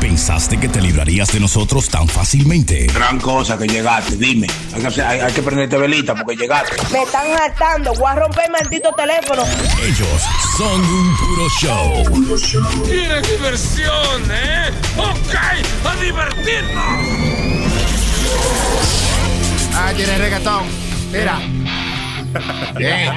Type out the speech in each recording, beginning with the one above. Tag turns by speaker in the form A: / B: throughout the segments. A: pensaste que te librarías de nosotros tan fácilmente?
B: Gran cosa que llegaste, dime. Hay que, hacer- hay- hay que prenderte velita porque llegaste.
C: Me están hartando. Voy a romper el maldito teléfono.
A: Ellos son un puro show.
D: ¿Quieres diversión, eh? ¡Ok! ¡A divertirnos!
E: Ah, tiene reggaetón. Mira. Bien.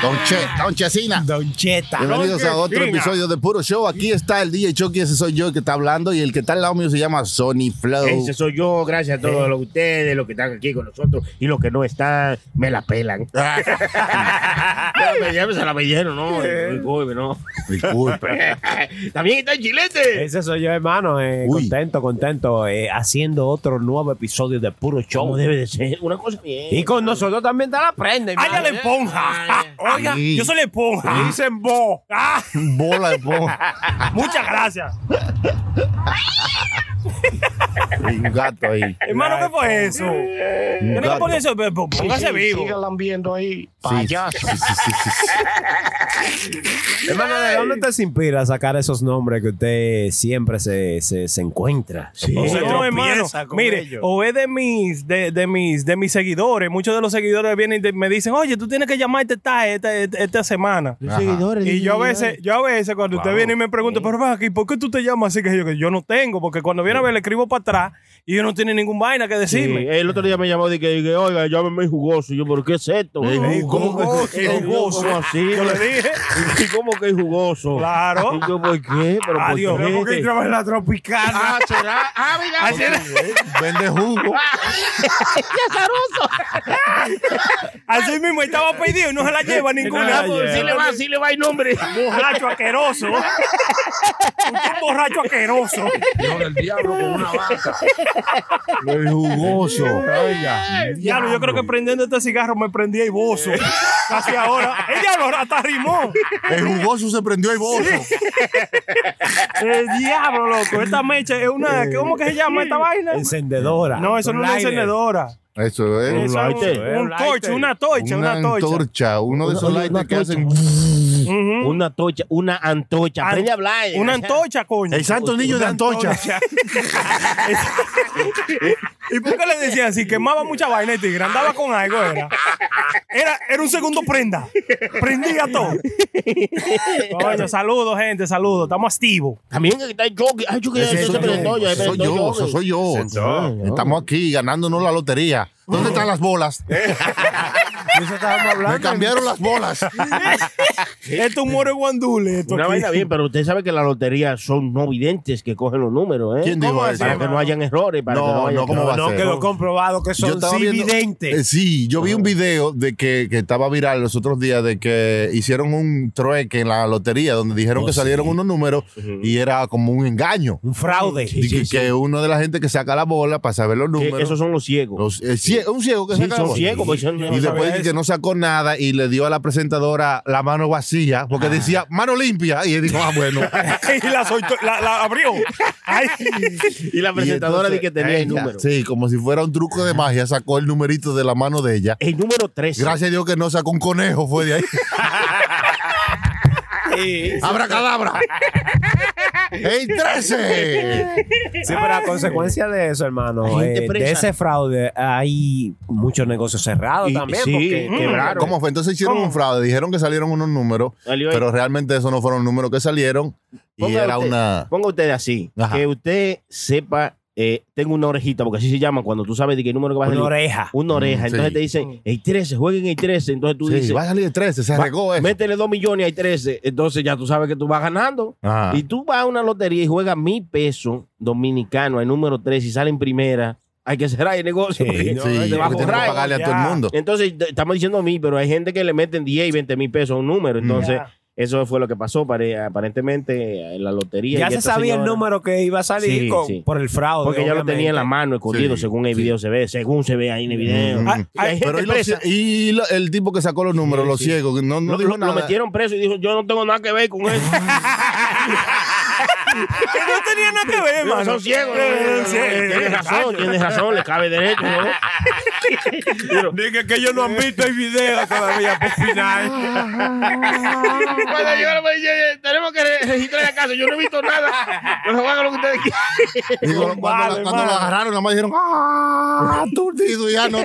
E: Don Che, Don Chesina.
F: Don Cheta.
E: Bienvenidos a otro
D: Chesina.
E: episodio de Puro Show. Aquí está el DJ Chucky, ese soy yo el que está hablando. Y el que está al lado mío se llama Sony Flow.
G: Ese soy yo, gracias a todos los- ustedes, los que están aquí con nosotros y los que no están, me la pelan. Ah. me llames a la bellero, no, el golpe, no.
E: Disculpe.
G: También está el chilete.
F: Ese soy yo, hermano. eh,
E: Uy.
F: contento, contento. eh, haciendo otro nuevo episodio de Puro Show.
G: Como debe de ser, una cosa bien. Ah,
F: Y con nosotros también está la eh. prenda. hermano.
H: Ándale, esponja. Oiga,
E: Sí.
H: yo soy la esponja. Dicen bo. Ah,
E: Bola de po.
H: muchas gracias.
E: Un gato ahí.
H: Hermano, ¿qué fue eso?
E: Un
H: Tiene que poner
E: gato.
H: eso, pero póngase vivo.
G: viendo ahí.
E: Sí, sí, sí, sí, sí, sí.
F: Hermano, ¿de dónde te se inspira a sacar esos nombres que usted siempre se, se, se encuentra?
H: No,
F: Sí.
H: hermano,
F: con
H: mire,
F: ellos.
H: o es de mis, de, de mis, de mis seguidores. Muchos de los seguidores vienen y te- me dicen, oye, tú tienes que llamarte esta, esta, esta, esta semana. Y yo a veces, yo a veces cuando usted viene y me pregunta, pero va aquí, ¿por qué tú te llamas así? Que yo, que yo no tengo, porque cuando viene a ver le escribo para atrás y yo no tiene ningún vaina que decirme.
G: el otro día me llamó y que, dije, oiga, llámeme jugoso. Y yo, ¿pero qué es esto?
E: Ey,
H: Mm. jugoso,
G: Y yo,
H: jugoso.
G: ¿cómo así?
H: Yo le dije.
G: ¿Y cómo que es jugoso?
H: Claro.
G: Y yo, ¿por qué? ¿Pero por
H: Adiós.
G: qué?
H: Pero porque
F: trabaja en la tropical.
G: Ah, será. Ah, mira.
E: Vende jugo.
H: Así mismo estaba pedido y no se la lleva ninguna.
G: Sí le va, sí le va el nombre.
H: borracho asqueroso. Usted es borracho asqueroso.
B: Yo del diablo con una vaca.
E: El jugoso. Oiga.
H: Diablo, yo creo que prendiendo este cigarro me prendí y bozo. Casi ahora. El diablo hasta rimó.
E: El jugoso se prendió el bozo.
H: El diablo, loco. Esta mecha es una. ¿Cómo que se llama esta vaina?
F: Encendedora.
H: No, eso no es una
F: Lighter.
H: encendedora.
E: Eso es.
H: Eso es
G: lighter.
H: un- un torch, una torcha,
E: una
H: una torcha.
E: antorcha, uno de esos
G: Una-
E: lights
G: una
E: que hacen.
H: Ujú.
G: Una antorcha, una antorcha.
H: An-
G: Aprende a hablar.
H: Una antorcha, coño.
E: santo niño de
H: ¿Y por qué le decían así? Quemaba mucha vaina y tigre. Andaba con algo, era. Era, era un segundo prenda. Prendía todo. Coño, saludos, gente, saludos. Estamos activos.
G: También está el Yogi. Ay, yo que ya
E: Ese
G: se
E: soy
G: prendó,
E: yo,
G: ya
E: ese
G: se
E: soy yo,
G: prendó Yogi.
E: ese soy yo. Estamos aquí ganándonos la lotería. ¿Dónde están las bolas?
F: De eso estábamos
E: Me
F: hablando.
E: cambiaron las bolas.
H: Este humor es guandule. Esto
G: Una
H: aquí.
G: vaina bien, pero usted sabe que las loterías son no videntes que cogen los números, ¿eh?
E: ¿Quién dijo
G: Para
E: eso?
G: que no hayan errores, para que
E: No,
G: no hayan
E: no, ¿cómo va a
F: No,
E: ser?
F: quedó comprobado que
E: Yo
F: son
E: estaba viendo- eh,
F: videntes.
E: sí, yo vi un video de que, que estaba viral los otros días de que hicieron un trueque en la lotería donde dijeron que salieron unos números y era como un engaño.
F: Un fraude.
E: Dice que, uno de la gente que saca la bola para saber los
G: Que
E: números.
G: esos son los ciegos.
E: Los- eh, cie- un ciego que
G: Sí,
E: saca la
G: son
E: bola.
G: ciegos, pues, yo no
E: Y
G: sabía
E: después de que no sacó nada y le dio a la presentadora la mano vacía porque
G: Ah.
E: decía mano limpia. Y él dijo, ah, bueno.
H: Y la, soltó- la- la abrió. Ay.
G: Y la presentadora
E: Y
G: de que tenía el
E: ella,
G: número.
E: Sí, como si fuera un truco de magia, sacó el numerito de la mano de ella.
G: El número 13.
E: Gracias a Dios que no sacó un conejo, fue de ahí. ¡Abracadabra! ¡Ey, 13!
F: Sí, pero
G: Eh.
F: a consecuencia de eso, hermano,
G: Gente
F: eh, de
G: presa.
F: ese fraude hay muchos negocios cerrados
G: Y-
F: también.
G: sí,
F: porque
G: quebraron.
E: ¿Cómo fue? Entonces hicieron un fraude, dijeron que salieron unos números,
G: Salió ahí.
E: pero realmente esos no fueron los números que salieron y
G: Ponga
E: era
G: usted-
E: una...
G: Ponga usted así,
E: Ajá.
G: que usted sepa, eh, tengo una orejita, porque así se llama cuando tú sabes de qué número que va a
F: Una
G: salir.
F: pues, oreja.
G: Una oreja.
E: Mm,
G: Entonces
E: sí.
G: te dicen, el 13, jueguen el 13. Entonces tú
E: Sí,
G: dices,
E: va a salir el 13, se
G: va-
E: arregló eso.
G: métele 2 millones y hay 13. Entonces ya tú sabes que tú vas ganando.
E: Ajá.
G: Y tú vas a una lotería y juegas mil pesos dominicanos, el número 3, y sale en primera, hay que cerrar el negocio. porque
E: Sí, porque
G: te va a
E: tenemos que
G: borrar.
E: pagarle a
H: ya.
E: todo el mundo.
G: Entonces, te- estamos diciendo a mí, pero hay gente que le meten 10 y 20 mil pesos a un
E: Mm.
G: número. Entonces,
H: Ya.
G: eso fue lo que pasó pare- aparentemente en la lotería.
F: Ya
G: y
F: se
G: esta
F: sabía el
G: señora-
F: número que iba a salir
G: Sí,
F: con-
G: sí.
F: por el fraude.
G: Porque ya lo
F: obviamente.
G: tenía en la mano escondido,
E: Sí,
G: según el
E: sí.
G: video se ve, según se ve ahí en el video.
E: Mm.
G: Ah, y hay gente
E: Pero y, los
G: presa.
E: cie- y lo- el tipo que sacó los números, los ciegos, que no, no
G: Lo,
E: dijo
G: lo- lo
E: nada.
G: metieron preso y dijo, yo no tengo nada que ver con eso.
H: Que no tenía nada que ver, hermano.
G: Son ciegos. ¿no?
H: Eh, sí, eh,
G: Tienes razón, tienes razón, le cabe derecho. ¿no?
H: Dije que ellos no han visto el video todavía por final.
I: Cuando yo le dije, tenemos que re- registrar la casa. Yo no he visto nada. Pero hagan lo que ustedes quieran.
E: Digo, cuando,
H: Vale,
E: la- cuando lo
H: vale.
E: agarraron, nada más dijeron, ¡ah! Aturdido, ya no.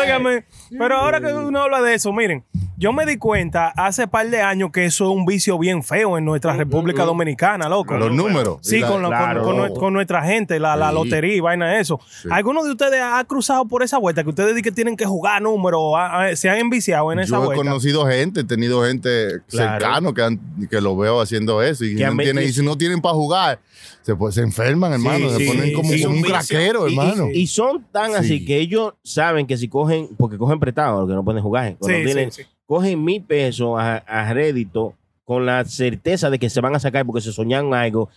H: Óigame, pero ahora que uno habla de eso, miren, yo me di cuenta hace par de años que eso es un vicio bien feo en nuestra República Dominicana, loco.
E: Los números.
H: Sí,
E: Mm, La-
H: con, la- con-
E: claro.
H: con, nue- con nuestra gente, la, la
E: Sí.
H: lotería y vaina de eso. ¿Alguno de ustedes ha cruzado por esa vuelta que ustedes di que tienen que jugar números? o ha- ha- ¿Se han enviciado en esa
E: Yo he
H: vuelta?
E: conocido gente, he tenido gente
G: Claro.
E: cercano que, han- que lo veo haciendo eso. Y,
G: Que
E: no
G: han
E: tienen, y
G: metido-
E: si no tienen para jugar, se, pues, se enferman, hermano. se
G: sí,
E: ponen como,
G: sí,
E: como un
G: sí.
E: craquero,
G: Y-
E: hermano.
G: Y, y son tan
E: Sí.
G: así que ellos saben que si cogen, porque cogen prestado, que no pueden jugar, cuando
H: Sí,
G: tienen-
H: sí, sí.
G: cogen mil pesos a, a rédito con la certeza de que se van a sacar porque se soñan algo,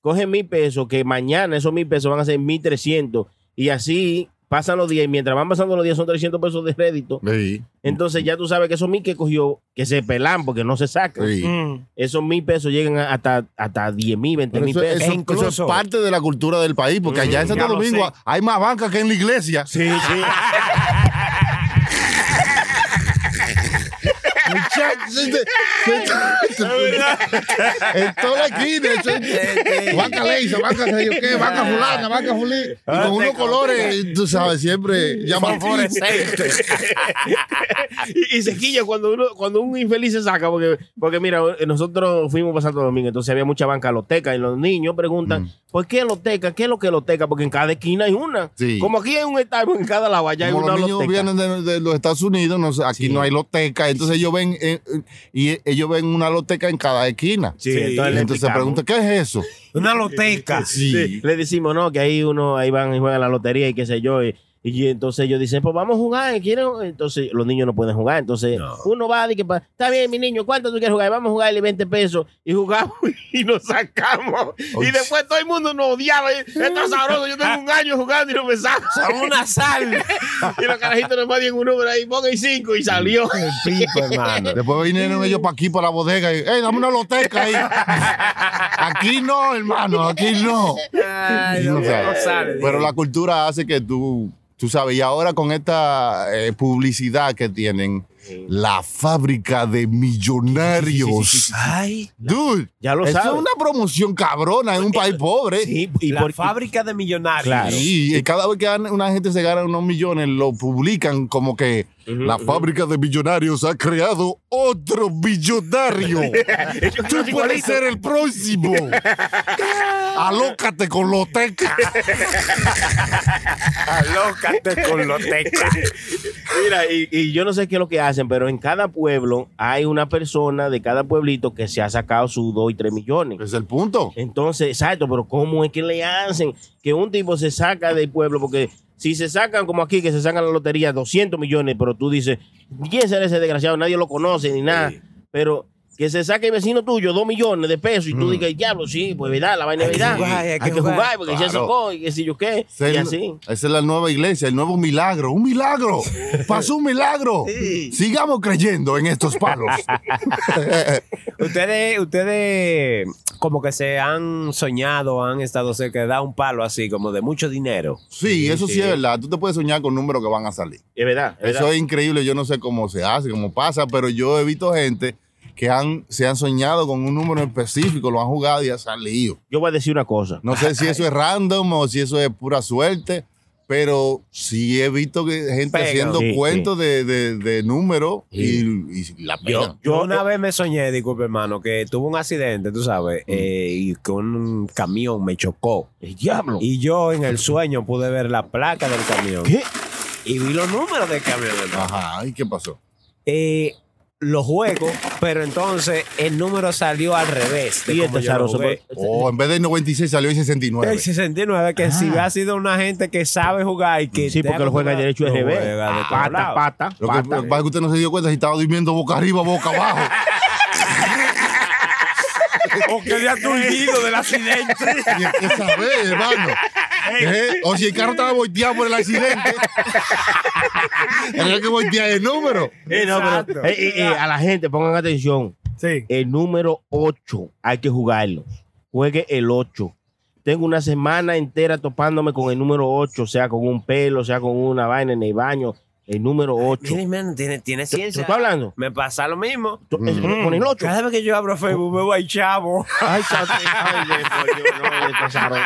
G: cogen mil pesos que mañana esos mil pesos van a ser mil trescientos y así pasan los días y mientras van pasando los días son 300 pesos de rédito.
E: Sí, Mm.
G: Entonces ya tú sabes que esos mil que cogió, que se pelan porque no se sacan.
E: sí.
H: Mm.
G: Esos mil pesos llegan a- hasta, hasta 10 mil, 20
E: Pero
G: mil
E: eso,
G: pesos.
E: eso- eso es
F: incluso-
E: parte de la cultura del país, porque allá en Santo
H: ya lo
E: Domingo
H: sé.
E: hay más bancas que en la iglesia. Sí, sí. En toda la esquina, eso es- banca Leisa, banca sé yo qué, banca fulana, banca fulana. Y con unos colores, tú sabes, siempre llaman
G: y, y se quilla cuando uno, cuando un infeliz se saca, porque, porque mira, nosotros fuimos para Santo Domingo, entonces había mucha banca loteca y los niños
E: Mm.
G: preguntan, ¿por qué loteca? ¿Qué es lo que es loteca? Porque en cada esquina hay una.
E: Sí.
G: Como aquí hay un establo en cada lado, allá hay
E: Como
G: una
E: los niños
G: loteca.
E: vienen de, de los Estados Unidos, no sé, aquí no hay loteca, entonces ellos ven eh, eh, y ellos ven una loteca en cada esquina.
G: Sí, entonces
E: entonces
G: le
E: se
G: explicamos.
E: preguntan, ¿qué es eso?
F: Una loteca.
G: Sí. Le decimos, no, que ahí uno, ahí van y juegan la lotería y qué sé yo. Y, y entonces ellos dicen, pues vamos a jugar, ¿quieren? Entonces los niños no pueden jugar. Entonces uno va y que pa- está bien, mi niño, ¿cuánto tú quieres jugar? Vamos a jugarle 20 pesos y jugamos y nos sacamos.
E: Oye.
G: Y después todo el mundo nos odiaba. y, Está sabroso, yo tengo un año jugando y no me saco.
F: Una sal.
G: Y los carajitos nomás dieron un número ahí, ponga y cinco y salió.
F: Pico, hermano.
E: Después vinieron ellos para aquí, para la bodega, y, ¡Ey, dame una loteca ahí! aquí no, hermano, aquí no. No sabe. Pero la cultura hace que tú, tú sabes, y ahora con esta eh, publicidad que tienen, la fábrica de millonarios. Dude,
G: Ya lo
E: eso
G: sabes.
E: es una promoción cabrona en un país pobre.
G: Sí, y
F: la
G: por-
F: fábrica de millonarios.
G: Claro.
E: Sí, y cada vez que gana- una gente se gana unos millones, lo publican como que la fábrica de millonarios ha creado otro millonario. Tú puedes ser el próximo. Alócate con loteca.
F: Alócate con loteca.
G: Mira, y, y yo no sé qué es lo que hacen, pero en cada pueblo hay una persona de cada pueblito que se ha sacado sus 2 y 3 millones.
E: Es el punto.
G: Entonces, exacto, pero ¿cómo es que le hacen que un tipo se saca del pueblo? Porque si se sacan como aquí, que se sacan la lotería 200 millones, pero tú dices, ¿quién será ese desgraciado? Nadie lo conoce ni nada. Pero que se saque el vecino tuyo 2 millones de pesos y tú digas, diablo, sí, pues verdad, la vaina es verdad.
F: jugar, Mm. hay que
G: jugar,
F: jugar".
G: porque se
E: Claro.
G: sacó y qué sé yo qué.
E: Esa
G: y
E: es-
G: así.
E: Esa es la nueva iglesia, el nuevo milagro. Un milagro. Pasó un milagro. Sigamos creyendo en estos palos.
F: Ustedes, ustedes como que se han soñado, han estado cerca de dar un palo así, como de mucho dinero.
E: Sí, eso sí es verdad. Tú te puedes soñar con números que van a salir.
G: Es verdad. es
E: Eso
G: verdad.
E: es increíble, yo no sé cómo se hace, cómo pasa, pero yo he visto gente que han, se han soñado con un número específico, lo han jugado y ha salido.
G: Yo voy a decir una cosa.
E: No sé si eso es random o si eso es pura suerte, pero sí he visto que gente
F: Pega.
E: haciendo
G: Sí,
E: cuentos de, de, de números y- y, la pegan.
F: Yo
G: eh,
F: una vez me soñé, disculpe hermano, que tuve un accidente, tú sabes, eh, y que un camión me chocó.
G: El diablo.
F: Y yo en el sueño pude ver la placa del camión.
G: ¿Qué? Ah.
F: Y vi los números del camión. hermano.
E: Ajá, ¿y qué pasó?
F: Eh, lo juego, pero entonces el número salió al revés. de
G: Y
F: como
G: este
F: yo lo
G: zaroso,
F: jugué.
E: Oh, en vez de 96 salió en 69.
F: El 69, que si hubiera sido una gente que sabe jugar y que.
G: Sí, porque lo juega derecho es revés.
F: juega de todos
G: Pata,
F: lados.
G: pata,
E: Lo que
G: pata.
E: pasa es que usted no se dio cuenta si estaba durmiendo boca arriba, boca abajo.
H: O que había aturdido del accidente.
E: Tienes que saber, hermano. ¿Eh? O si el carro estaba volteado por el accidente. Tenía que voltear el número.
G: Eh, no, pero, eh, eh, eh, a la gente, pongan atención.
H: Sí.
G: El número 8 hay que jugarlo. Juegue el 8. Tengo una semana entera topándome con el número 8, sea con un pelo, sea con una vaina en el baño. El número 8.
J: Mira, hermano, tiene, tiene
G: ¿Tú
J: ciencia.
G: estás hablando?
J: Me pasa lo mismo.
G: Tú- es- Con
H: Mm.
G: el 8.
J: Cada vez que yo abro Facebook me voy chavo.
G: Mm. Ay, chato, ay, me coño, no, me pasaron.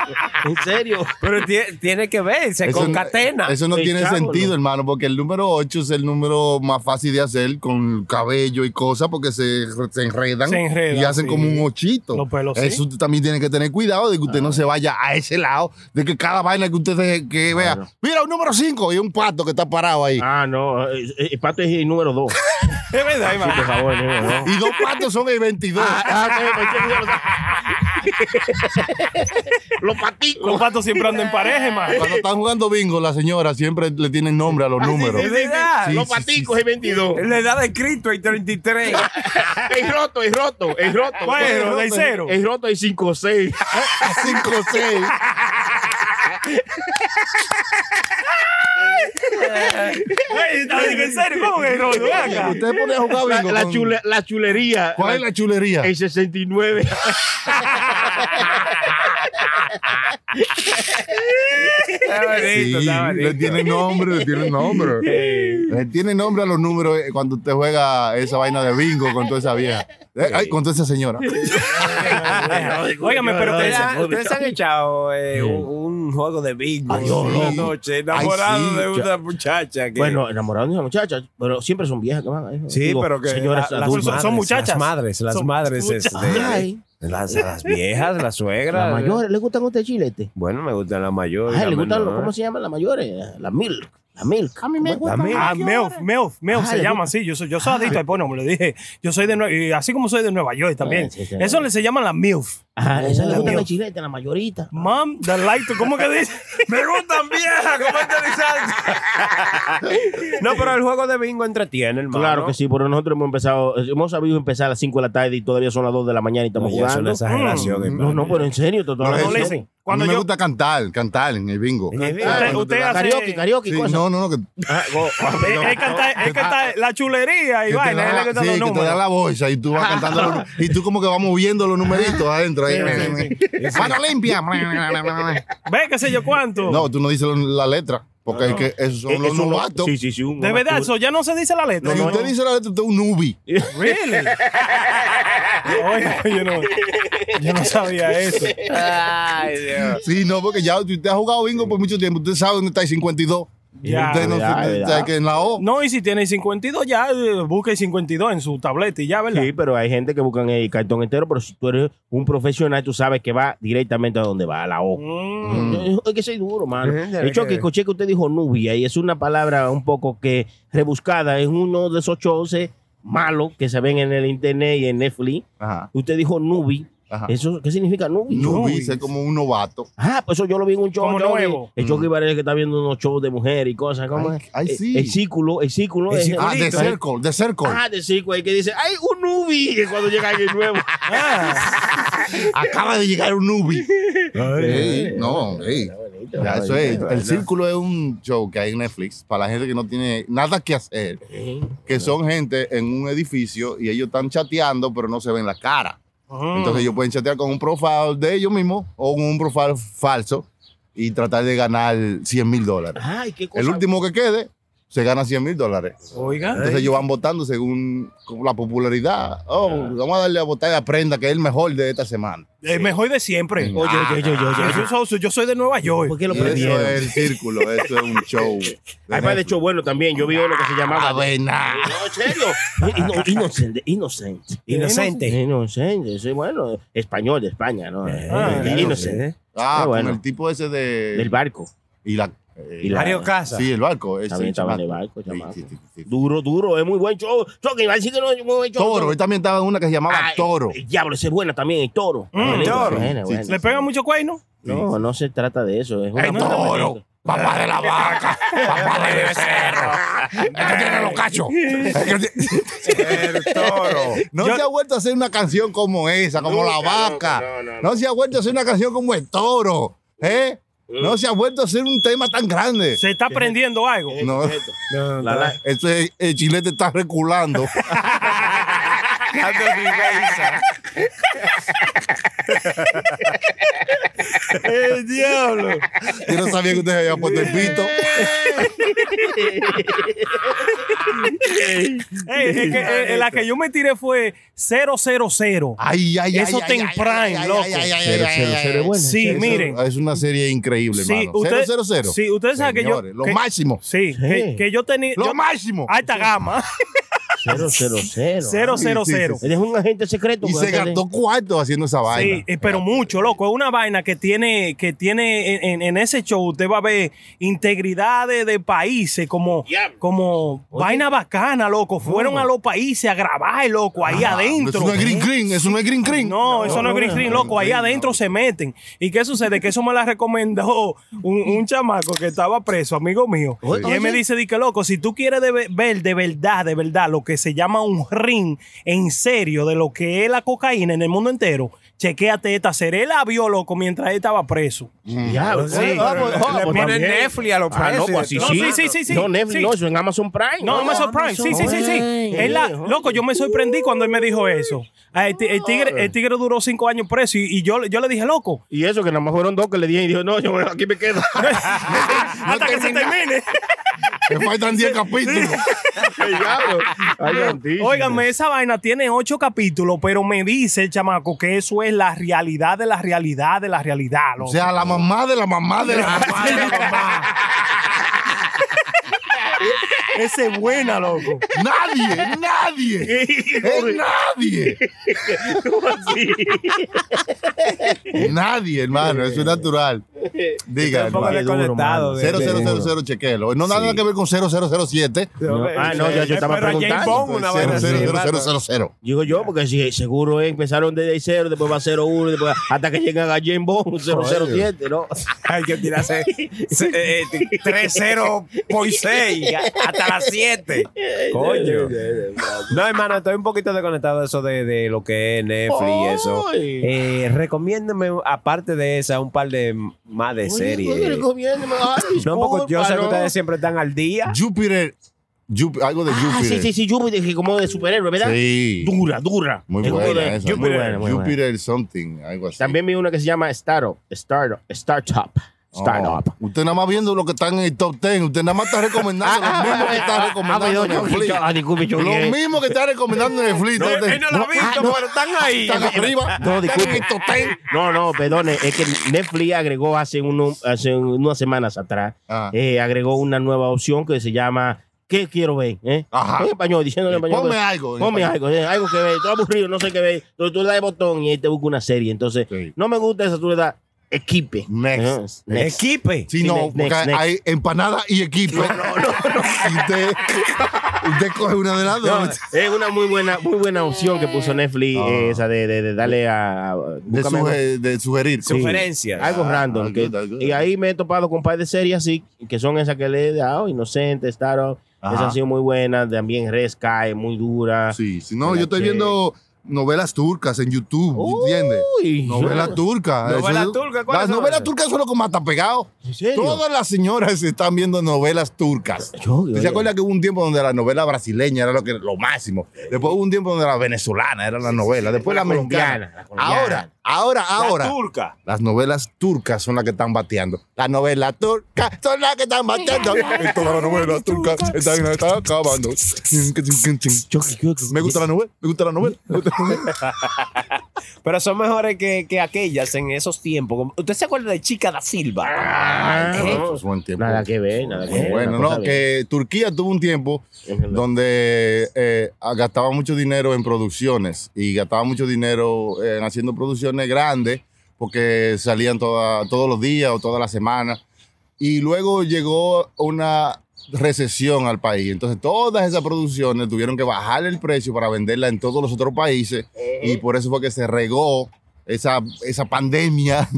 G: En serio.
J: Pero tie- tiene que ver, se
E: Eso no-
J: concatena.
E: Eso no
G: El
E: tiene
G: chavo,
E: sentido,
G: ¿no?
E: hermano, porque el número 8 es el número más fácil de hacer con cabello y cosas porque se, se enredan
H: Se enredan,
E: y hacen
H: sí.
E: como un ochito.
H: Los pelos, sí. Ah.
E: eso usted también tiene que tener cuidado de que usted no se vaya a ese lado, de que cada vaina que usted deje- que vea, mira, un número 5 y un pato que está parado ahí.
G: Ah, no. eh, eh, El pato es el número 2.
H: Es verdad,
G: Sí, por
H: hermano.
G: favor, el número 2.
E: Y dos patos son el 22.
H: Ah,
I: Los paticos.
H: Los patos siempre andan en pareja, hermano.
E: Cuando están jugando bingo, la señora siempre le tienen nombre a los números.
J: Es verdad.
E: Sí,
I: los
E: sí, sí,
I: paticos es 22.
J: La edad de Cristo hay 33.
I: Es roto, es roto, es roto.
H: Bueno, de cero.
I: Es roto, hay 5 o 6.
E: Ah, 5 6.
H: Ey, está bien, en serio, ¿cómo que no? Ven acá.
E: Usted pone a jugar
I: La,
E: bingo.
I: la
E: con-
I: chule- la chulería.
E: ¿Cuál es la chulería?
I: El 69.
E: Sí, le tiene nombre, le tiene nombre. Le tiene nombre a los números eh, cuando usted juega esa vaina de bingo con toda esa vieja. Eh, ay, con toda esa señora.
H: Óigame, pero
J: Ustedes
H: que-
J: han- ustedes han echado eh, un, un juego de bingo
E: Ay, Dios,
J: una
E: loco.
J: noche enamorado
E: Ay, sí,
J: de
E: ya.
J: una muchacha. Que,
G: Bueno, enamorados de esa muchacha, pero siempre son viejas que van. ahí.
J: sí,
G: Digo,
J: pero que
G: Señoras
J: la- las
G: adultas.
H: son- son muchachas.
J: Las madres, las
H: Son
J: madres. es de-
G: Ay,
J: las, las viejas, las suegras.
G: las mayores, ¿le gustan a usted chilete?
J: Bueno, me gustan las mayores.
G: Ay, ¿le
J: las
G: gustan, los-
J: menores.
G: cómo se llaman las mayores? Las milk, la milk. A mí me
J: La mía.
H: Ah, Melf, Melf, Melf
G: Ah,
H: se
G: le
H: llama así. Yo soy, yo
J: Ah.
H: soy adicto al porno, me lo dije. Yo soy de Nueva y así como soy de Nueva York también.
G: Ah, sí, sí.
H: Eso le se llaman las MILF.
G: Ajá, esa le gustan
H: Dios.
G: los chiletes, la mayorita.
H: Mom, the light, ¿cómo que dice?
J: Me gustan viejas, ¿cómo es que dice? No, pero el juego de bingo entretiene, hermano.
G: Claro que sí, pero nosotros hemos empezado, hemos sabido empezar a las 5 de la tarde y todavía son las 2 de la mañana y
J: No,
G: estamos
J: ya es
G: jugando. Mm,
J: una exageración.
G: No,
J: hermano.
G: no, pero en serio, te estoy
E: No,
G: hablando
E: eso-
H: le
G: en
H: dicen.
E: A
G: serio.
E: mí
H: Cuando
E: me
H: yo-
E: gusta cantar, cantar en el bingo.
J: En el bingo.
E: Ah,
H: Usted,
E: cuando
H: usted
E: te-
H: hace.
G: Karaoke, karaoke,
E: Sí,
G: cosa.
E: no, no, no. Que,
G: Ah, go.
H: Él él canta, él canta la chulería y
E: que te
H: vaina. Él
E: da,
H: le canta
E: sí,
H: los
E: que te da
H: números.
E: la bolsa y tú vas cantando los, y tú como que vas moviendo los numeritos adentro. Ahí,
G: Eh,
E: Mano limpia.
H: Ve, qué sé yo cuánto.
E: no, tú no dices la letra. Porque es que esos son
H: Eh,
G: Es-
E: los
G: es un-
E: novatos.
G: Sí, sí, sí. un
H: de verdad,
G: novato.
H: eso ya no se dice la letra.
E: si
H: ¿no?
E: usted dice la letra, usted es un newbie.
H: Really? Oye, yo no, yo no sabía eso.
J: Ay, Dios.
E: Sí, no, porque ya usted ha jugado bingo por mucho tiempo. Usted sabe dónde está el 52.
H: Ya,
E: usted no
G: ya,
E: sabe
G: ya.
E: que en la O.
H: No, y si tiene el 52, ya eh, busca el 52 en su tableta y ya, ¿verdad?
G: Sí, pero hay gente que buscan el cartón entero, pero si tú eres un profesional, tú sabes que va directamente a donde va, a la O.
H: Mm.
G: Yo- Es que soy duro, mano.
J: Ujú, ya
G: De hecho,
J: que-
G: que escuché que usted dijo nubia y es una palabra un poco que rebuscada. Es uno de esos shows eh, malos que se ven en el internet y en Netflix.
E: Ajá.
G: Usted dijo nubi.
E: Ajá.
G: ¿Eso qué significa nubi?
E: Newbie, es como un novato.
G: Ah, pues eso yo lo vi en un show.
H: Como
G: yo lo vi-
H: nuevo.
G: El show que parece que está viendo unos shows de mujeres y cosas. ¿Cómo
E: Mm. Ay,
G: es?
E: ay,
G: Eh,
E: sí.
G: El círculo, el círculo.
J: El
G: es-
J: círculo.
E: Ah, de
H: ¿eh?
G: Entonces-
E: Circle, de Circle.
G: Ah, de círculo. Hay que dice, ¡ay, un nubi! Y cuando llega alguien nuevo.
E: Acaba de llegar un newbie. Ey, no, ey. Ya, eso es. El Círculo es un show que hay en Netflix para la gente que no tiene nada que hacer. Que son gente en un edificio y ellos están chateando, pero no se ven la cara. Entonces ellos pueden chatear con un profile de ellos mismos o con un profile falso y tratar de ganar 100 mil dólares.
G: Ay, qué cosa.
E: El último que quede se gana 100 mil dólares.
H: Oiga. eh,
E: Entonces ellos van votando según como la popularidad. Oh, vamos a darle a votar a Prenda, que es el mejor de esta semana.
H: El mejor de eh, siempre.
E: Oye,
H: oye, oye,
E: Ah.
H: Yo, soy, yo soy de Nueva York.
G: ¿Por qué lo
E: Y eso
G: perdieron?
E: es el círculo, eso es un show.
G: Hay más de hecho bueno también. Yo vi uno que se
E: Ah,
G: llamaba.
E: Avena.
G: No, en serio. Ino- Inocente, inocente.
J: Inocente.
G: Inocente, sí, bueno, español de España, ¿no?
H: Ah,
G: Eh, inocente.
J: Eh,
E: Ah,
G: Ah, bueno.
E: con el tipo ese de...
G: Del barco.
E: Y la... eh,
G: Y la-
J: Mario Casa.
E: Sí, el barco. ese
G: Está bien, estaba en el
E: chamaco.
G: barco,
E: Sí,
G: chamaco.
E: sí, sí, sí.
G: Duro, duro, es muy buen show. Yo que iba a decir que no es muy buen show.
E: Toro, él también estaba en una que se llamaba
G: Ay,
E: Toro.
G: el diablo, esa es buena también, el toro. Buena,
E: toro.
G: buena,
E: Sí,
G: buena.
E: sí,
H: ¿Le pegan mucho cuerno?
G: No, no se trata de eso. Es una
E: ¡Ay,
G: buena
E: toro! Papá de la vaca, papá del becerro, el que tiene los cachos. el que tiene-
J: El toro.
E: No se ha vuelto a hacer una canción como esa, como la vaca. No, se ha vuelto a hacer una canción como el toro. ¿eh? No se ha vuelto a hacer un tema tan grande.
H: ¿Se está prendiendo algo?
E: No,
G: La- la-
E: eso es- el chilete está reculando.
J: Ando vergüenza.
E: ¡El diablo! Yo no sabía que usted había puesto el pito.
H: Ey, es que, eh, eh, la que yo me tiré fue 000.
E: Ay, ay, ay.
H: Eso
E: ay,
H: está en
E: ay,
H: Prime,
E: ay, ay,
H: loco.
E: ay, ay, ay,
G: Cero, cero,
E: ay,
G: cero,
E: ay,
G: bueno.
H: Sí,
E: Eso
H: miren.
E: Es una serie increíble,
H: Sí,
E: hermano.
H: usted-
E: 000.
H: sí, ustedes saben que yo-
E: Señores, Lo
H: que-
E: máximo.
H: Sí, que, que yo tenía.
E: Lo
H: yo-
E: máximo.
H: Alta gama.
G: 000.
H: 000.
G: Eres un agente secreto.
E: Y
G: güey,
E: se
G: antes de-
E: gastó cuarto haciendo esa
H: Sí,
E: vaina.
H: eh, pero mucho, loco. Es una vaina que tiene, que tiene en, en- en ese show, usted va a ver integridades de países, como, como vaina bacana, loco. Fueron a los países a grabar, loco, ahí adentro.
E: Eso Ah, no es green green, eso no es green green.
H: No, eso no es green screen, loco. Ahí
E: no.
H: adentro se meten. ¿Y qué sucede? Que eso me la recomendó un, un chamaco que estaba preso, amigo mío. Y él me dice, di que loco, si tú quieres de ve- ver de verdad, de verdad, lo que se llama un ring en serio de lo que es la cocaína en el mundo entero, chequéate esta serie. Él la vio, loco, mientras él estaba preso.
G: Diablo.
H: Sí.
G: Ah, pues, ah, pues,
J: Ponen
G: también.
J: Netflix a los
G: Ah,
J: presos.
G: loco, así
H: No,
G: sí.
H: sí, sí, sí, sí.
G: No, Netflix,
H: Sí.
G: no, eso en Amazon Prime.
H: No,
G: me
H: Amazon Prime. Sí, sí, sí, sí.
G: Ay,
H: Él la-
G: hijo.
H: loco, yo me sorprendí cuando él me dijo eso. Ah, El, ti- el tigre, el tigre duró cinco años preso y, y yo, yo le dije, loco,
G: Y eso, que nada más fueron dos que le dije y dijo, no, yo aquí me quedo.
H: hasta que se termine.
E: Me faltan 10 capítulos.
G: Ay, diablo. Ay, santísimo.
H: Óigame, esa vaina tiene ocho capítulos, pero me dice el chamaco que eso es la realidad de la realidad de la realidad.
E: O
H: loco.
E: sea, la mamá de la mamá de la mamá de la mamá.
H: esa es buena, loco.
E: Nadie, nadie. Es nadie. Nadie, hermano. Eso es natural. Diga,
F: poco
E: hermano.
F: desconectado. de- de-
E: 0000, chequelo. No nada que ver con 0007.
G: Ah, no, ya yo estaba
F: Eh, Pero a James
G: preguntando.
F: Bond, una vaina así, hermano.
E: 000000.
G: Digo yo, porque si seguro es, empezaron desde 0, después va 01, después hasta que llegan a James Bond 007, ¿no?
J: Hay que tirarse se- eh, eh, 30.6 hasta las 7. Coño.
F: No, hermano, estoy un poquito desconectado de eso de, de lo que es Netflix y eso.
G: Ay.
F: Eh, recomiéndame, aparte de esa, un par de más de series. No, porque yo sé que ustedes siempre están al día.
E: Júpiter. Júp- Algo de
G: Ah, sí,
E: Júpiter.
G: sí, sí, Júpiter, que como de superhéroe, ¿verdad?
E: Sí.
G: Dura, dura.
E: Muy
G: Es como
E: buena
G: de-
E: esa.
G: Júpiter, muy buena, muy buena.
E: Júpiter something, algo así.
G: También vi una que se llama Startup, Startup, Startup,
E: Oh,
G: Startup.
E: Usted nada más viendo lo que están en el top 10. Usted nada más está
G: Ah,
E: recomendando lo mismo que está recomendando en Netflix.
G: disculpe, ah, yo
E: Lo mismo que está recomendando en Netflix.
J: No,
E: Entonces,
J: él Eh, no lo ha visto, pero están ahí.
E: Están arriba.
G: No,
E: están en
G: disculpe.
E: el top 10.
G: No, no, perdone, es que Netflix agregó hace, uno, hace unas semanas atrás,
E: Ah.
G: eh, agregó una nueva opción que se llama ¿Qué quiero ver? ¿Eh?
E: Ajá.
G: En español, diciendo en
E: Eh,
G: español.
E: ponme
G: pues,
E: algo en
G: Ponme
E: español.
G: algo, eh, algo que ver. Estoy aburrido, no sé qué ver. Entonces tú le das el botón y ahí te busca una serie. Entonces,
E: Sí.
G: no me gusta esa, tú le das equipe.
E: Next.
G: Eh, next.
F: Equipe.
E: Sí,
G: Sí,
E: no,
G: next,
E: porque
G: next, next.
E: hay empanada y equipo. No, no, Usted, usted coge una de las
G: No,
E: dos.
G: es una muy buena, muy buena opción que puso Netflix,
E: Ah.
G: eh, esa de, de- de darle a. a-
E: de,
G: búscame-
E: suge- de sugerir.
G: Sí.
F: Sugerencias.
G: Algo
E: Ah,
G: random.
E: algo,
G: que-
E: algo.
G: y ahí me he topado con un par de series así, que son esas que le he dado, Inocente, Startup.
E: Ajá.
G: Esas han sido muy buenas. También Red Sky, muy dura.
E: Sí, si no, yo estoy viendo novelas turcas en YouTube, ¿entiendes?
G: Uy,
E: Novelas turcas.
J: ¿Novelas
E: Eso-
J: turcas? ¿Cuáles
E: Las
J: son
E: novelas
J: esas?
E: turcas son lo que más está pegado.
G: ¿En serio?
E: Todas las señoras están viendo novelas turcas.
G: Yo, yo,
E: ¿Te
G: yo.
E: acuerdas que hubo un tiempo donde la novela brasileña era lo, que, lo máximo? Después hubo un tiempo donde la venezolana era la novela. Después la,
G: la
E: mexicana.
G: colombiana, la colombiana.
E: Ahora, ahora, ahora.
J: turca.
E: Las novelas turcas son las que están bateando. Las novelas turcas son las que están bateando. Y Todas las novelas turcas están, están acabando. Me gusta la novela, me gusta la novela. me gusta la novela.
F: Pero son mejores que, que aquellas en esos tiempos. ¿Usted se acuerda de Chica da Silva?
G: Ah, no.
E: Eso es buen tiempo.
G: Nada que pues, ver, nada que ver.
E: Pues, Bueno,
G: una cosa
E: no,
G: bien.
E: que Turquía tuvo un tiempo
G: Es verdad.
E: donde eh, gastaba mucho dinero en producciones y gastaba mucho dinero eh, en haciendo producciones grandes porque salían toda- todos los días o todas las semanas. Y luego llegó una recesión al país. Entonces todas esas producciones tuvieron que bajar el precio para venderla en todos los otros países y por eso fue que se regó esa, esa pandemia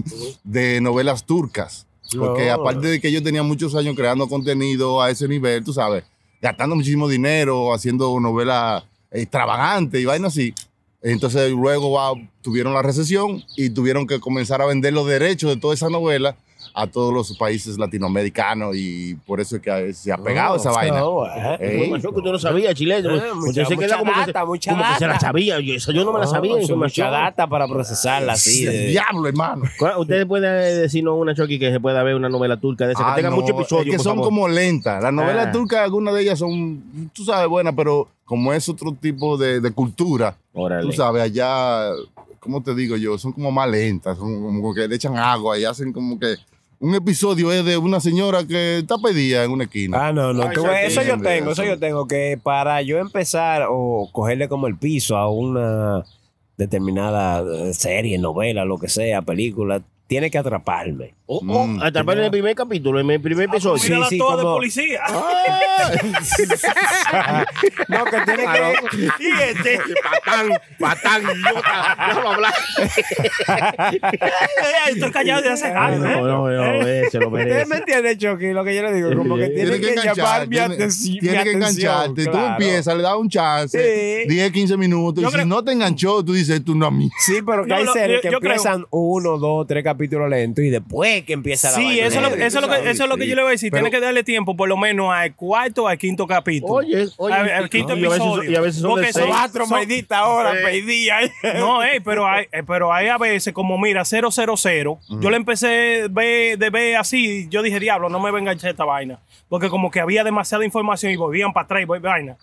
E: de novelas turcas. Porque aparte de que yo tenía muchos años creando contenido a ese nivel, tú sabes, gastando muchísimo dinero, haciendo novelas extravagantes y vainas así. Entonces luego va- tuvieron la recesión y tuvieron que comenzar a vender los derechos de todas esas novelas a todos los países latinoamericanos y por eso es que se ha
G: Oh,
E: pegado Ah, esa vaina.
F: ¿eh?
E: Eh, Ey.
G: Información que usted no sabía,
E: Eh,
G: chileno. Usted
E: mucha-
G: se queda
E: mucha
G: como que se-
E: data, mucha
G: como que se la
E: data.
G: sabía. Yo, eso yo no me la
J: Ah,
E: No,
G: sabía.
E: mucha
G: información.
E: data
F: para procesarla así. de-
E: Diablo, hermano.
G: ¿Cuál- Usted puede decirnos una choque que se pueda ver una novela turca de esa que
E: Ah,
G: tenga
E: no,
G: muchos episodios.
E: Es que
G: por
E: son
G: favor.
E: como lentas. Las novelas
G: Ah.
E: turcas, algunas de ellas son, tú sabes, buenas, pero como es otro tipo de, de cultura, tú sabes, allá, ¿cómo te digo yo? Son como más lentas, son como que le echan agua y hacen como que. Un episodio es de una señora que está pedida en una esquina.
F: Ah, no, no, tú ves, eso yo tengo, eso yo
E: tengo.
F: tengo que para yo empezar o cogerle como el piso a una determinada eh, serie, novela, lo que sea, película, tiene que atraparme.
G: Oh, oh,
E: Mm,
G: atrapar en el primer capítulo, en el primer
E: Ah, pues
G: episodio.
F: mírala Sí, sí, Ah, toda de como-
H: policía.
F: No, que tiene que
G: Y este. Patán, patán, idiota. Déjalo hablar.
H: Estoy callado de hace
G: No, no, no, eh, se lo merece.
F: Ustedes me entienden, Chucky, lo que yo le digo, como que tiene
E: Tiene que
F: que llamar
E: engancharte.
F: mi
E: Tiene,
F: atenci- mi
E: tiene que
F: atención,
E: engancharte. Tú
F: claro.
E: empiezas, le das un chance,
F: Sí.
E: 10, 15 minutos.
F: Yo
E: y
F: creo-
E: si no te enganchó, tú dices, tú no a mí.
F: Sí, pero que
H: No,
F: hay
H: lo-
F: series
H: yo-
F: que
H: yo creo-
F: empiezan uno, dos, tres capítulos lentos y después que empieza la
H: Sí,
F: vaina
H: eso es lo,
F: heavy,
H: eso es lo que,
F: ¿sabes?
H: eso es lo que
F: Sí.
H: yo le voy a decir.
F: Pero-
H: Tiene que darle tiempo, por lo menos, al cuarto o al quinto capítulo.
G: Oye, oye.
H: al, al quinto
G: y a veces-
H: episodio.
G: y a veces son
H: Porque
G: de seis.
F: Cuatro
H: son-
F: malditas horas,
G: Sí.
F: pedía.
H: No, ey, pero hay, eh, pero hay a veces como, mira, 000.
E: Mm.
H: Yo le empecé a ver- de ver así. Yo dije, diablo, no me venga a enganchar esta vaina. Porque como que había demasiada información y volvían para atrás y vol- vaina.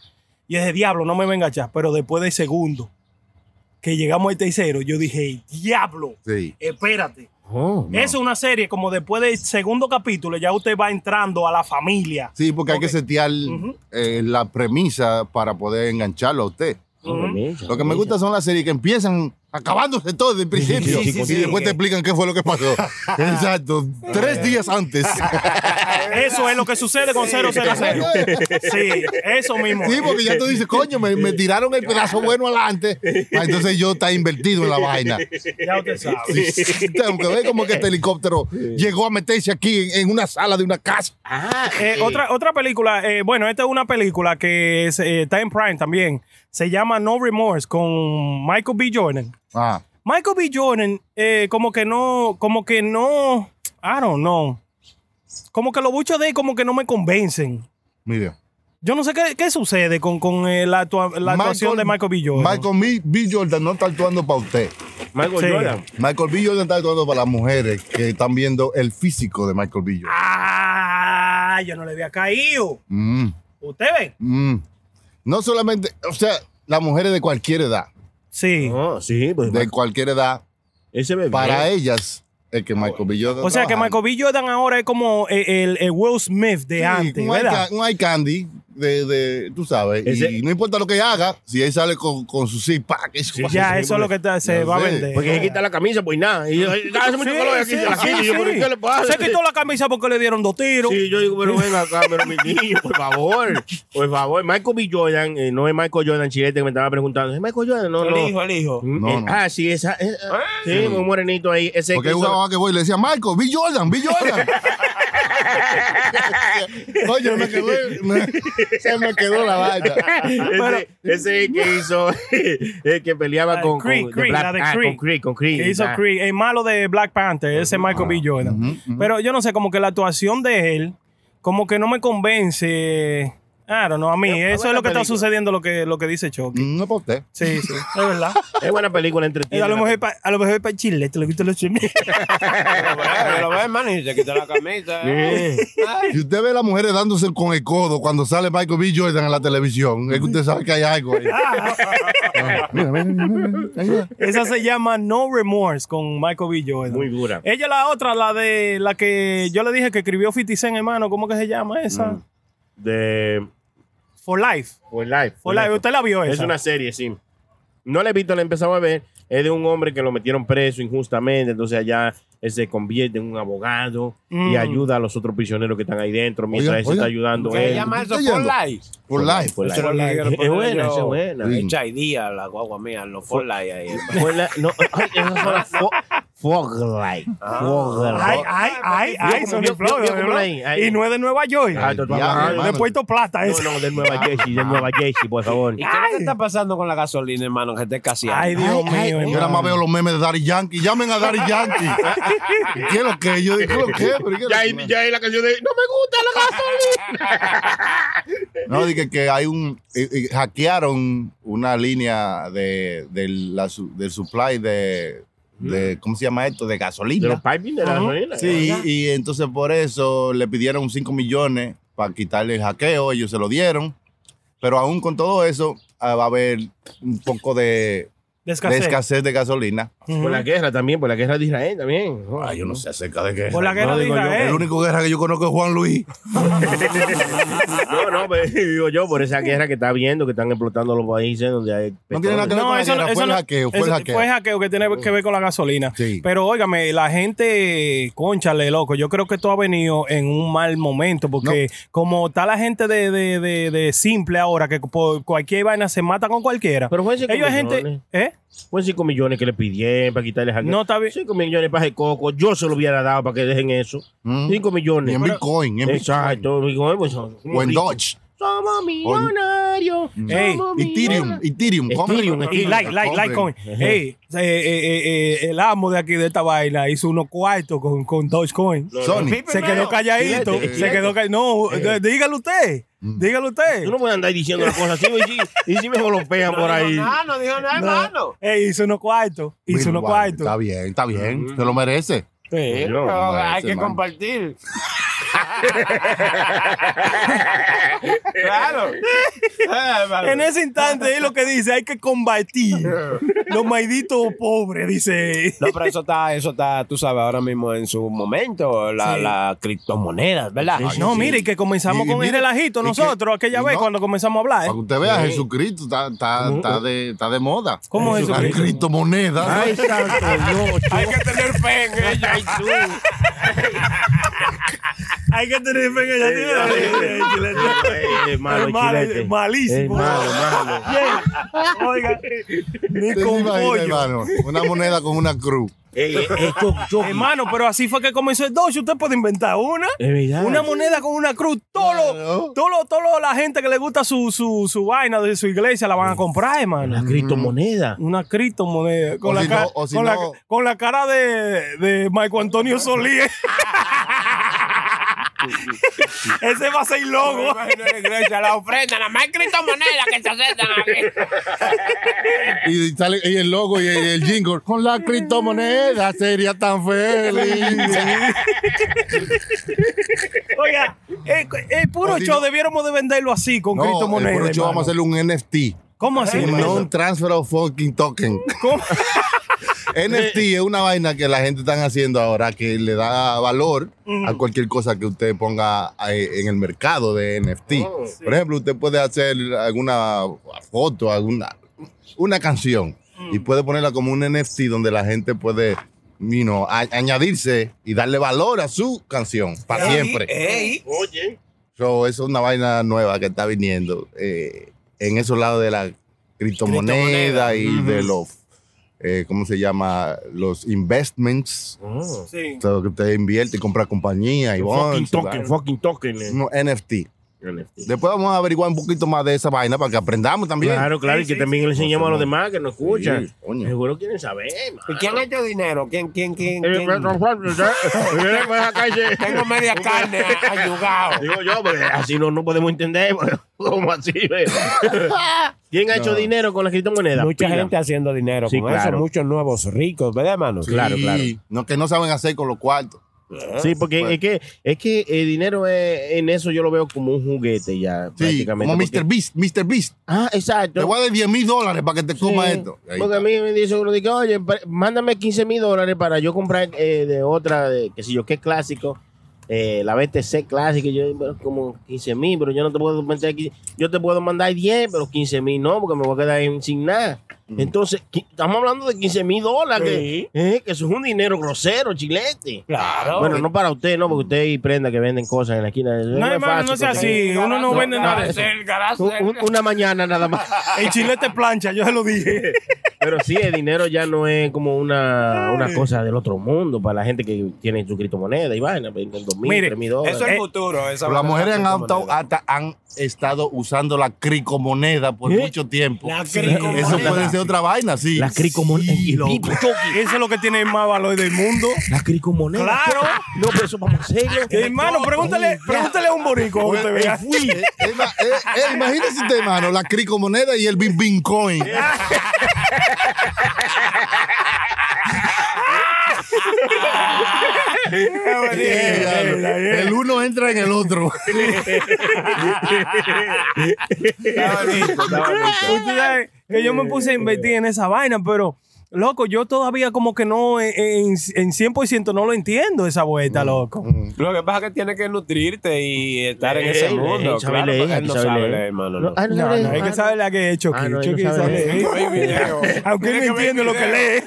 H: Y dije, diablo, no me venga a enganchar. Pero después del segundo, que llegamos al tercero, yo dije, diablo,
E: Sí.
H: espérate.
E: no.
H: Es una serie como después del segundo capítulo, ya usted va entrando a la familia.
E: Sí, porque hay que setear
H: Ujú.
E: eh, la premisa para poder engancharlo a usted. Lo que me gusta son las series que empiezan acabándose todo desde el principio
G: sí, sí,
E: y
G: sí,
E: después te explican qué fue lo que pasó. Exacto,
H: Ah.
E: tres días antes.
H: Eso es lo que sucede con 000. Sí, eso mismo.
E: Sí, porque ya tú dices, coño, me, me tiraron el pedazo bueno adelante. Ah, Entonces yo está invertido en la vaina.
H: Ya usted sabe.
E: Sí, tengo que ver como que este helicóptero llegó a meterse aquí en, en una sala de una casa.
H: Eh, otra, otra película, eh, bueno, esta es una película que es, eh, está en Prime también. Se llama No Remorse con Michael B. Jordan.
E: Ah,
H: Michael B. Jordan, eh, como que no, como que no, I don't know. Como que los buchos de él como que no me convencen.
E: mira.
H: Yo no sé qué, qué sucede con, con eh, la, actua- la actuación de Michael B. Jordan.
E: Michael B. B. Jordan no está actuando para usted.
G: Michael
H: Sí.
G: Jordan.
E: Michael B. oh, Jordan está actuando para las mujeres que están viendo el físico de Michael B. Jordan.
H: Ah, yo no le había caído.
E: Mm,
H: ¿Usted ve?
E: mm. No solamente, o sea, las mujeres de cualquier edad,
H: Sí.
G: No, sí, pues.
E: de cualquier edad,
G: Ese bebé.
E: para ellas es que Michael B. Jordan.
H: O sea que
E: trabaja.
H: Michael B. Jordan ahora es como el, el- el Will Smith de
E: Sí,
H: antes,
E: un eye
H: ¿verdad?
E: ca- Un eye candy de, de- tú sabes,
G: Ese-
E: y no importa lo que haga, si él sale con, con su zip pack, eso va a
H: ya,
E: ser-
H: eso es lo que te- se
E: No
H: va a
E: sé.
H: vender.
G: Porque se quita la camisa, pues nada. Y yo, hace mucho
H: Sí,
G: calor aquí,
H: sí,
G: se la
H: sí,
G: quita. Y yo,
H: sí.
G: pero ¿qué le pasa?
H: Se quitó la camisa porque le dieron dos tiros.
G: Sí, yo digo, pero ven acá, pero mi niño, por favor. Por favor, Michael B. Jordan, eh, no es Michael Jordan chilete que me estaba preguntando. ¿Es Michael Jordan? No, no.
H: el hijo.
G: Mm,
E: No,
G: eh,
E: no.
G: Ah, sí, esa. eh, sí, un morenito ahí. Ese
E: Porque
G: que
E: hay una
G: hizo-
E: mamá que voy y le decía, Michael, B. Jordan, B. Jordan. Oye, me quedó, me- se me quedó la vaina.
G: ese, ese que hizo, el que peleaba
H: Ah,
G: con,
H: Creed,
G: con, de
H: Creed,
G: Black-
H: la de
G: ah,
H: Creed.
G: con Creed, con Creed.
H: Que hizo
G: ah.
H: Creed, el malo de Black Panther, ese Michael B. Jordan. Pero yo no sé, como que la actuación de él, como que no me convence. Claro, no, a mí.
G: Es una
H: eso es lo que
G: buena
H: está
G: película.
H: sucediendo, lo que, lo que dice Chucky.
E: No para usted.
H: Sí, sí, es verdad.
G: Es buena película, entretiene.
H: a lo mejor pa- a lo mejor para Chile, te lo quito los chiles.
F: Pero lo ves, hermano, y se quita la camisa.
G: Eh,
E: Si usted ve a las mujeres dándose con el codo cuando sale Michael B. Jordan en la televisión, es que usted sabe que hay algo ahí. Mira, mira, mira, mira, mira.
H: Esa se llama No Remorse con Michael B. Jordan.
G: Muy dura.
H: Ella la otra, la de la que yo le dije que escribió 50 Cent, hermano, ¿cómo que se llama esa?
G: Mm. De
H: For Life.
G: For Life.
H: For Life, usted la vio esa.
G: Es una serie, sí. No la he visto, la empezaba a ver. Es de un hombre que lo metieron preso injustamente, entonces allá él se convierte en un abogado y
H: Mm.
G: ayuda a los otros prisioneros que están ahí dentro mientras
E: Oiga,
G: él se
E: oiga.
G: está ayudando.
F: ¿Qué
G: él.
F: llama eso?
E: Estoy
F: Full
E: yendo.
F: Life.
E: Por life.
G: For Life.
F: Eso es lo que quiero
G: Es
F: ponerle
G: buena,
F: yo.
G: esa es buena.
E: Sí.
F: Echa y día la guagua mía, los Full Life ahí.
G: For Life, no, ay, esas son las fo- Foglight.
E: Ah.
H: Ay,
G: Foglight.
H: ay, ay, ay,
G: Ah, como-
H: Sony
G: yo- yo-
H: Flow,
G: yo
H: Sony
G: como
H: Flow.
G: ahí, ahí.
H: Y no es de Nueva York.
G: Ay,
E: el
G: tu
E: diablo,
G: papá.
H: de
E: hermano.
H: Puerto Plata.
G: No,
H: ese.
G: no, de
E: Ah.
G: Nueva Jersey, de Nueva Jersey, por favor.
F: ¿Y qué te está pasando con la gasolina, hermano? Que esté casi.
H: Ay, Dios mío,
G: ay,
H: hermano.
E: Yo nada más veo los memes de Daddy Yankee. Llamen a Daddy Yankee. ¿Qué es lo que? Yo digo, ¿qué es lo que? ¿Pero qué
I: Ya
E: es lo
I: ahí,
E: que?
I: ya ahí la canción de No me gusta la gasolina.
E: No, dije que hay un. eh, eh, hackearon una línea de, del, la su- del supply de, de. ¿Cómo se llama esto? De
G: De los
E: gasolina.
G: piping de la gasolina.
E: Sí, y entonces por eso le pidieron 5 millones para quitarle el hackeo. Ellos se lo dieron. Pero aún con todo eso, ah, va a haber un poco de, de
H: Descasez.
E: escasez de gasolina.
G: Por la guerra también, por la guerra de Israel también.
E: Ay, yo no sé acerca de qué.
H: Por la guerra
E: No,
H: de
E: digo yo,
H: Israel.
E: El único guerra que yo conozco es Juan Luis.
G: No, no, pero digo yo, por esa guerra que está viendo, que están explotando los países donde hay.
E: No tiene nada que ver con
H: No,
E: la
H: eso no,
E: guerra.
H: eso
E: Fue el
H: no-
E: hackeo, fue el
H: eso
E: hackeo.
H: Fue el hackeo que tiene que ver con la gasolina.
E: Sí.
H: Pero óigame, la gente, conchale, loco, yo creo que esto ha venido en un mal momento, porque como está la gente de, de, de, de simple ahora, que por cualquier vaina se mata con cualquiera.
G: Pero fue cinco
H: ellos hay gente...
G: millones.
H: ¿Eh?
G: Fue 5 millones que le pidieron para quitarles a
H: No, está bien.
G: 5 millones para el coco. Yo se lo hubiera dado para que dejen eso.
E: Mm.
G: 5
E: Y
G: millones.
E: en Bitcoin, en Bitcoin.
G: Exacto. digo, eh, pues, somos
E: O en
G: ricos.
E: Dodge.
G: Somos millonarios.
H: Ey,
G: somos
E: Ethereum, Ethereum.
G: millonarios. Ethereum,
E: compra.
H: Y
G: Ethereum.
H: like, like, like, coin. Ey, eh, eh, eh, el amo de aquí de esta vaina hizo unos cuartos con, con Dogecoin.
E: Sony.
H: Se quedó calladito.
G: Chilete,
H: Se
G: chilete.
H: quedó calladito. No,
E: Eh.
H: d- dígalo usted.
E: Mm.
H: Dígalo usted.
G: Tú no puedes andar diciendo las cosas así. Y si, y si me golpean por ahí.
F: no dijo nada, hermano.
H: Ey, hizo unos cuartos. Hizo unos
E: Bueno, Está
H: cuartos.
E: bien, está bien. Se lo merece.
H: Sí.
G: Yo,
E: Pero
F: hay
E: ese
F: que
E: man.
F: compartir. claro.
H: En ese instante es lo que dice, hay que combatir. Los malditos pobres, dice.
F: No, pero eso está, eso está, tú sabes, ahora mismo en su momento, la,
H: Sí.
F: la criptomonedas, ¿verdad?
H: No,
E: sí.
H: mire, y que comenzamos
E: Y- y
H: con
E: mire,
H: el relajito
E: y que-
H: nosotros aquella
E: y
H: vez
E: no.
H: cuando comenzamos a hablar.
E: Para que
H: ¿eh?
E: usted vea, Jesucristo está, está, está, de, está de moda.
H: ¿Cómo es
E: Hay
H: Jesucristo?
E: criptomonedas.
G: Ay, santo Dios.
J: Hay que tener fe en ella.
G: Ay, tú.
H: Hay que tener fe que ya
G: Ey, es malo,
H: Es malo,
G: chilete.
H: es malísimo.
G: Es malo, malo.
H: Oiga, ni
E: ¿Usted se
H: con
E: imagina,
H: pollo.
E: hermano? Una moneda con una cruz.
G: Ey, eh, eh, Chucky, Chucky.
H: Hermano, pero así fue que comenzó el Doge. Usted puede inventar una.
G: Es verdad.
H: Una moneda con una cruz. Todo, lo-
E: Claro.
H: todo, lo- todo lo- la gente que le gusta su, su, su vaina de su iglesia la van
E: Mm.
H: a comprar, hermano.
G: La criptomoneda.
H: Una criptomoneda. Con,
E: O
H: la,
E: si
H: ca-
E: no- o si
H: con, la,
E: no-
H: con la cara de, de Marco Antonio Solís. Ese va a ser el logo.
J: la ofrenda, la más criptomoneda que se aceptan aquí.
E: Y, sale, y el logo y el, el jingle. Con la criptomoneda sería tan feliz.
H: Oiga, el, el puro
E: O si
H: show
E: no-
H: debiéramos de venderlo así, con
E: No,
H: criptomonedas.
E: pero yo
H: hermano.
E: vamos a hacerle un NFT.
H: ¿Cómo así?
E: Un
H: hermano?
E: non-transfer of fucking token.
H: ¿Cómo?
E: NFT es una vaina que la gente están haciendo ahora que le da valor a cualquier cosa que usted ponga eh, en el mercado de NFT. Por ejemplo, usted puede hacer alguna foto, alguna una canción y puede ponerla como un NFT donde la gente puede you know, a- añadirse y darle valor a su canción para siempre.
F: Eh,
G: Oye.
E: So, eso es una vaina nueva que está viniendo eh, en esos lados de la criptomoneda
J: Criptomoneda,
E: y de los, eh, ¿cómo se llama? Los investments.
G: Oh.
H: Sí.
E: Todo lo que usted invierte y compra compañía y
G: Fucking
E: bonds.
G: token,
E: ¿verdad?
G: fucking token. eh.
E: No, NFT.
G: NFT.
E: Después vamos a averiguar un poquito más de esa vaina para que aprendamos también.
G: Claro, claro, y que también le enseñemos a los demás que nos escuchan.
E: Sí, coño.
G: Seguro quieren saber.
F: ¿Y
G: man.
F: quién ha hecho dinero? ¿Quién, quién, quién?
G: Eh,
F: quién?
G: pero, pero, pero, pero, pues, acá dice-
F: Tengo media carne ayugado.
G: Digo yo, porque así no, no podemos entender. ¿Cómo así? ve? ¿Quién ha hecho dinero con la criptomoneda?
F: Mucha
G: Pila.
F: gente haciendo dinero
G: Sí,
F: con
G: claro.
F: eso, muchos nuevos ricos, ¿verdad, hermano?
E: Sí,
G: claro, claro.
E: No, que no saben hacer con los cuartos.
G: Sí, porque
E: Bueno.
G: es que es que el dinero es- en eso yo lo veo como un juguete ya.
E: Sí,
G: prácticamente.
E: como
G: porque-
E: Mr. Beast. Mr. Beast,
G: Ah,
E: te
G: exacto.
E: voy a dar 10 mil dólares para que te coma
G: Sí,
E: esto. Ahí
G: Porque a
E: está.
G: mí me dice uno, dice, oye, pa- mándame 15 mil dólares para yo comprar eh, de otra, de, qué sé yo, qué clásico, eh, la BTC clásica, yo pero como 15 mil, pero yo no te puedo mandar aquí, yo te puedo mandar 10, pero 15 mil no, porque me voy a quedar en- sin nada. Entonces, qui- estamos hablando de 15 mil dólares,
F: Sí.
G: que, eh, que eso es un dinero grosero, chilete.
F: Claro.
G: Bueno, no para usted, no, porque usted y prenda que venden cosas en la esquina.
H: No, hermano, no sea así. Uno no vende nada.
F: El garazo.
H: eh.
G: Un- un- una mañana nada más.
H: El chilete plancha, yo se lo dije.
G: Pero sí, el dinero ya no es como una, una cosa del otro mundo para la gente que tiene su criptomoneda y vaina, pues, con dos mil,
H: Mire,
G: tres mil dólares. Eh,
J: Eso es el futuro. esa
E: Las
J: vaina
E: mujeres
J: de
E: han,
J: la
E: optado-
J: criptomoneda.
E: hasta han estado usando la cricomoneda por mucho tiempo.
J: La
E: Eso
J: cricomoneda.
E: puede ser otra vaina, sí.
G: ¿Eh? La cricomoneda.
E: Sí, loco.
H: Eso es lo que tiene el más valor del mundo.
G: La cricomoneda.
H: Claro.
G: No, pero eso vamos a hacerlo.
H: hermano, pregúntale, pregúntale a un borico.
E: Pues,
H: usted vea.
E: eh, fui. Eh, eh, ma- eh, eh, imagínese usted, hermano, la cricomoneda y el bin- Bitcoin. el uno entra en el otro.
J: Está bonito, está bonito.
H: Tú sabes que yo me puse a invertir en esa vaina, pero loco, yo todavía como que no, eh, en, en 100% no lo entiendo esa vuelta, loco.
J: Lo que pasa es que tienes que nutrirte y estar en ese
G: Ey,
J: mundo.
G: ey, sabe
J: claro,
G: leer,
J: porque él
G: que
J: no
G: sabe
J: sabe,
G: leer.
J: leer, hermano. no.
G: Ah,
H: No, no, hay que saber la que es Chucky.
G: Ah, no, él no
H: Chucky
G: sabe
H: sabe.
G: leer.
J: Ve video.
H: Aunque él
J: Tiene
H: no
J: que ver
H: entiende lo que lee.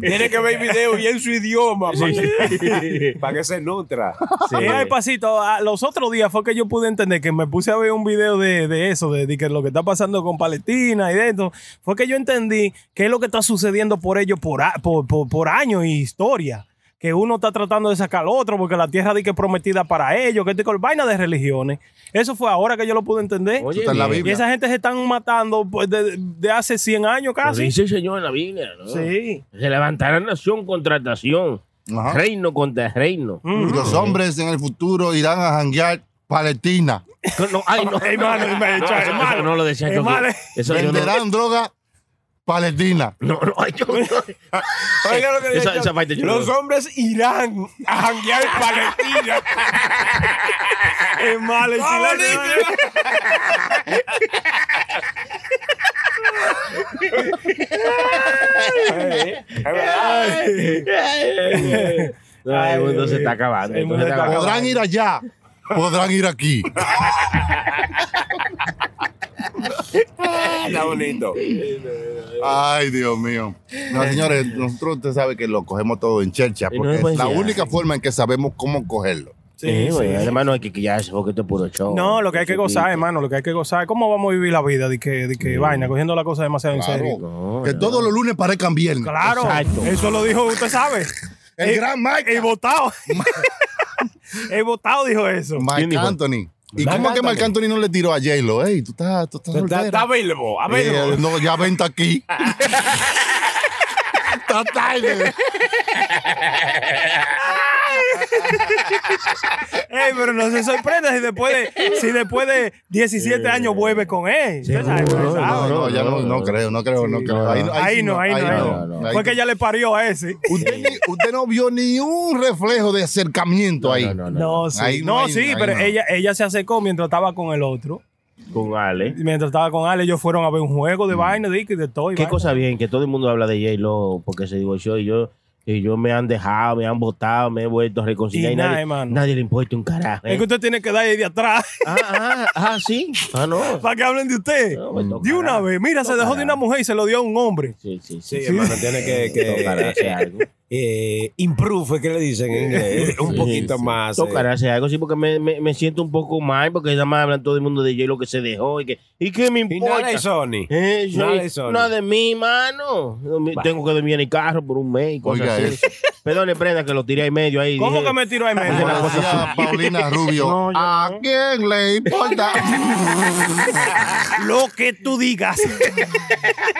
J: Tiene que ver video y en su idioma para, que, pa' que se nutra.
G: Sí.
H: Y Eh, ay, pasito, a- los otros días fue que yo pude entender que me puse a ver un video de, de eso, de, de que lo que está pasando con Palestina y de esto. Fue que yo entendí qué es lo que está sucediendo por ellos por, a- por, por- por años y historia. Que uno está tratando de sacar al otro porque la tierra di que es prometida para ellos, que esto y con vaina de religiones. Eso fue ahora que yo lo pude entender.
G: Oye, eh,
E: Está en la
G: bien.
E: Biblia.
H: y esa gente se están matando pues, de, de hace 100 años
G: Lo
H: casi.
G: dice el Señor en la Biblia, ¿no?
H: Sí.
G: Se levantará nación contra nación,
E: Ajá.
G: reino contra reino.
J: Mm.
E: Y los hombres en el futuro irán a janguear Palestina.
G: No, ay, Ah, no.
H: Hermano, hermano,
G: No, eso-
H: hermano.
G: eso no lo decía yo.
H: Hermano.
G: Eso yo no,
E: Venderán droga Palestina.
G: no, no, ay, yo-
J: Oiga lo que
G: Esa-
J: dice.
G: esa parte yo
J: Los
G: no-
J: hombres irán a janguear en Palestina.
H: Es malo, el
J: ¡Ah,
H: chileno.
G: No, el mundo se está acabando.
H: Sí,
G: el mundo se
H: mundo está
G: está acabando.
E: Podrán ir allá, podrán ir aquí.
J: Está bonito.
E: Ay, Dios mío. No, señores, nosotros usted sabe que lo cogemos todo en chercha,
G: Y no
E: porque
G: es
E: es la
G: buena.
E: única forma en que sabemos cómo cogerlo.
H: Sí,
G: Eh,
H: sí,
G: güey,
H: sí.
G: Hermano, hay que que ya ese boquete es puro show.
H: No, lo que hay que gozar,
G: Chiquito.
H: hermano, lo que hay que gozar. ¿Cómo vamos a vivir la vida? De que, de que vaina, cogiendo la cosa demasiado en serio.
E: Claro, que todos los lunes parezcan viernes.
H: Claro,
G: Exacto.
H: eso lo dijo, usted sabe.
E: El gran Mike.
H: El votado. el votado dijo eso.
E: Marc
G: ¿Quién dijo?
E: Anthony. ¿Y
G: Marc
E: cómo que Marc Anthony no le tiró a J-Lo? Ey, tú estás, tú estás
A: Pues
J: Está,
E: soltera.
J: está available, available.
E: Eh, no, ya vente aquí. está tarde.
H: Ey, pero no se sorprenda si después de, si después de 17 años vuelve con él. Usted sabe, usted
G: no,
H: sabe.
E: No, no, ya no,
G: no,
E: no creo, no creo, no creo. Ahí,
H: Ahí
E: sí
H: no, ahí no, ahí
G: no.
H: no. Fue que ya le parió a ese.
E: Usted, ni- usted no vio ni un reflejo de acercamiento ahí.
G: no, no.
H: No, sí.
E: Ahí no
H: no,
E: hay-
H: sí,
E: ahí
H: pero
E: no.
H: ella, ella se acercó mientras estaba con el otro.
G: Con Ale.
H: Y Mientras estaba con Ale, ellos fueron a ver un juego de
J: Mm.
H: vaina, de, de todo. y
G: Qué
H: vaina.
G: cosa bien, que todo el mundo habla de J-Lo porque se divorció y yo, y yo me han dejado, me han votado, me he vuelto a
H: Y
G: reconciliar. Y,
H: nada,
G: nadie,
H: hermano.
G: nadie le importa un carajo. ¿eh?
H: Es que usted tiene que dar ahí de atrás
G: ah, ah, ah, sí. Ah, no.
H: para que hablen de usted.
G: No, pues,
H: de una
G: tocará.
H: vez. Mira, se dejó de una mujer y se lo dio a un hombre.
G: Sí, sí, sí.
J: Sí, hermano, tiene que, que
G: Tocará hacer algo.
J: eh, improve, que le dicen en inglés, un
G: Sí,
J: poquito
G: sí.
J: más. eh.
G: Tocará hacer algo, sí, porque me, me, me siento un poco mal porque nada más hablan todo el mundo de J-Lo que se dejó y que, y que me
J: Y nada
G: importa.
J: de Sony.
G: Eh, yo-
J: Nada de Sony.
G: nada de mí, mano. Tengo que dormir en el carro por un mes y cosas
E: Oiga
J: eh.
G: así. Perdón, prenda que lo tiré ahí medio ahí.
H: ¿Cómo
G: dije-
H: que me tiró ahí medio?
E: Como decía Paulina Rubio,
H: No, yo
E: ¿a quién le importa?
H: Lo que tú digas.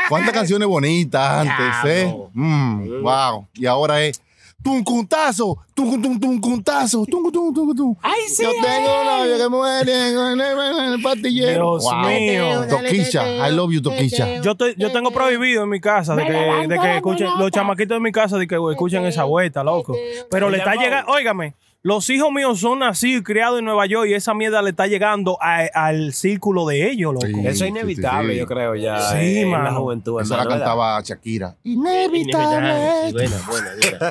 E: ¿Cuántas canciones bonitas antes, eh?
G: Diablo.
E: Mm, wow. Y ahora es tuncuntazo, tuncun tuncuntazo, tuncun tuncun tuncun. Ay, sí. Yo tengo un novio que muere en el pastillero.
H: Dios mío.
E: Toquilla, I love you, Toquilla.
H: Yo, estoy- yo tengo prohibido en mi casa de que, de que escuchen, los chamaquitos de mi casa de que escuchen esa vuelta, loco. Pero le está llegando, óigame, los hijos míos son así, criados en Nueva York y esa mierda le está llegando a- al círculo de ellos, loco.
E: Sí.
J: Eso es
E: Sí,
J: inevitable,
E: sí, sí.
J: yo creo, ya.
H: Sí,
J: eh, en la
H: mano.
J: juventud.
E: Esa la
J: hermano, ¿verdad?
E: cantaba Shakira.
G: Inevitable. Sí, buena, buena, buena.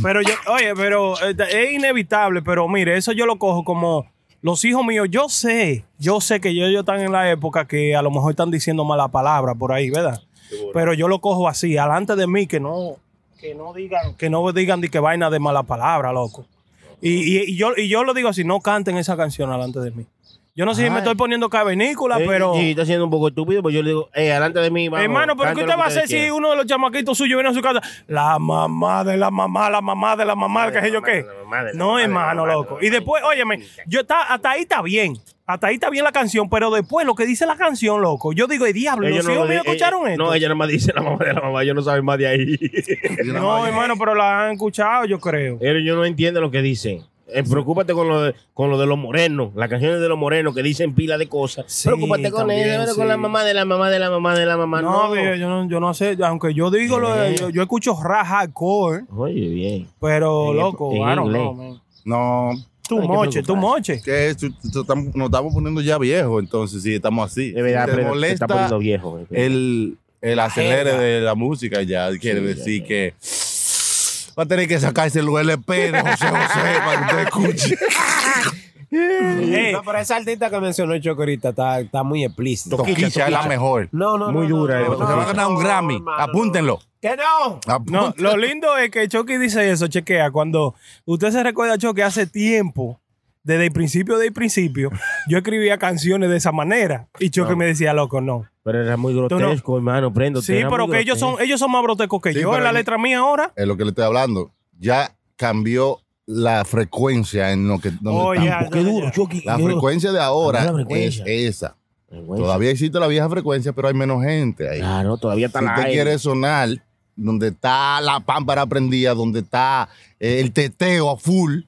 H: Pero yo, oye, pero eh, es inevitable, pero mire, eso yo lo cojo como los hijos míos, yo sé, yo sé que ellos, ellos están en la época que a lo mejor están diciendo mala palabra por ahí, ¿verdad? Pero yo lo cojo así, alante de mí, que no, que no digan, que no digan de que vaina de mala palabra, loco. Y, y- y yo, y yo lo digo así, no canten esa canción alante de mí. Yo no sé si me estoy poniendo cavernícola,
G: Eh,
H: pero.
G: Sí, está siendo un poco estúpido, pues yo le digo, eh, adelante de mí, vamos.
H: Hermano, pero ¿qué
G: cante
H: usted
G: lo
H: va a
G: que
H: hacer
G: ustedes
H: si uno de los chamaquitos suyos viene a su casa? La mamá de la mamá, la mamá de la mamá, qué sé yo qué. No, hermano, loco. Y después, óyeme, yo está, hasta ahí está bien. Hasta ahí está bien la canción, pero después lo que dice la canción, loco, yo digo, "Eh, diablo,
G: Ellos
H: los
G: no
H: hijos
G: lo
H: míos
G: di-
H: escucharon
G: ella-
H: esto.
G: No, ella nada más dice la mamá de la mamá, yo no saben más de ahí.
H: No, hermano, pero la han escuchado, yo creo.
G: Pero yo no entiendo lo que dicen. Eh, preocúpate con lo, de, con lo de los morenos, las canciones de los morenos que dicen pila de cosas. preocúpate con
H: también,
G: ella, con la
H: sí.
G: mamá de la mamá de la mamá de la mamá.
H: No,
G: No,
H: mire, yo no, yo no sé, aunque yo digo, lo de- yo, yo escucho rap hardcore,
G: Oye, bien.
H: pero
G: En-
H: loco,
G: en
H: claro,
G: inglés.
H: no, man.
E: No,
H: Tú
G: Hay que
H: moche, tú
G: preocuparse.
H: moche.
E: que es- tú- tú- estamos- nos estamos poniendo ya viejos, entonces sí, estamos así.
G: De verdad,
E: Te
G: pero se
E: molesta
G: está poniendo viejo. eh.
E: el, el acelere de la música ya quiere
G: Sí, ya,
E: decir que va a tener que sacarse el ULP de José José para que usted escuche.
H: Ey,
F: No, pero esa artista que mencionó Chocorita está, está muy explícita.
E: Toquicha es la mejor.
F: No, no,
G: Muy
F: no, no,
G: dura,
F: no,
E: Se
G: eh,
F: no,
E: va a ganar un
J: Oh,
F: no,
E: Grammy.
F: hermano, no.
E: Apúntenlo.
F: ¡Que no!
H: No,
E: Apúntenlo.
H: lo lindo es que Chucky dice eso, chequea. Cuando usted se recuerda, Chucky, hace tiempo, desde el principio del principio, yo escribía canciones de esa manera. Y Chucky me decía, loco, no.
G: Pero era muy
H: no-
G: grotesco, hermano, prendo.
H: Sí, pero que ellos son, ellos son más brotecos que
E: Sí,
H: yo. En
E: pero
H: la
E: en-
H: letra mía ahora.
E: Es lo que le estoy hablando. Ya cambió la frecuencia en lo que donde
H: Oh,
E: estamos.
H: ya, ya, ya.
E: La frecuencia de ahora
G: Cambió la frecuencia.
E: es esa. Todavía existe la vieja frecuencia, pero hay menos gente ahí.
G: Claro, todavía está
E: si
G: la
E: usted
G: aire.
E: quiere sonar donde está la pámpara prendida, donde está eh, el teteo a full,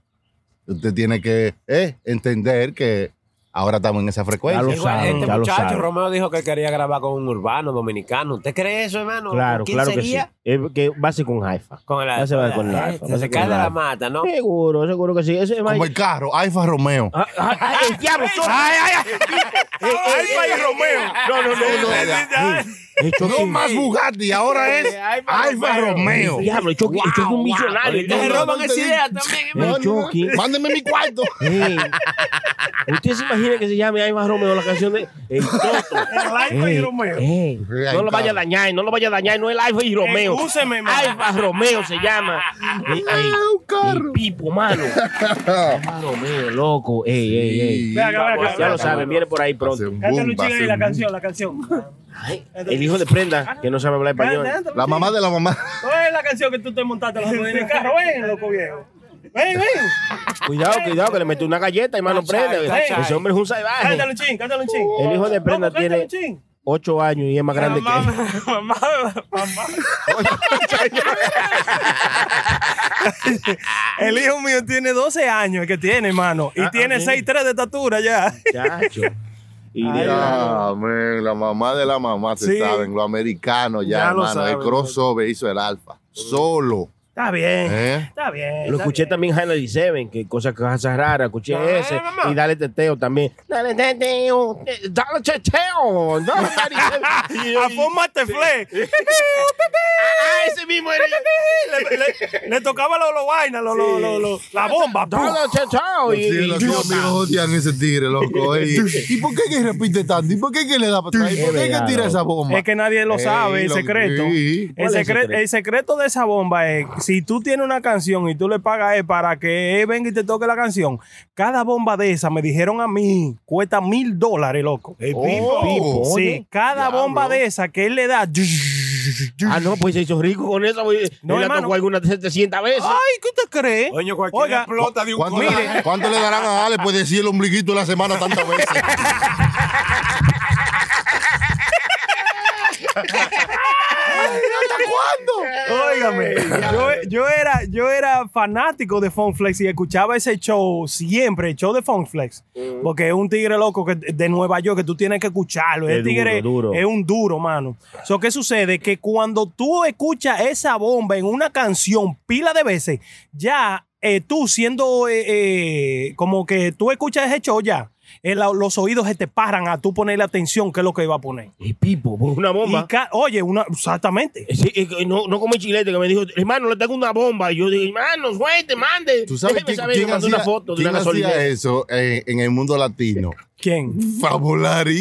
E: usted tiene que eh, entender que ahora estamos en esa frecuencia.
G: Claro. Lo
F: Igual,
G: saben,
F: este
G: ya lo
F: muchacho
G: saben.
F: Romeo dijo que quería grabar con un urbano dominicano. ¿Usted cree eso, hermano?
G: Claro,
F: ¿Quién
G: claro que sí.
F: sería?
G: Eh, que va a ser con Haifa.
F: Con el
G: Ya se va con el
F: eh,
G: alfa,
F: se
G: va
F: se
G: con
F: cae
G: el
F: de la
G: alfa.
F: mata, ¿no?
G: Seguro, seguro que sí. Ese es
E: Como el carro, Alfa Romeo.
G: Ah, ah, ah, el diablo, Chucky.
H: Alfa y Romeo.
G: No, no, no, no.
H: Ay,
G: El Chucky.
E: No más Bugatti, ahora es Alfa Romeo.
G: El diablo, el Chucky, el Chucky es un millonario.
F: Ahorita se
E: no,
F: roban
E: no
F: esa
E: te-
F: idea también,
E: No,
F: hermano.
G: El
E: no,
G: Chucky.
E: Mándeme mi cuarto.
G: Ey, ¿Usted se imagina que se llame Aiva Romeo la canción de El Toto?
H: El Alfa y
G: Ey,
H: Romeo.
E: Ahí
G: ey, no lo
E: está.
G: vaya a dañar, no lo vaya a dañar, no es el Alfa y Romeo.
H: Escúcheme, man.
G: Alfa Romeo se llama. Ey, ey,
E: Ah, un carro.
G: el pipo, mano. Alfa Romeo, loco. Ey, ey, ey.
H: Ve acá, ve acá,
G: Ya lo
H: ve acá.
G: saben, viene por ahí
E: Hace
G: pronto.
E: un
H: Cántale
E: boom,
H: un
E: va a
H: ching ahí
E: ser
H: la
E: un-
H: canción, la canción.
G: El hijo de prenda, que no sabe hablar español.
H: Cántale,
E: La mamá de la mamá.
H: ¿Cuál es la canción que tú te montaste la en el carro? Ven, loco viejo. Ven, ven.
G: Cuidado, cuidado, que le metió una galleta, hermano,
F: Cachai,
G: prenda.
H: cachai.
G: Ese hombre es un salvaje.
H: Cántale un ching, cántale un ching.
G: El hijo de
H: Loco,
G: prenda
H: cántale
G: tiene
H: un ching.
G: ocho años y es más grande que
H: Mamá,
G: él.
H: mamá, mamá. El hijo mío tiene 12 años, el que tiene, hermano. Y
G: Ah,
H: tiene
G: ah,
H: 6'3 de estatura ya.
G: Chacho. Y de-
E: Ya, man, la mamá de la mamá, se
H: Sí.
E: saben, los americanos ya,
H: Ya lo
E: hermano. el
H: saben.
E: crossover hizo el alfa. Solo.
H: Está bien.
E: ¿eh?
H: Está bien.
G: Lo
H: está
G: escuché
H: bien.
G: también en Highland Seven, que cosas, cosas raras. Escuché
F: Ah,
G: ese.
F: mamá.
G: Y dale teteo también. Dale teteo. eh, Dale teteo. Dale teteo. Y yo-
H: A Fomate Fle.
I: Ah, ese mismo era yo.
H: Le, le- le tocaba los lo vainas, lo- lo- lo- lo- la bomba. ¡pum!
G: Dale teteo. Y,
E: Sí, los
G: idiota.
E: tíos míos odian ese tigre, loco. ey. ¿Y por qué que repite tanto? ¿Y por qué que le da para atrás? ¿Y por qué que tira esa bomba?
H: Es que nadie lo
E: Ey,
H: sabe, el
E: lo-
H: secreto.
E: sí.
H: El,
G: ¿Cuál es el
H: secre-
G: secreto?
H: el secreto de esa bomba es, si tú tienes una canción y tú le pagas a él para que él venga y te toque la canción, cada bomba de esa, me dijeron a mí, cuesta mil dólares, loco.
E: Oh,
G: Pipo.
H: Sí, cada
E: Diablo.
H: bomba de esa que él le da...
G: Ah, no, pues se hizo rico con eso. güey.
H: No,
G: No, la
H: hermano.
G: tocó algunas 700 veces.
H: Ay, ¿qué usted cree?
J: Coño, cualquiera
H: Oiga,
J: explota de un
E: ¿Cuánto,
J: golpe.
E: le, cuánto le darán a Ale? Pues decir el ombliguito de la semana tantas veces.
H: Óigame, yo, yo era, yo era fanático de Funflex y escuchaba ese show siempre, el show de Funflex. Porque es un tigre loco que, de Nueva York que tú tienes que escucharlo.
G: Es
H: Ese tigre
G: duro, duro.
H: es un duro, mano. So, ¿Qué sucede? Que cuando tú escuchas esa bomba en una canción pila de veces, ya eh, tú siendo eh, eh, como que tú escuchas ese show ya. eh, la- los oídos se te paran a tú ponerle atención que es lo que iba a poner.
G: Y Pipo, por una
H: Y
G: bomba.
H: ca- oye, una, exactamente.
G: Sí, eh, que no, no comí chilete que me dijo, hermano, le tengo una bomba. Y yo dije, hermano, suelte, mande.
E: ¿Tú sabes
G: Déjeme
E: quién,
G: saber. Y
E: quién
G: me mandó
E: hacía,
G: una foto de
E: quién
G: una
E: hacía
G: gasolinera.
E: eso en, en el mundo latino?
H: ¿Quién?
E: Fabulari.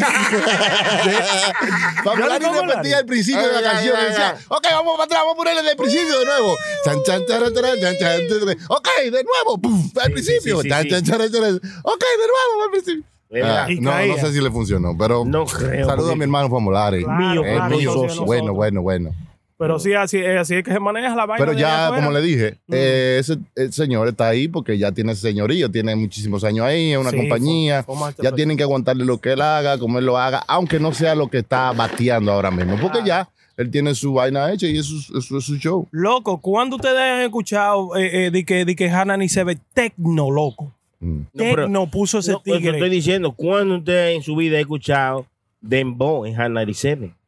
E: Fabulari
H: Ya lo
E: repetía al principio de la canción. y Decía, ok, vamos para atrás, vamos a ponerle del principio de nuevo. Chan, chan, charan, charan, chan, chan, chan, chan. Ok, de nuevo. pum, al
G: sí,
E: principio.
G: sí,
E: Chan,
G: sí.
E: chan, charan, charan. Ok, de nuevo, al principio. Ah,
G: ¿verdad?
H: Y
E: no,
H: caía.
E: no sé si le funcionó, pero
G: No creo,
E: saludo
G: porque-
E: a mi hermano Famolari.
H: Claro,
E: Eh,
H: claro,
E: mío,
H: socio de nosotros.
E: bueno, bueno, bueno.
H: Pero sí, así, es- así es que se maneja la vaina.
E: Pero
H: de allá
E: ya,
H: afuera. Mm.
E: como le dije, eh, ese el señor está ahí porque ya tiene señorío, tiene muchísimos años ahí, es una
H: Sí,
E: compañía.
H: fue- fue más
E: ya tienen que aguantarle lo que él haga, como él lo haga, aunque no sea lo que está bateando ahora mismo. Porque ya él tiene su vaina hecha y eso, es- eso es su show.
H: Loco, ¿cuándo ustedes han escuchado eh, eh, de que, de que Hannah ni se ve tecno, loco?
E: Mm.
G: No, pero-
H: Tecno puso ese
G: No, pues, te
H: tigre.
G: estoy diciendo, cuando usted en su vida ha escuchado Dembow en Hannah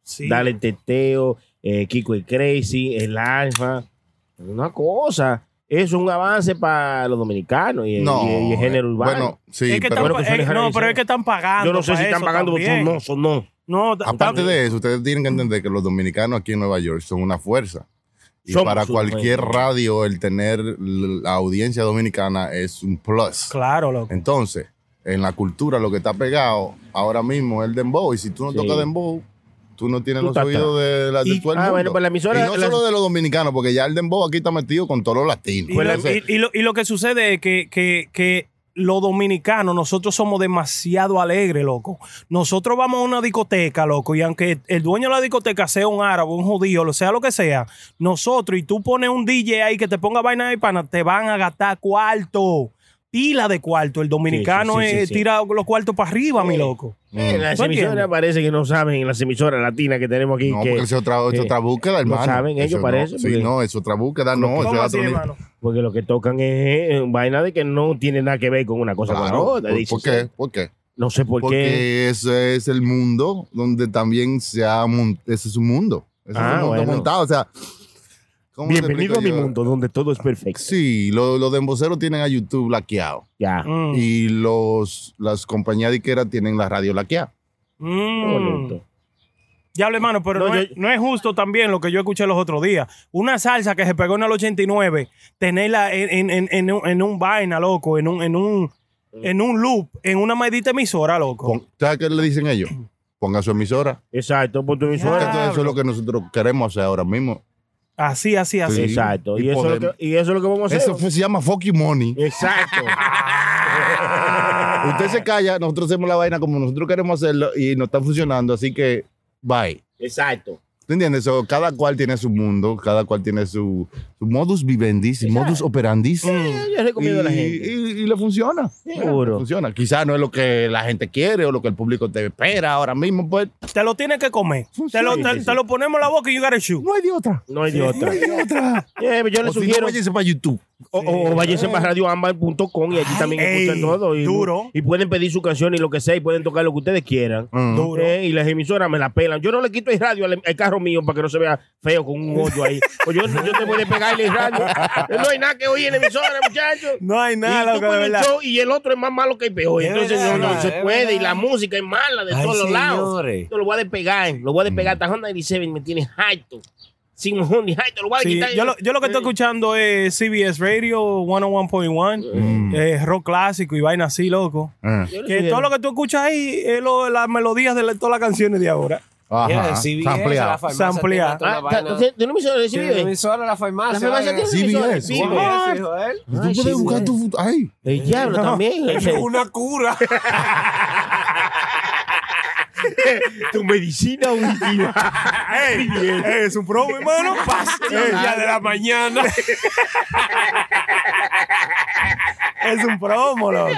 H: Sí.
G: Dale Teteo, eh, Kiko el Crazy, el Alfa. Una cosa. Eso es un avance para los dominicanos y,
E: No.
G: y- y el género
E: eh,
G: urbano.
E: Bueno, sí,
H: Es que
E: pero
H: están
G: Bueno, pues
H: pa-
G: que suene
H: eh, no,
G: Hannah
H: pero
G: Licea.
H: es que están pagando.
G: Yo no sé
H: pa'
G: si están
H: eso
G: pagando por
H: también.
G: no, son no.
H: No, ta-
E: aparte
H: también.
E: de eso, ustedes tienen que entender que los dominicanos aquí en Nueva York son una fuerza. Y
G: Somos
E: para
G: una
E: cualquier
G: fuerza.
E: radio, el tener la audiencia dominicana es un plus.
H: Claro, loco.
E: Entonces, en la cultura lo que está pegado ahora mismo es el dembow. Y si tú no
G: Sí.
E: tocas dembow, tú no tienes
G: Tú
E: los
G: estás
E: oídos de, la, de
G: Y-
E: todo el
G: ah,
E: mundo.
G: bueno, pues la emisora-
E: y no
G: la-
E: solo de los dominicanos, porque ya el dembow aquí está metido con todos los latinos.
H: Y,
G: Pues
H: lo,
G: la-
H: y- y lo- y lo que sucede es que, que, que los dominicanos, nosotros somos demasiado alegres, loco. Nosotros vamos a una discoteca, loco, y aunque el dueño de la discoteca sea un árabe, un judío, lo sea lo que sea, nosotros, y tú pones un DJ ahí que te ponga vaina de pana, te van a gastar cuarto. Pila de cuarto. El dominicano
G: Sí, sí, sí,
H: eh,
G: sí, sí.
H: tira los cuartos para arriba, mi
G: Sí.
H: loco.
E: Mm.
G: Eh, las
H: ¿Tú
G: emisoras
H: entiendes?
G: parece que no saben, las emisoras latinas que tenemos aquí.
E: no,
G: que,
E: porque es otra, es
G: eh,
E: otra búsqueda, hermano.
G: saben ellos,
E: Eso no,
G: parece,
E: Sí,
G: porque-
E: no, es otra búsqueda, no. eso
H: ¿Cómo
E: es
H: así,
E: otro nivel.
H: hermano?
G: porque lo que tocan es eh, vaina de que no tiene nada que ver con una cosa con la
E: Claro,
G: otra.
E: ¿por-
G: dice,
E: ¿Por qué? ¿Por qué?
G: No sé por qué.
E: Porque ese es el mundo donde también se ha mon- ese es un mundo. Ese es
G: Ah,
E: un mundo
G: bueno.
E: montado. O sea, ¿cómo te
G: Bienvenido
E: explico
G: a mi
E: yo?
G: mundo donde todo es perfecto.
E: Sí, lo- los demboceros tienen a YouTube laqueado.
G: Ya.
H: Mm,
E: Y los, las compañías diqueras tienen la radio laqueada.
H: mm.
G: Bonito.
H: Ya lo hermano, pero
G: No,
H: no,
G: yo-
H: es, no es justo también lo que yo escuché los otros días. Una salsa que se pegó en el 89, tenerla en, en- en- en un- en un vaina, loco, en un, en un, en un loop, en una maldita emisora, loco.
E: Pon- ¿Sabes qué le dicen ellos?
G: Mm.
E: Ponga su emisora.
G: Exacto, por tu emisora.
E: Porque todo eso
H: Diablo.
E: es lo que nosotros queremos hacer ahora mismo.
H: Así, así, así.
E: Sí.
G: Exacto. Y,
E: Y
G: eso es lo
E: podemos-
G: que, y eso es lo que vamos a hacer.
E: Eso fue- se llama fucking money.
G: Exacto. Ah.
E: Usted se calla, nosotros hacemos la vaina como nosotros queremos hacerlo y no está funcionando, así que bye.
G: Exacto.
E: ¿Tú entiendes? So, cada cual tiene su mundo, cada cual tiene su, su modus vivendi, su modus operandi.
G: Yo recomiendo a Mm. la
E: y-
G: gente.
E: y Pues, le funciona.
G: Seguro.
E: Le funciona. Quizás no es lo que la gente quiere o lo que el público te espera ahora mismo, pues
H: Te lo tienes que comer. Te lo, te, te lo ponemos en la boca y you gotta shoot.
E: no hay de otra.
G: No hay de otra. Eh, yo
E: O si
G: les
E: no,
G: sugiero.
E: váyase para YouTube.
G: o, o- o váyanse para radioambar.com y allí también
H: ey,
G: escuchan todo. Y,
H: duro.
G: Y pueden pedir su canción y lo que sea y pueden tocar lo que ustedes quieran.
H: Duro.
G: Eh, y las emisoras me la pelan. Yo no le quito el radio al, al carro mío para que no se vea feo con un hoyo ahí. Pues yo, yo te voy a pegarle el radio. No hay nada que oír en la emisora, muchachos.
H: No hay nada,
G: y, tú
H: loco, de
G: pones el
H: verdad.
G: show y el otro es más malo que el peor.
F: Es
G: Entonces
F: verdad,
G: no, no
F: es
G: se
F: verdad.
G: puede. Y la música es mala de
F: Ay,
G: todos los lados.
F: señores.
G: Yo lo voy a despegar. Lo voy a despegar.
H: Mm.
G: Esta Honda 97 me tiene alto. Sin honey, alto. Lo voy a
H: Sí,
G: quitar. Eh,
H: yo, lo, yo lo que estoy escuchando es CBS Radio 101.1, eh, rock clásico y vaina así, loco.
E: Ah,
G: Yo le
H: Que
G: sugiero.
H: todo lo que tú escuchas ahí es lo- las melodías de la- todas las canciones de ahora.
E: Ajá.
F: Yeah, CBS,
E: Ampliado.
F: la farmacia
H: Sampleado.
F: tiene toda la
G: Ah,
F: vaina.
G: ta- ¿Usted tiene una emisora de
F: Sí,
G: CBS?
F: la emisora, la
G: La
F: farmacia.
G: farmacia
F: vaina.
G: tiene una
E: CBS.
F: Sí,
G: emisora.
F: eso, hijo
J: ¿eh?
F: de él.
E: Tú
G: Ay, sí,
E: puedes buscar
G: sí.
E: tu. Ay.
G: El diablo también.
F: Una cura.
G: tu medicina auditiva.
H: Es un promo, hermano. Pastilla de la mañana. es un promo, loco.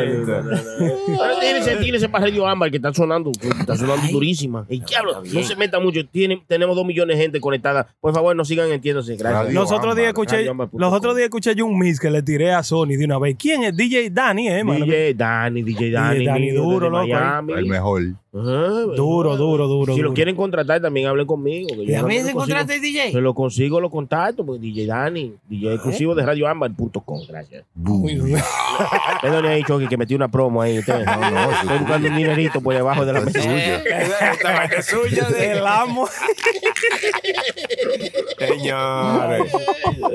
G: Pero tírese, tírese para Radio Ámbar que está sonando, que está sonando durísima. El diablo, no se meta mucho. Tiene- tenemos dos millones de gente conectada. Por favor, no sigan entiéndose. Gracias.
E: Radio
H: Los otros días
E: Ámbar,
H: escuché,
G: radioambar.com.
H: los otros días escuché yo un mix que le tiré a Sony de una vez. ¿Quién es? DJ Dani, eh, hermano.
G: DJ Dani, DJ Dani,
H: Dani,
G: mío,
H: duro,
G: desde
H: loco, eh.
G: Miami.
E: El mejor.
G: Ah,
H: Duro, duro, duro.
G: Si lo
H: duro.
G: quieren contratar, también hablen conmigo. que yo
F: ¿Y a
G: no
F: mí
G: lo
F: se
G: consigo.
F: encontraste el DJ?
G: Se lo consigo, los contactos, pues DJ Dani,
E: Ah,
G: DJ exclusivo de radioambar.com. Gracias. Perdón, ahí, Choque, que metí una promo ahí. ustedes.
E: Ah, no,
G: Estoy buscando un dinerito por debajo de la mesa.
F: Esta vaina es suya. de-
H: El amo.
F: Señores.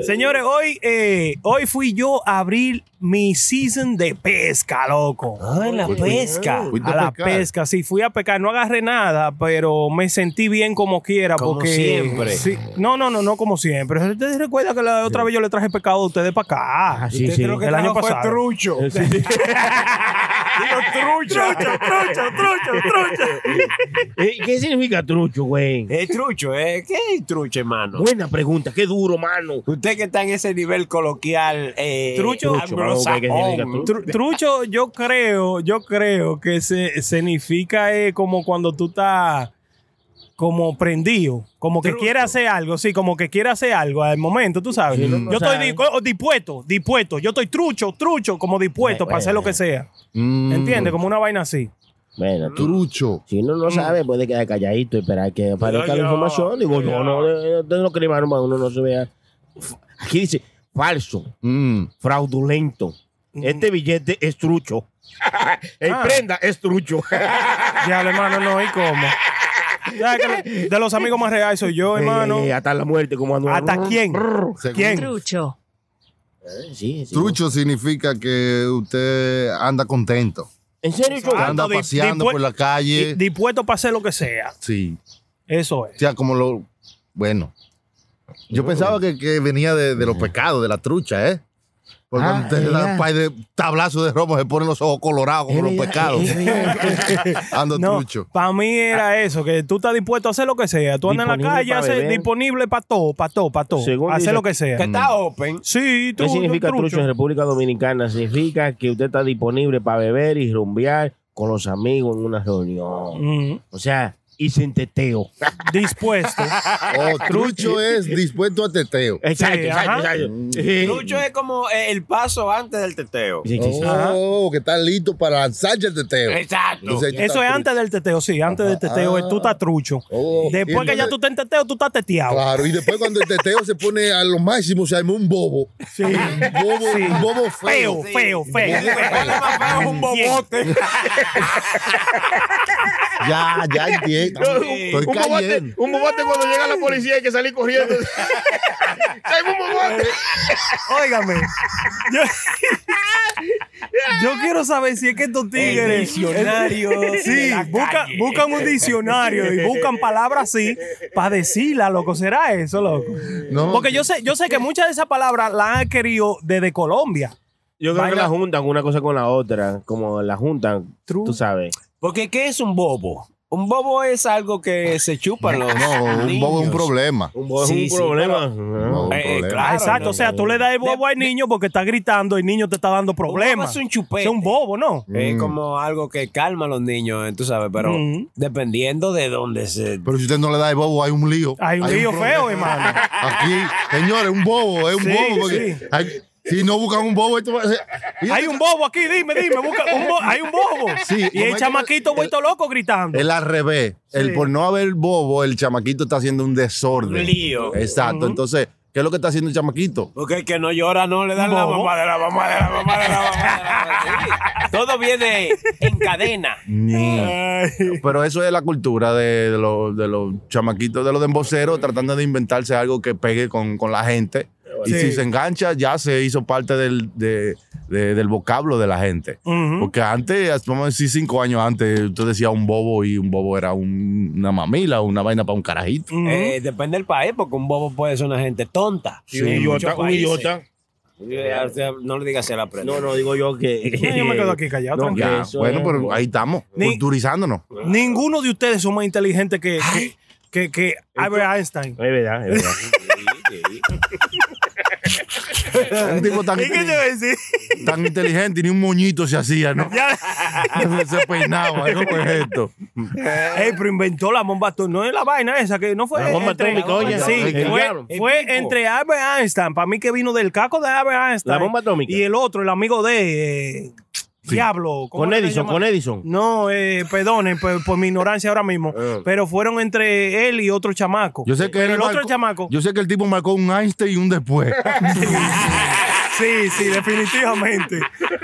H: Señores, hoy, eh, hoy fui yo a abrir mi season de pesca, loco.
F: Ah, en la pesca.
E: Fuiste
H: a la
E: pescar.
H: pesca, sí, fui a a pecar, no agarré nada, pero me sentí bien como quiera.
F: Como
H: porque,
F: siempre.
H: Sí. no, no, no, no como siempre. Ustedes recuerdan que la otra vez yo le traje pecado a ustedes para acá.
G: sí,
H: Ustedes
G: sí.
H: creo que
J: El
H: el año
J: fue
H: pasado.
J: trucho. trucho.
G: Eh, ¿Qué significa trucho, güey?
J: Es trucho, ¿eh? ¿Qué es trucho, hermano?
G: Buena pregunta, qué duro, mano.
J: Usted que está en ese nivel coloquial. Eh, Oh,
H: Trucho.
J: anglosajón.
G: Trucho, algo que significa
H: Tru- trucho, yo creo, yo creo que se significa eh, como cuando tú estás como prendido, como que quiere hacer algo, sí, como que quiere hacer algo al momento, tú sabes.
G: Sí, no, no
H: yo estoy
G: sabe.
H: di- co- dispuesto, dispuesto, yo estoy trucho, trucho, como dispuesto
G: Bueno,
H: para hacer lo que sea. ¿Entiendes? Como una vaina así.
G: Bueno, tú.
E: Mm. Trucho. Mm.
G: Si uno no sabe, puede quedar calladito y esperar que aparezca la
J: ya,
G: información. Digo,
J: ya.
G: yo no, eh, ustedes no creen, hermano, para uno no se vea. F- Aquí dice falso,
E: Mm.
G: fraudulento. Este billete es trucho. El
H: Ah.
G: prenda es trucho.
H: Ya, hermano, no, ¿y cómo? Ya, que lo- de los amigos más reales soy yo, hermano.
G: Eh, eh, hasta la muerte, como ando.
H: ¿Hasta quién?
E: Según-
H: ¿Quién?
K: Trucho.
G: Eh, Sí, sí.
E: Trucho significa que usted anda contento.
G: ¿En serio, yo?
E: Que anda
H: Ando di-
E: paseando
H: dispu-
E: por la
H: Di-
E: calle.
H: Dispuesto para hacer lo que sea.
E: sí.
H: Eso
E: O
H: es.
E: sea, como lo. Bueno. Yo pensaba que, que venía de, de los pecados, de la trucha, ¿eh? Porque
G: Ah,
E: cuando usted le da
G: ya.
E: un par de tablazos de romo, se ponen los ojos
G: Ah,
E: colorados como los pecados. Ando
H: No,
E: trucho.
H: para mí era eso, que tú estás dispuesto a hacer lo que sea. Tú andas en la
G: Ah. Disponible
H: calle,
G: pa'
H: haces-
G: beber.
H: disponible para todo, para todo, para todo.
G: Según
H: hacer
G: dice-
H: lo que sea. Mm.
J: Que está open.
H: Sí,
G: ¿Qué
H: trucho,
G: significa trucho.
H: trucho.
G: en República Dominicana? Significa que usted está disponible para beber y rumbear con los amigos en una reunión.
H: Mm,
G: O sea, y sin teteo.
H: dispuesto.
E: O Oh, trucho es dispuesto a teteo.
G: Exacto,
H: ajá.
G: exacto, exacto.
J: Trucho es como eh, el paso antes del teteo.
G: Sí, sí, sí.
E: Oh, que está listo para lanzarse el teteo.
J: Exacto.
E: Entonces, tú
H: Eso es
E: estás
H: antes del teteo, sí, antes del teteo,
E: Ah.
H: es tú estás trucho.
E: Oh,
H: Después
E: y
H: que ya
E: entonces-
H: tú estás en teteo, tú estás teteado.
E: Claro, y después cuando el teteo se pone a lo máximo, se arma un bobo. Sí. Un bobo, un bobo
H: Feo,
E: feo.
H: feo, feo.
J: es un bobote.
E: Ya, ya entiendo. Estoy
I: Un bobote,
E: cayendo.
I: un bobote cuando llega la policía hay que salir corriendo. Tengo un bobote.
H: Óigame. Yo, yo quiero saber si es que estos tigres.
J: diccionario de
H: Sí,
J: la
H: busca-
J: calle.
H: buscan un diccionario y buscan palabras así para decirla, loco. ¿Será eso, loco?
E: No.
H: Porque yo sé, yo sé que muchas de esas palabras las han querido desde Colombia.
G: Yo creo que
H: Vaina-
G: la juntan una cosa con la otra, como la juntan, tú sabes.
J: Porque, ¿qué es un bobo? Un bobo es algo que se chupan los.
E: No, un bobo es un
J: niños.
E: problema.
G: Un bo-
J: Sí,
G: es
J: sí,
G: un problema.
E: Un bobo
J: Eh,
E: es un
J: eh,
E: problema.
J: claro.
H: Exacto.
J: no,
H: o sea,
J: no.
H: tú le das el bobo
J: De-
H: al niño porque está gritando y el niño te está dando
J: bobo
H: problemas.
J: es un pues, chupete.
H: Es un bobo, ¿no?
J: Es
E: Mm.
J: como algo que calma a los niños, eh, tú sabes, pero
H: Mm.
J: dependiendo de dónde se.
E: Pero si usted no le da el bobo, hay un lío.
H: Hay un lío
E: problema.
H: feo, hermano.
E: Aquí, señores, un bobo, es un
H: Sí,
E: bobo. Porque
H: sí.
E: hay- si no buscan un bobo, esto va a ser.
H: Hay un bobo aquí, dime, dime. busca un bo- hay un bobo.
E: Sí,
H: y
E: como
H: el
E: es-
H: chamaquito vuelto loco gritando.
E: El al revés. El por no haber bobo, el chamaquito está haciendo un desorden.
J: Un lío.
E: Exacto. Entonces, ¿qué es lo que está haciendo el chamaquito?
J: Porque el que no llora no le dan la
H: Bobo.
J: mamá de la mamá de la mamá de la mamá. de la mamá. Sí. Todo viene en cadena.
E: Pero eso es la cultura de, de los, de los chamaquitos, de los demboceros, tratando de inventarse algo que pegue con, con la gente. Y
H: Sí.
E: si se engancha, ya se hizo parte del, de- de- del vocablo de la gente.
H: Ujú.
E: Porque antes, vamos a decir cinco años antes, usted decía un bobo y un bobo era un- una mamila, una vaina para un carajito.
H: Ujú.
J: Eh, depende del país, porque un bobo puede ser una gente tonta.
G: un
J: En muchos
G: idiota, un
J: países.
G: idiota.
J: Eh, o sea, No le digas a la prensa.
G: No, no, digo yo que.
H: No, yo me quedo aquí callado,
G: No,
H: tranquilo.
G: que
E: Ya,
G: eso
E: bueno,
G: es-
E: pero ahí estamos,
H: Ni-
E: culturizándonos.
H: Ninguno de ustedes son más inteligentes que, que, que, que Albert Einstein.
G: Es verdad, es verdad.
E: Un tipo tan,
H: ¿Y qué te voy a decir?
E: tan inteligente y ni un moñito se hacía, ¿no?
H: Ya-
E: se peinaba, ¿no? Pues esto.
H: Ey, pero inventó la bomba atómica. No es la vaina esa que no fue.
G: La bomba
H: entre-
G: atómica, oye,
H: Sí,
G: el diablo.
H: fue, fue
J: El tipo.
H: entre Albert Einstein. Para mí que vino del caco de Albert Einstein.
G: La bomba atómica.
H: Y el otro, el amigo de. eh, Diablo. ¿cómo
G: Con
H: era que
G: Edison,
H: llama?
G: con Edison.
H: No, eh, perdonen por, por mi ignorancia ahora mismo. pero fueron entre él y otro chamaco.
E: Yo sé que
H: Pero
E: él
H: el otro
E: marcó-
H: chamaco.
E: Yo sé que el tipo marcó un Einstein y un después.
H: Sí, sí, definitivamente.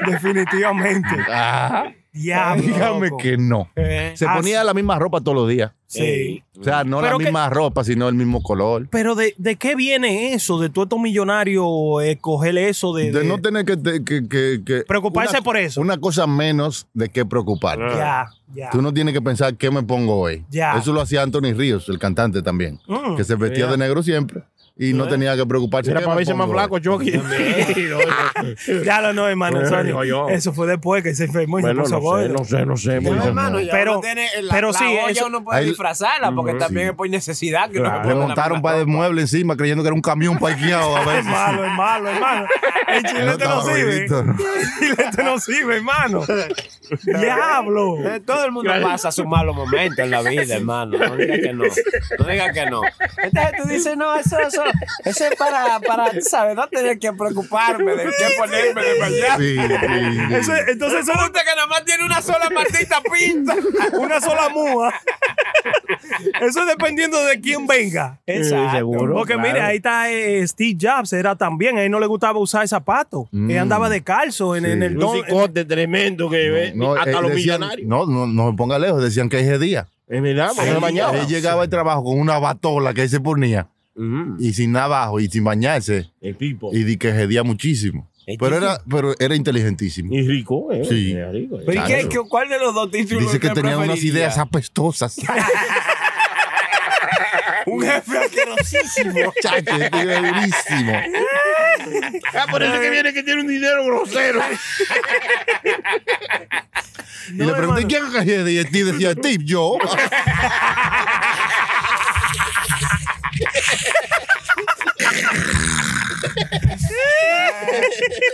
H: definitivamente.
E: Ajá.
H: Diablo.
E: Ah, Eh, Dígame
H: loco.
E: que no.
H: Eh,
E: Se
H: ah,
E: ponía la Eh, misma ropa todos los días.
H: Sí.
E: O sea, no la
H: Pero que-
E: misma ropa, sino el mismo color.
H: Pero de, de qué viene eso, de todos estos millonarios eh, coger eso de,
E: De
H: de-
E: no tener que... te- que- que- que-
H: Preocuparse
E: una-
H: por eso.
E: Una cosa menos de qué preocuparte.
I: Ah.
H: Ya, ya.
E: Tú no tienes que pensar qué me pongo hoy.
H: Ya.
E: Eso lo hacía Anthony Ríos, el cantante también,
H: Mm.
E: que se vestía de negro siempre y no tenía que preocuparse.
I: Era
E: ¿qué
I: para
E: me
I: verse más
E: pongo hoy?
I: flaco, Chucky.
H: Ya lo no, hermano.
I: Bueno,
H: Sony.
I: digo yo.
H: Eso fue después que se enfermó y
I: Bueno,
H: se puso
I: no sé,
H: gordo.
I: no sé, no sé. muy
E: No,
I: bien.
E: hermano,
H: pero-
J: pero,
H: pero
J: sí,
H: sí,
J: olla
H: eso-
J: uno puede
E: Ahí-
J: disfrazarla porque también es por necesidad que uno
I: Claro.
J: se
E: Le
J: pone la
E: montaron
J: misma
E: para el
J: ropa.
E: mueble encima creyendo que era un camión parqueado a
H: Es
E: veces.
H: malo, es malo, hermano. El chilete no,
E: estaba
H: sirve.
E: bonito, ¿no?
H: El chilete no sirve, hermano. Diablo.
J: Eh, Todo el mundo pasa su malo momento en la vida, hermano. No diga que no. No diga que no. Entonces tú dices, no, eso, eso, eso es para, para, tú sabes, no tener que preocuparme de qué ponerme de mañana.
E: Sí, sí, sí.
H: Ah, Eso- entonces eso
J: Resulta que nada más tiene una sola maldita pinta.
H: es una sola múa. Eso es dependiendo de quién venga.
J: Exacto.
I: seguro.
H: Porque mire, ahí está eh, Steve Jobs, era también, a él no le gustaba usar zapatos. Él andaba de calzo en, en el
G: Un
H: don.
G: cicote tremendo que ve
E: No,
G: hasta
E: eh,
G: los
E: decían-
G: millonarios.
E: no, no, no me ponga lejos, decían que ese día.
G: Es verdad, porque no
E: él,
G: se bañaba.
E: él llegaba al trabajo con una batola que él se ponía
G: Ujú,
E: y sin nada abajo y sin bañarse
G: El tipo.
E: y di que ese día muchísimo.
J: El
E: Pero
J: tipo-
E: era, pero era inteligentísimo.
G: Y rico, ¿eh?
E: Sí.
G: Era rico, eh.
J: ¿Pero y qué,
E: Claro.
J: qué- cuál de los dos títulos
E: Dice que
J: usted
E: tenía unas
J: preferiría?
E: ideas apestosas.
J: Un jefe asquerosísimo.
E: Chacho, este tío es durísimo.
I: Ah, por eso que viene que tiene un dinero grosero.
E: Y
H: No,
E: le pregunté,
H: hermano.
E: ¿quién es ese día? Y Steve decía, Steve, yo.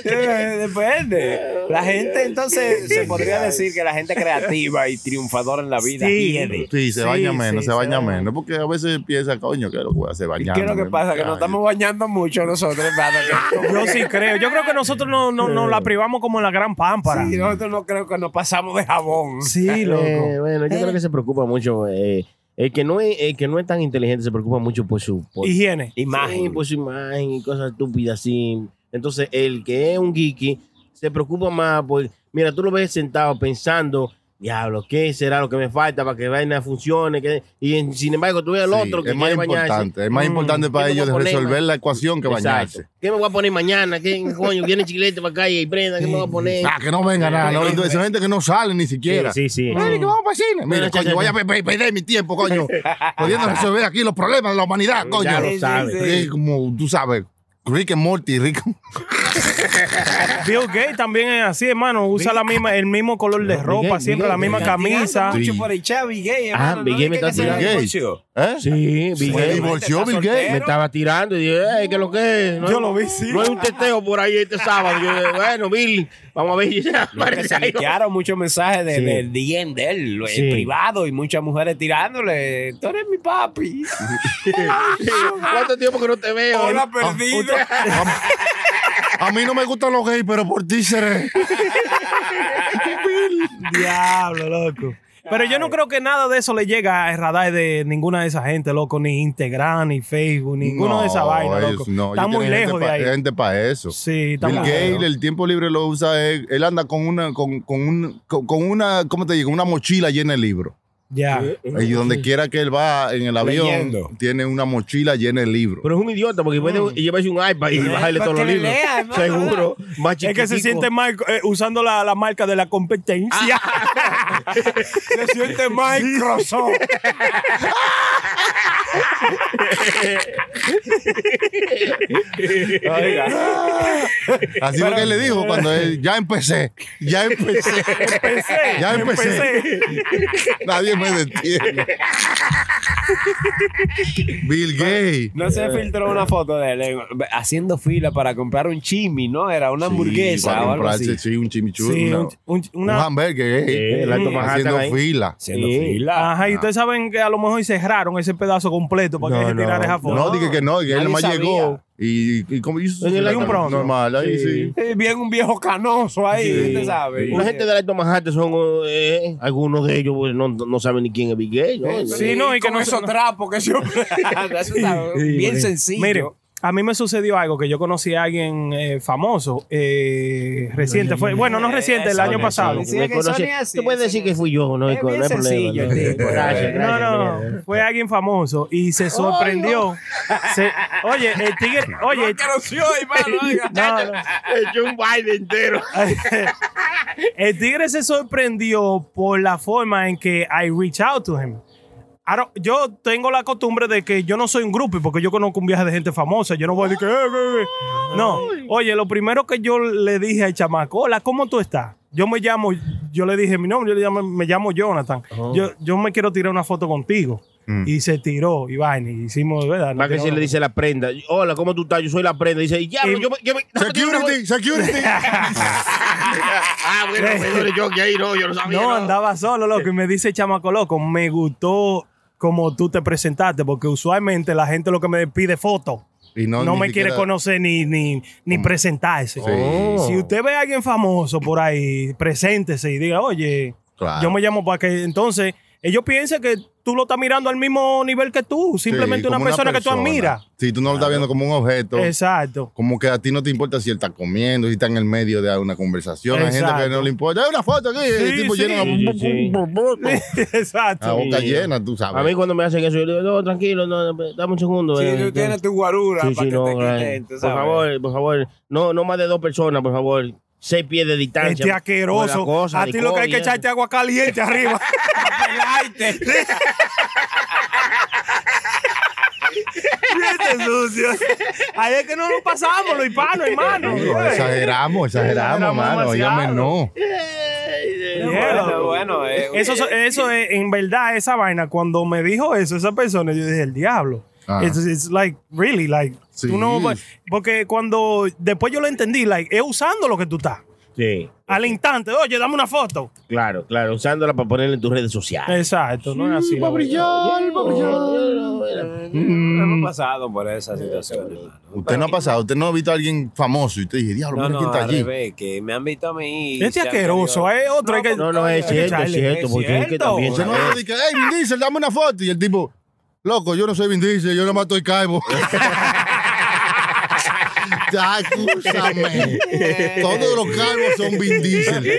J: Eh, Depende. La gente, entonces, se podría decir que la gente creativa y triunfadora en la vida
H: Sí.
J: tiene.
E: Sí, se
H: Sí,
E: baña
H: sí,
E: menos,
H: se
E: se baña
H: baña.
E: menos. Porque a veces piensa, coño, ¿qué es lo que voy a hacer
J: ¿Y
E: bañando?
J: qué es lo que pasa? Que nos estamos bañando mucho nosotros, hermano. que-
H: Yo sí creo. Yo creo que nosotros no, no, no la privamos como en la gran pámpara.
J: Sí, nosotros no creo que nos pasamos de jabón.
H: Sí, loco.
G: Eh, bueno, yo creo que se preocupa mucho. eh, el, que no es, el que no es tan inteligente se preocupa mucho por su por-
H: Higiene.
G: imagen. por su imagen y cosas estúpidas así. Entonces, el que es un geeky se preocupa más por. Mira, tú lo ves sentado pensando. Diablo, ¿qué será lo que me falta para que vaina funcione? ¿Qué? Y en- sin embargo, tú ves al otro que
E: es más
G: quiere bañarse.
E: importante, es más
G: Mm,
E: importante
G: ¿qué
E: para
G: me voy
E: ellos
G: a poner,
E: resolver
G: man?
E: la ecuación que
G: Exacto.
E: bañarse.
G: ¿Qué me voy a poner mañana? ¿Qué coño? Viene chilete para acá y prenda. ¿Qué me voy a poner?
E: Ah, que no venga nada. No, Entonces, son gente que no sale ni siquiera.
G: Sí, sí. sí.
E: Mire, que vamos para el cine. Mira,
G: Bueno,
E: coño,
G: sí,
E: voy
G: sí.
E: a pe- pe- perder mi tiempo, coño. Pudiendo resolver aquí los problemas de la humanidad, coño.
G: Ya lo
E: Sí,
G: sabes.
E: sí, sí. Como tú sabes, Rick and Morty, Rick.
H: Bill Gates también es así, hermano. Usa la misma, el mismo color de ropa, siempre la misma camisa.
E: Sí.
J: Mucho por el Chavi gay,
G: Ah,
J: hermano.
G: Big Gay me
J: diga
G: está
J: que se
G: tirando.
J: divorció.
E: ¿Eh?
G: Sí, Big
E: Se
G: Gates.
E: divorció
J: Está
E: Bill Gates.
J: soltero.
G: Me estaba tirando y dije, "Ey, ¿qué es lo que es? No
H: Yo
G: hay-
H: lo vi, sí.
G: No hay un teteo por ahí este sábado. Yo dije, bueno, Bill, vamos a ver. si se
J: Que
G: aparece
J: se
G: algo".
J: liquearon muchos mensajes de,
G: Sí.
J: del DM de él, el
G: Sí.
J: privado, y muchas mujeres tirándole. Tú eres mi papi.
G: ¿Cuánto tiempo que no te veo?
J: Hola, perdido.
E: A, a mí no me gustan los gays, pero por ti seré.
H: Diablo, loco. Pero yo no creo que nada de eso le llega a radar de ninguna de esa gente, loco. Ni Instagram, ni Facebook, ninguno de esa
E: No,
H: vaina,
E: ellos
H: loco.
E: no,
H: está
E: ellos
H: muy
E: tienen
H: lejos
E: gente
H: de
E: pa-
H: ahí.
E: gente para eso.
H: Sí, está
E: Bill
H: muy
E: Gates,
H: lejos.
E: el tiempo libre lo usa. Él, él anda con una, con, con un, con, con una, ¿cómo te digo? Una mochila llena de libros.
H: Ya.
E: Y donde quiera que él va en el avión,
J: Leyendo.
E: tiene una mochila llena de libros.
G: Pero es un idiota porque puede llevarse un iPad y bajarle
J: Mm. para
G: todos
J: que
G: los
J: le
G: libros.
J: lea, hermano,
G: Seguro. Más
H: Es que se
G: chiquitico.
H: siente mal eh, usando la, la marca de la
E: Ah,
H: competencia.
J: Se siente Microsoft. Oiga,
E: Así fue que él le dijo cuando él, ya empecé, ya empecé, ya empecé. Nadie me detiene. Bill Gates.
J: no se filtró una foto de él eh, haciendo fila para comprar un chimi, ¿no? Era una
E: Sí,
J: hamburguesa
E: para
J: o algo
E: comprarse,
J: así.
E: sí, un chimichurri,
H: Sí,
E: una-
H: un- un-
E: un
H: una,
E: hamburger, eh,
G: el Alto Manhattan
E: haciendo
G: ahí.
E: fila.
J: Haciendo
G: Sí.
J: fila.
H: Ajá, y ustedes saben que a lo mejor cerraron ese pedazo completo para que se tirara esa foto.
E: Ah. No, dije que no, que él
J: Nadie
E: nomás
J: sabía.
E: llegó y, y como hizo
G: En el
E: su-
G: avión pronto.
E: normal, ahí sí.
J: Eh, Bien un viejo canoso ahí, usted sabe.
G: La gente de Alto Manhattan son eh, algunos de ellos pues, no, no saben ni quién es Big Gay. ¿no?
H: Sí, no, y que
J: con
H: no-
J: esos
H: no-
J: trapos que siempre. Eso está bien sencillo.
H: Mire, A mí me sucedió algo que yo conocí a alguien eh, famoso eh, reciente. Fue, bueno, no reciente, el año pasado.
G: Me conoce- Tú puedes decir que fui yo, no hay,
J: Es
G: co- no
J: bien
G: hay problema.
J: sencillo,
G: no.
J: el tipo. eh.
G: Gracias,
H: No,
G: gracias,
H: no,
G: mira.
H: fue alguien famoso y se sorprendió. Se- oye, el tigre, oye, no, no.
I: Echó un baile entero.
H: el tigre se sorprendió por la forma en que I reach out to him. I don't- yo tengo la costumbre de que yo no soy un grupo porque yo conozco un viaje de gente famosa. Yo no voy a decir que. "Eh, eh, eh". No. Oye, lo primero que yo le dije al chamaco, hola, ¿cómo tú estás? Yo me llamo, yo le dije mi nombre, yo le llamo, me llamo Jonathan.
G: Oh.
H: Yo, yo me quiero tirar una foto contigo. Y se tiró, y vaina, y hicimos, ¿verdad? Nos
G: Más Mm. que si
H: tiramos-
G: le dice la prenda. Hola, ¿cómo tú estás? Yo soy la prenda. Dice, ya,
H: Y-
G: yo me. yo me-
E: Security, security.
I: ah, bueno, señores, yo que ahí no, yo no sabía.
H: No,
I: No,
H: andaba solo, loco. Y me dice chamaco, loco, me gustó como tú te presentaste, porque usualmente la gente lo que me pide foto.
E: Y no,
H: No,
E: ni
H: me
E: siquiera-
H: quiere Oh. conocer ni, ni, ni presentarse.
E: Sí.
H: Si usted ve a alguien famoso por ahí, preséntese y diga, oye,
E: Claro.
H: yo me llamo para que entonces ellos piensen que tú lo estás mirando al mismo nivel que tú, simplemente
E: Sí,
H: una,
E: como
H: persona, que tú admiras.
E: Sí, tú no lo estás viendo como un objeto.
H: Exacto.
E: Como que a ti no te importa si él está comiendo, si está en el medio de una conversación. Hay gente que
H: Exacto.
E: no le importa. Hay una foto aquí, el
H: Sí,
E: tipo
H: sí.
E: lleno de-
G: Sí,
E: la
H: Exacto.
E: boca
G: Sí.
E: llena, tú sabes.
G: A mí cuando me hacen eso, yo le digo, no, tranquilo, no, dame un segundo.
J: Si
G: eh,
J: tú
G: yo-
J: tienes tu guarura
G: Sí,
J: para
G: sí,
J: que
G: no,
J: te
G: eh,
J: quiten, tú
G: Por
J: sabes.
G: favor, por favor. No, no más de dos personas, por favor. Seis pies de distancia.
H: Este asqueroso.
G: Buena cosa,
H: a ti lo que hay que
G: licor y
H: echarte agua caliente arriba. Viste, sucio. Ahí es que no nos pasamos, los hispanos, hermano.
E: Digo, exageramos, exageramos,
H: Exageramos
E: mano.
H: demasiado.
E: Óigame, no.
H: Yeah.
J: Bueno, bueno, eh,
H: Eso, es- eso es, en verdad, esa vaina, cuando me dijo eso esa persona, yo dije, el diablo.
E: Ah.
H: It's, it's like, really, like,
E: Sí.
H: tú no- porque cuando, después yo lo entendí, like, es usando lo que tú estás.
G: Sí,
H: Al instante, oye, dame una foto.
G: claro, claro. Usándola para ponerla en tus redes sociales.
H: Exacto, no es así. la vaina.
J: hemos pasado por esa situación, hermano.
E: Usted no ha pasado, usted no ha visto a alguien famoso y usted dice, diablo,
J: No,
E: mira
J: no,
E: quién está
J: al
E: allí.
J: revés, que me han visto a mí. y
H: Este
J: se han
H: asqueroso,
J: querido-
H: hay otro. hay que-
G: No, no, es
H: hay que
G: cierto, es
H: echarle.
G: cierto.
J: es
G: Porque es que
J: cierto.
G: también.
E: Usted no
G: ¿sabes?
E: le dice, hey, Ah, Vin Diesel, dame una foto. Y el tipo, loco, yo no soy Vin Diesel, yo nomás estoy calvo. Ya, Acúsame. Todos los calvos son Vin Diesel.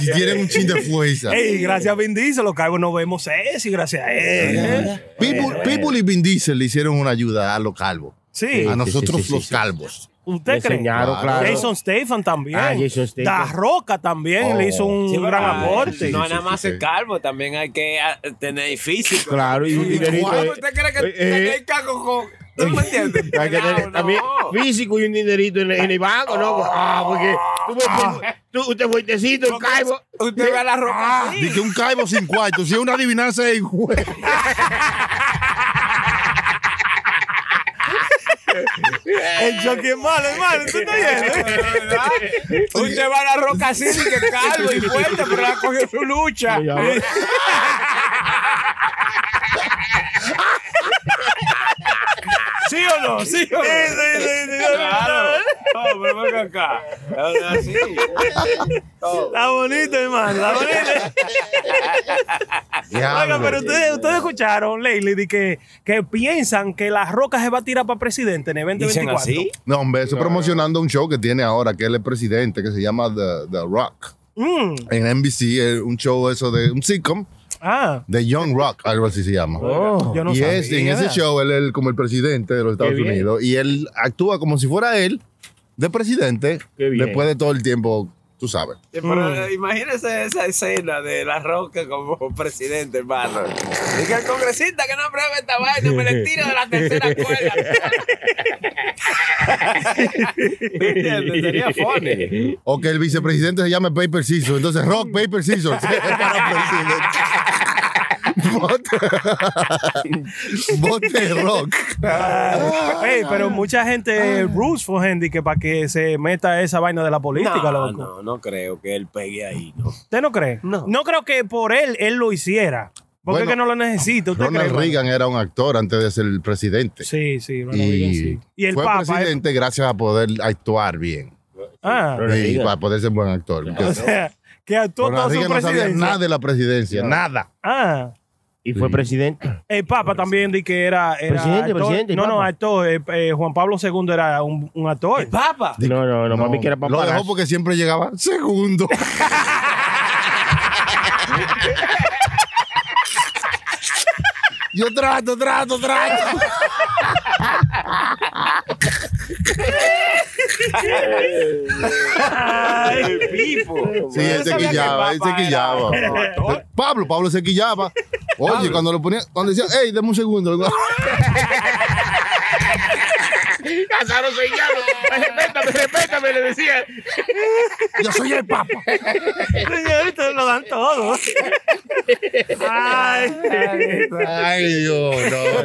E: Si tienen un chin de fuerza.
H: Ey, gracias a Vin Diesel, los cabos no vemos eso, y gracias a él. Eh.
E: People, People y Vin Diesel le hicieron una ayuda a los calvos.
H: Sí,
E: a
G: sí,
E: nosotros
G: sí, sí,
E: los
G: sí.
E: calvos.
H: ¿usted cree?
G: Enseñaron, claro.
H: Jason Statham también.
G: Ah, Jason Statham.
H: Da Roca también
E: Oh.
H: le hizo un
J: Sí,
H: gran
J: pero,
H: aporte.
J: No,
E: Sí,
J: nada
E: sí,
J: más
E: sí,
J: el
E: sí.
J: calvo, también hay que ah, tener físico.
G: Claro, y un dinerito.
E: Juan,
G: eh.
J: ¿Usted cree que
G: Eh, eh.
J: tener caco con.? ¿Tú me entiendes?
G: Hay que tener
J: No, Oh.
G: también
J: no.
G: físico y un dinerito en, el- en el banco, ¿no? Ah, porque tú, ves como-
J: Ah.
G: tú, usted fuertecito, el caibo.
J: Usted ve a la roca. así.
E: Dice que un calvo sin cuarto, si es una adivinanza es güey.
H: El choque es malo, hermano. ¿Tú estás viendo?
J: ¿verdad? Usted va a la roca así, sí que calvo y fuerte, pero la cogió su lucha.
H: ¿Sí o no? ¿Sí o no?
J: Claro. No, pero venga acá. Es así.
H: Está bonito, hermano. Está bonito. Oiga,
E: Diablo.
H: pero ustedes, ustedes escucharon, Leila, de que, que piensan que la roca se va a tirar para presidente en el 2024.
E: No, hombre, estoy promocionando un show que tiene ahora, que él es presidente, que se llama The, The Rock.
H: Mm,
E: En NBC, eh, un show eso de un sitcom,
H: ah,
E: The Young Rock, algo así se llama.
H: Oh,
J: Oh.
H: yo no
E: Oh, y
H: sabía.
E: es, en ese show, él es como el presidente de los Estados
G: bien.
E: Unidos. Y él actúa como si fuera él, de presidente,
G: Qué bien.
E: después de todo el tiempo, tú sabes.
J: Pero imagínese esa escena de la roca como presidente, hermano. Y que el congresista que no apruebe esta vaina me le tira de la tercera cuerda. ¿Entiendes? Sería funny.
E: O que el vicepresidente se llame Paper Scissors. Entonces,
H: Mm.
E: Rock, Paper Scissors. para presidente. Vote. Vote Rock.
H: Ey, pero mucha gente rules for Handy que para que se meta esa vaina de la política,
J: No,
H: loco.
J: no, no creo que él pegue ahí, no.
H: ¿Usted no cree?
J: No.
H: creo que por él él lo hiciera. Porque
E: Bueno,
H: es que no lo necesita. ¿Usted cree?
E: Ronald
H: hermano?
E: Reagan era un actor antes de ser el presidente.
H: Sí, sí, Ronald Reagan,
E: Y,
H: sí. Y el
E: fue
H: Papa. eh,
E: presidente gracias a poder actuar bien.
H: ah,
G: Ronald
E: y
G: Reagan.
E: para poder ser buen actor. Porque
H: o sea, que actuó todo
E: Ronald
H: su
E: Reagan no sabía
H: presidencia.
E: nada de la presidencia. Nada.
H: Ah,
G: y fue presidente.
H: El Papa también di que era. era
G: Presidente,
H: actor.
G: presidente,
H: No, no,
G: Papa.
H: actor. eh, eh, Juan Pablo II era un, un actor.
J: Papa.
G: No, no, no, mami que era
E: Lo dejó
G: paparazzo.
E: porque siempre llegaba segundo. Yo trato, trato, trato. Sí, él se quillaba, él se quillaba. Pablo, Pablo se quillaba. Oye, cuando lo ponía, cuando decía, hey, dame un segundo. algo-
I: Casaro soy ya. no. Respétame, respétame, le decía.
E: Yo soy el papa.
H: Ustedes lo dan todo. Ay,
E: Ay, Dios,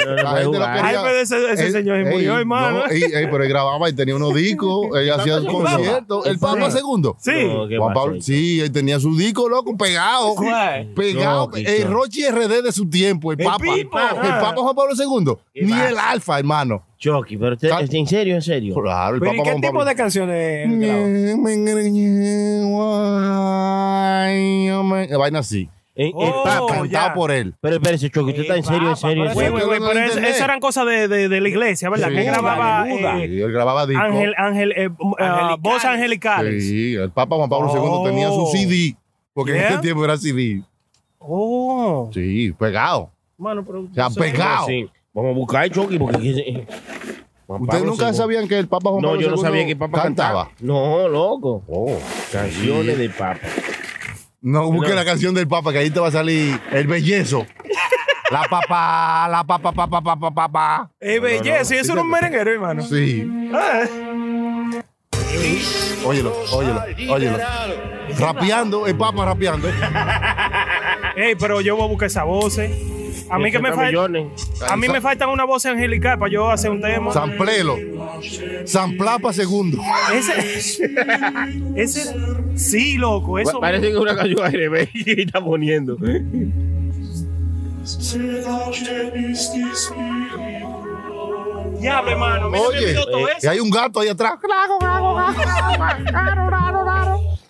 E: no. La gente lo
H: Ay, pero ese- ese señor se murió, hermano.
E: no, ey, ey, pero él grababa y tenía unos discos. Él hacía el concierto. El Papa segundo.
H: sí.
G: No, Oh, ¿qué
E: Juan
G: pasó?
E: Pablo, sí, él tenía su disco, loco, pegado. Pegado.
G: No,
E: el
G: Cristo.
E: Rochi RD de su tiempo, el Papa. El
H: Ah.
E: Papa Juan Pablo II. Ni
G: pasa?
E: el Alfa, hermano.
G: Chucky, pero usted,
E: Cal-
G: en serio, en serio.
E: Claro, el
F: Pero, ¿y
E: Papa
F: qué
E: Juan
F: tipo
E: Pablo.
F: de canciones
H: Mm.
F: él grabó?
E: Vaina así.
G: En- en-
H: Oh.
G: Papa.
E: Cantado
H: ya.
E: por él.
G: Eh, Pero espérese, Chucky,
J: Eh,
G: usted está en serio, en serio. en
H: Güey,
G: serio.
H: güey, güey,
E: no
H: pero
E: lo
H: es-
E: entendés.
H: esas eran cosas de, de- de la iglesia, ¿verdad?
E: Sí.
H: que grababa
E: Aleluya.
H: eh,
E: Sí, él grababa disco.
H: ángel, ángel, eh, uh, voces angelicales.
E: Sí, el Papa Juan Pablo II
H: Oh.
E: tenía su CD. Porque en
H: Yeah.
E: ese tiempo era CD.
H: Oh,
E: Sí, pegado.
H: mano, pero.
E: O sea, pegado.
G: Sí. Vamos a buscar a Chucky porque. eh, Juan
E: Ustedes
G: Pablo
E: nunca
G: II.
E: sabían que el Papa Juan
G: No,
E: Pablo
G: yo no
E: II
G: sabía que Papa cantaba. No, loco.
E: Oh.
G: Canciones de Papa.
E: No busque la canción del Papa, que ahí te va a salir el bellezo. La papá, la papá, papá, papá, papá.
H: Eh, belleza, y eso era un merenguero, hermano.
E: Sí. Óyelo, óyelo, óyelo. Rapeando, el Papa rapeando.
H: Ey, pero yo voy a buscar esa voz. eh. A mí que me
G: 60
H: falta.
G: millones.
H: A mí me faltan una voz angelical para yo hacer un tema.
E: Samplelo. Samplapa segundo.
H: Ese. Ese. Sí, loco, eso.
G: Parece que es una canción ARB que está poniendo.
H: Diablo, hermano. mira, me
E: Oye,
H: olvidó todo
E: y
H: eso.
E: hay un gato ahí atrás.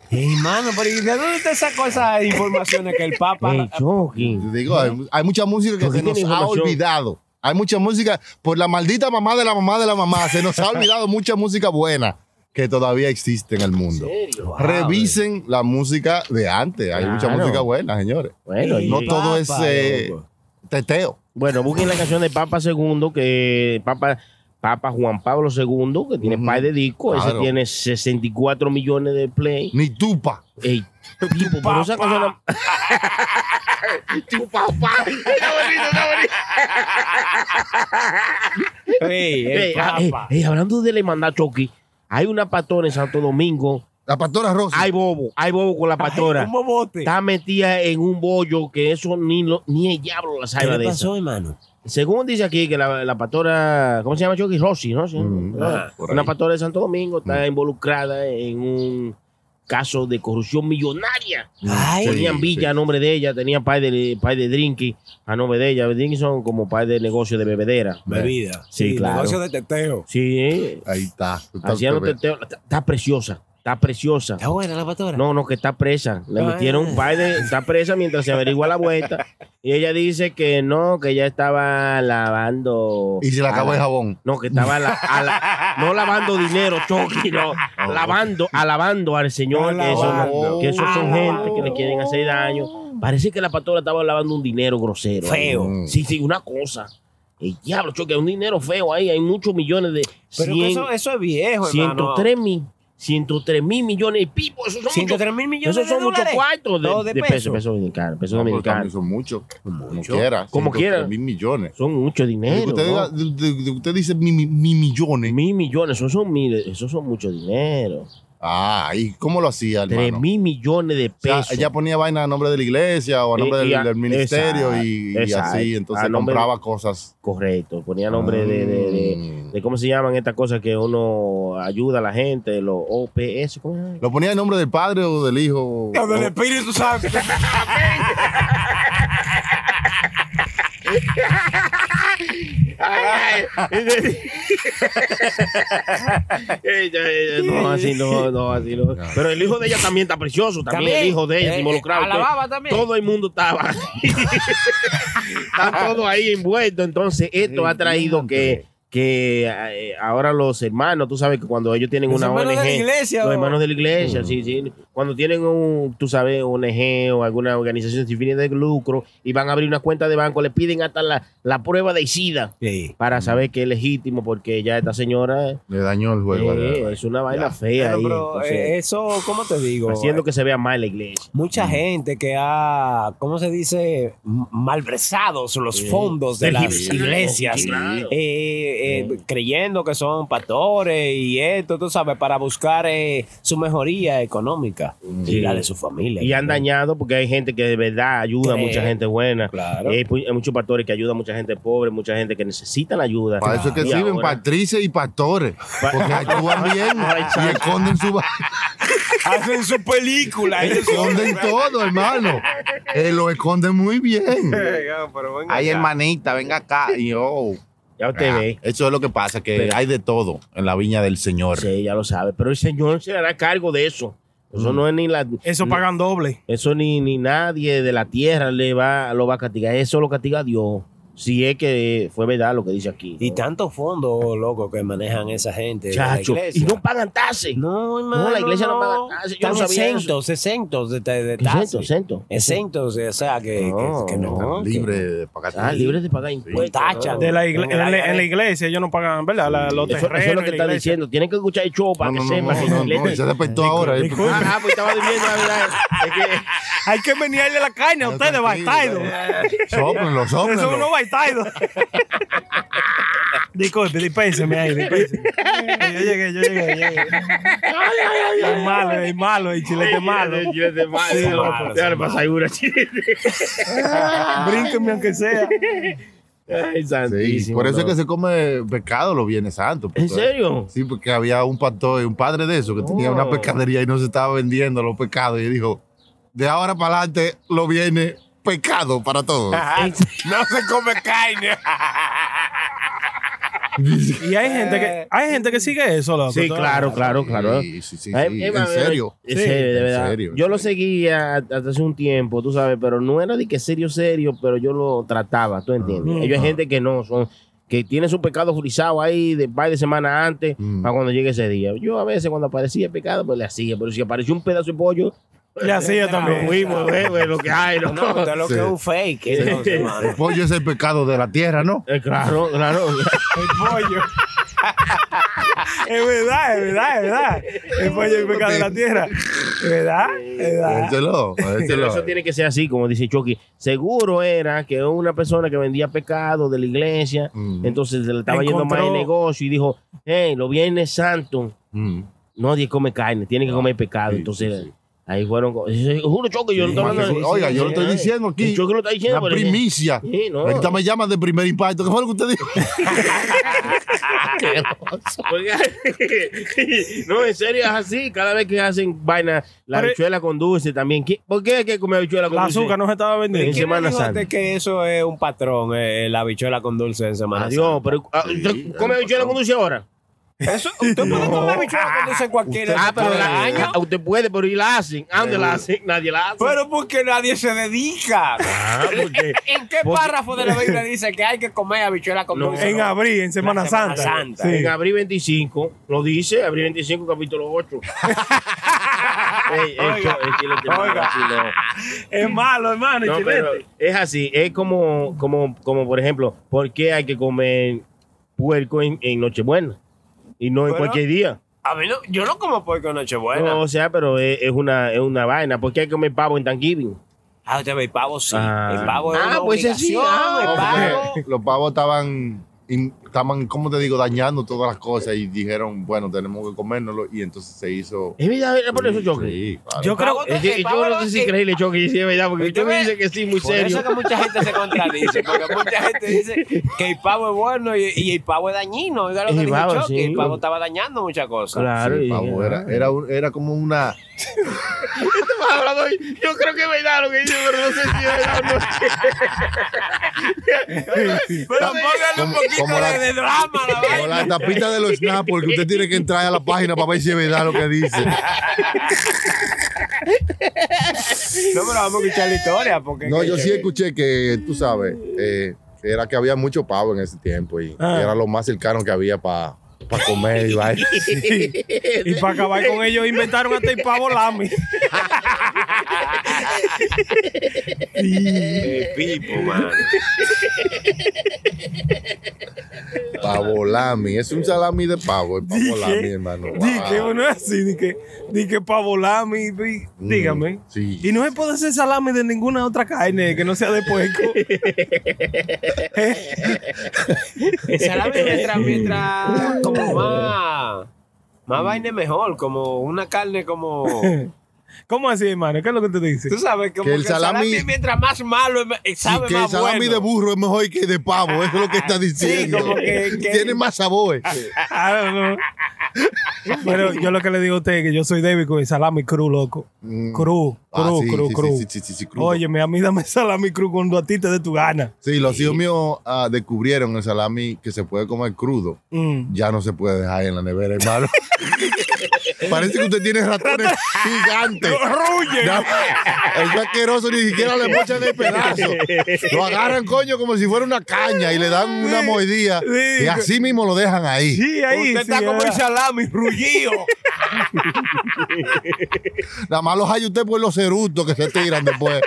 F: Ey, mano, pero ¿y de dónde usted sacó esas informaciones que el Papa.
G: Ey, Chucky.
E: Te digo, hay, hay mucha música que
G: Tú
E: se
G: tienes
E: nos ha
G: información.
E: olvidado. Hay mucha música, por la maldita mamá de la mamá de la mamá, se nos ha olvidado mucha música buena que todavía existe en el mundo. Revisen la música de antes. Hay mucha
G: Claro.
E: música buena, señores.
G: Bueno, y-
E: no todo es eh,
F: loco.
E: teteo.
G: Bueno, busquen la canción de Papa II, que Papa, Papa Juan Pablo II, que tiene par de discos,
E: Claro.
G: ese tiene 64 millones de play.
E: Ni tupa.
G: Ey, tipo, pero esa canción
I: Está bonito, está bonito.
F: Ey, el
G: Ey, ah,
F: Papa.
G: ey, ey, hablando de la hermandad Chucky, hay una patrona en Santo Domingo.
E: La pastora Rosa.
G: Hay bobo, hay bobo con la patrona.
F: Un bobote.
G: Está metida en un bollo que eso ni, lo- ni el diablo la
F: ¿Qué
G: salva
F: le
G: de eso.
F: pasó, hermano?
G: Según dice aquí que la, la pastora, ¿cómo se llama Chucky? Rossi, ¿no? Sí,
F: Mm,
G: ¿no?
F: ah,
G: una pastora de Santo Domingo está involucrada en un caso de corrupción millonaria.
F: Ay.
G: tenían Villa a nombre de ella, tenían par de, par de Drinky a nombre de ella. Drinky son como par de negocio de bebedera.
F: Bebida.
G: Sí, claro.
F: Negocio de Ah, teteo.
G: Sí,
E: Ahí está. Está-
G: hacían los teteos. Está, está preciosa, está preciosa.
F: Está buena la pastora.
G: No, no, que está presa. Le
F: Ah.
G: metieron un par de. Está presa mientras se averigua la vuelta. Y ella dice que no, que ella estaba lavando.
E: Y se le acabó
G: a
E: el jabón.
G: No, que estaba la- a la- no lavando dinero, Chucky, no.
E: Ah,
G: Lavando, alabando al Señor, que eso,
E: Alabando.
G: que eso son
F: Alabando.
G: gente que le quieren hacer daño. Parece que la pastora estaba lavando un dinero grosero.
F: Feo.
E: Mm.
G: ahí. Sí, sí, una cosa. El diablo, Chucky, un dinero feo ahí. Hay muchos millones de.
F: Pero que
G: 100,
F: eso, eso es viejo, hermano.
G: 103 mil. 103 mil millones de pipo. Eso son
F: 103 mil millones
G: Eso
F: de
G: son muchos
F: dólares.
G: cuartos de,
F: No, de
G: de pesos.
F: peso.
G: Pesos dominicanos. Pesos
E: No, pero también
G: dominicanos.
E: son muchos. Como quiera.
G: Como quiera.
E: 103 mil millones.
G: Son mucho dinero.
E: usted,
G: ¿no?
E: diga- de- de- de- usted dice mi, mi- mi millones.
G: Mil millones. Eso son miles. Eso son mucho dinero.
E: Ah, ¿y cómo lo hacía, hermano?
G: Tres mil millones de
E: O sea,
G: pesos.
E: ella ponía vaina a nombre de la iglesia o a
G: Y-
E: nombre
G: y
E: del,
G: a-
E: del ministerio y, y
G: exacto,
E: así.
G: exacto.
E: Entonces
G: A nombre-
E: compraba cosas.
G: Correcto. Ponía nombre de, de,
E: Ah.
G: de- de cómo se llaman estas cosas que uno ayuda a la gente, los OPS. ¿cómo se llama?
E: ¿Lo ponía en nombre del padre o del hijo?
F: No, Del Espíritu Santo.
I: Ay, ay. Ey, ey, ey,
G: No, así no, no, así no. Pero el hijo de ella también está precioso. También,
J: También.
G: el hijo de ella
J: Eh,
G: se involucrado.
J: a la baba también.
G: Todo el mundo estaba. está todo ahí envuelto. Entonces, esto ha traído que que eh, ahora los hermanos, tú sabes que cuando ellos tienen
J: Los
G: una
J: hermanos de
G: ONG,
J: la iglesia,
G: los
J: o-
G: hermanos de la iglesia, sí, sí, cuando tienen un, tú sabes, ONG o alguna organización sin fines de lucro y van a abrir una cuenta de banco, le piden hasta la, la prueba de SIDA
F: Sí.
G: para saber que es legítimo porque ya esta señora eh,
E: Le dañó el juego.
G: es una vaina fea
F: Pero,
G: ahí,
F: bro,
G: entonces,
F: eh, eso, ¿cómo te digo?
E: eh.
G: haciendo que se vea mal la iglesia.
F: Mucha gente que ha, ¿cómo se dice? M- Malversados los fondos de las
G: Tergiversado,
F: iglesias,
G: sí, claro.
F: eh, eh, creyendo que son pastores y esto, tú sabes, para buscar eh, su mejoría económica y la de su familia.
G: Y han dañado porque hay gente que de verdad
E: Eh,
G: ayuda a mucha
F: Cree.
G: gente buena.
F: Claro.
G: Y hay, pu- hay muchos pastores que ayudan a mucha gente pobre, mucha gente que necesita la ayuda.
E: Para eso es que
G: Y
E: sirven
G: ahora-
E: patrices y pastores. Porque actúan bien y esconden su. va-
F: Hacen su película. ellos son-
E: esconden todo, hermano. Eh, lo esconden muy bien. Ay, hermanita, venga acá. Y yo.
G: Ya usted
E: Ah,
G: ve.
E: Eso es lo que pasa, que
G: Pero-
E: hay de todo en la viña del Señor.
G: Sí, ya lo sabe. Pero el Señor se hará cargo de eso.
E: Mm.
G: Eso no es ni la.
H: Eso pagan doble.
G: Eso ni, ni nadie de la tierra le va, lo va a castigar. Eso lo castiga Dios. Si es que fue verdad lo que dice aquí.
F: Y tantos fondos, oh, loco, que manejan esa gente. de la
G: Chacho.
F: iglesia.
G: Y no pagan taxes.
F: No, hermano,
G: la iglesia no paga taxes, yo
F: Están
G: no sabía eso.
F: exentos, exentos de, de, de
G: Exento,
F: taxes.
G: exento.
F: Exentos, o sea, que
G: No,
F: no, que, que no
E: Están
F: que-
E: libres de pagar.
G: Ah, libre de pagar impuestos.
F: Tachan.
H: De la igle-
F: Venga,
H: en, la,
F: venga,
H: en la
F: venga.
H: iglesia ellos no pagan, ¿verdad? La- los
G: Eso, eso
H: terrenos.
G: es lo que
H: y la
G: está
H: iglesia.
G: diciendo. Tienen que escuchar el show
E: No,
G: para
E: no,
G: que
E: no,
G: sepan que
E: no,
G: la
E: no, no,
G: iglesia-
E: se despertó ahora. eh, porque-
G: Ah, pues estaba durmiendo, la verdad. Es que-
H: Hay que menearle la carne a
E: Pero
H: ustedes,
E: tranquilo,
H: baitaido.
E: Sóplenlo,
H: Eso es uno
E: sóplenlo.
H: baitaido. Disculpe, dispénseme ahí, dispénseme. Yo llegué, yo llegué, yo llegué. Es malo, es malo, el chilete es malo.
G: Chilete malo.
H: Sí,
G: no,
H: malo,
G: déjale pasar una chilete.
H: Brínqueme aunque sea.
G: Ay,
E: Sí,
G: santísimo.
E: por eso es
G: no.
E: que se come pescado los Viernes Santos.
G: ¿En
E: porque-
G: serio?
E: pues, Sí, porque había un pastor, un padre de eso, que tenía
G: Oh.
E: una pescadería y no se estaba vendiendo los pescados. Y dijo, de ahora para adelante lo viene pescado para todos.
J: No se come carne.
H: Y hay gente que, hay gente que sigue eso, loco.
G: Sí,
H: Todo-
G: claro, claro, claro.
E: Sí, sí, sí, sí.
G: Ay, eh,
E: en
G: eh,
E: serio.
G: En serio, de
E: en
G: verdad.
E: serio, en
G: yo lo
E: serio.
G: seguía hasta hace un tiempo, tú sabes, pero no era de que serio, serio, pero yo lo trataba, tú
E: Ah.
G: entiendes. Hay gente que no, son que tiene su pecado frisado ahí de par de semanas antes
E: Mm.
G: para cuando llegue ese día. Yo a veces cuando aparecía el pecado, pues le hacía, pero si apareció un pedazo de pollo,
H: Y así yo
G: nos
H: también.
G: fuimos, güey, güey, lo que hay, ¿no?
F: No, usted lo
E: Sí.
F: que es un fake. entonces, hermano.
E: El pollo es el pecado de la tierra, ¿no?
G: Eh, claro, claro.
H: El pollo. Es verdad, es verdad, es verdad. El pollo es pecado de la tierra. Es verdad, es verdad.
E: Échelo,
G: Pero
E: échelo.
G: Ah. eso tiene que ser así, como dice Chucky. Seguro era que una persona que vendía pecado de la iglesia,
E: Mm.
G: entonces le estaba yendo
H: Encontró-
G: mal el negocio y dijo, hey, los viernes santos,
E: Mm. Ah,
G: nadie come carne, tiene que comer pecado.
E: sí,
G: entonces
E: sí, sí.
G: ahí fueron... con- Juro, Chucky, yo no estaba
E: Más que
G: hablando
E: su- Oiga, yo lo estoy diciendo aquí.
G: El Chucky lo está diciendo.
E: La
G: pero-
E: primicia.
G: Sí, no.
E: Ahorita me llaman de primer impacto. ¿Qué fue lo que usted dijo?
G: Oiga, no, en serio es así. Cada vez que hacen vaina, la
H: Pero-
G: habichuela con dulce también. ¿Qué- ¿Por qué hay que comer habichuela con
H: La
G: dulce?
H: azúcar no se estaba
G: En
H: vendiendo.
F: ¿Quién me
G: Semana
F: dijo
G: Santa.
F: antes que eso es un patrón, eh, la bichuela con dulce en Semana
G: Adiós, pero ah,
E: Sí,
G: ¿usted
E: es
G: come
E: un
G: habichuela con
E: patrón.
G: dulce ahora?
F: Santa. Eso, usted puede comer bichuela con dulce en cualquier
E: Usted-
G: Ah, pero
F: época del
G: la-
F: año.
G: ah, usted puede, pero ¿y la hacen? ¿A dónde la hacen? Nadie la hace.
F: Pero porque nadie se dedica.
G: Ah, porque-
F: ¿En qué
G: Porque-
F: párrafo de la Biblia dice que hay que comer habichuela con
G: No,
F: dulce?
H: En abril, en Semana
F: La Semana
H: Santa.
F: Santa.
H: Sí.
G: En abril 25, lo dice, abril 25, capítulo 8. Ey, el cho- el chile te manda, chilo.
H: Es malo, hermano, el
G: No,
H: chilete.
G: pero es así, es como, como, como por ejemplo, ¿por qué hay que comer puerco en, en Nochebuena? Y no en
F: Bueno.
G: cualquier día.
F: A mí no, yo no como pollo en Nochebuena.
G: No, o sea, pero es, es una, es una vaina. ¿Por qué hay que comer pavo en Thanksgiving?
F: Ah, usted ve, el pavo sí.
G: Ah.
F: El pavo es
G: Ah,
F: una
G: pues ese sí.
F: obligación,
G: Ah,
F: el pavo.
E: Los pavos estaban, in- estaban, ¿cómo te digo? Dañando todas las cosas y dijeron, bueno, tenemos que comérnoslo. Y entonces se hizo.
G: Es verdad, era por eso, Choque.
E: Sí, claro.
H: Yo creo
F: Pavo-
G: Es que-
F: el
G: yo
F: pavo
G: no sé
F: lo-
G: si es increíble, Choque, sí, es verdad, porque
F: Usted
G: usted me
F: ve-
G: dice que sí, muy
F: Por eso
G: serio.
F: es que mucha gente se contradice, porque mucha gente dice que el pavo es bueno y, y el pavo es dañino. Oiga lo que
G: El
F: dijo
G: pavo,
F: Chucky,
G: sí.
F: el pavo estaba dañando muchas cosas.
G: Claro,
E: Sí,
G: y-
E: pavo, era, era, un- era como una.
I: hemos hablado hoy. Yo creo que es verdad lo que dice, pero no sé si es verdad o no.
J: Pero póngale un
E: Como-
J: poquito
E: como la-
J: de, de drama a la
E: Como
J: vaina.
E: la tapita de los snaps, porque usted tiene que entrar a la página para ver si es verdad lo que dice.
J: No, pero vamos a escuchar la historia. Porque
E: No,
J: que-
E: yo
J: que-
E: sí escuché que, tú sabes, eh, era que había mucho pavo en ese tiempo y,
H: Ah.
E: y era lo más cercano que había para comer y vaina.
H: Y para acabar con ellos inventaron hasta el pavo lami.
F: El pipo, mano.
E: Pavo lami. Es un salami de pavo, el pavo lami,
H: Dije,
E: hermano.
H: dije,
E: Wow.
H: bueno, es así, dije, dije pavo lami, di-
E: Mm,
H: dígame.
E: sí.
H: Y no se puede hacer salami de ninguna otra carne que no sea de puerco.
J: Esa la vi mientras, mientras como más, más vaina es mejor, como una carne como,
H: ¿Cómo así, hermano? ¿Qué es lo que te dice?
J: tú sabes, como
E: Que el salami-
J: mientras más malo es me-
E: Sí,
G: eh,
J: sabe
E: que el
J: más
E: salami
J: bueno.
E: de burro es mejor que de pavo, eso es lo que está diciendo.
J: como que- Ah, que-
E: Tiene más sabor.
H: Ah, I don't know. Pero yo lo que le digo a usted es que yo soy débil con el salami cru, loco.
E: Mm.
H: Cru, cru,
E: Ah, sí,
H: cru,
E: sí,
H: cru.
E: sí, sí, sí, sí, crudo.
H: Óyeme, a mí dame salami cru cuando a ti te dé tu gana.
E: Sí, los hijos míos ah, descubrieron el salami que se puede comer crudo.
H: Mm.
E: Ya no se puede dejar en la nevera, hermano. Parece que usted tiene ratones gigantes. Ya, es asqueroso, ni siquiera le mochan el pedazo. Lo agarran, coño, como si fuera una caña y le dan una
H: Sí,
E: mordida.
H: sí.
E: y así mismo lo dejan ahí.
H: Sí, ahí.
J: Usted
H: sí,
J: está como
H: ah.
J: el salami rullido.
E: Nada más los hay usted por los cerutos que se tiran después.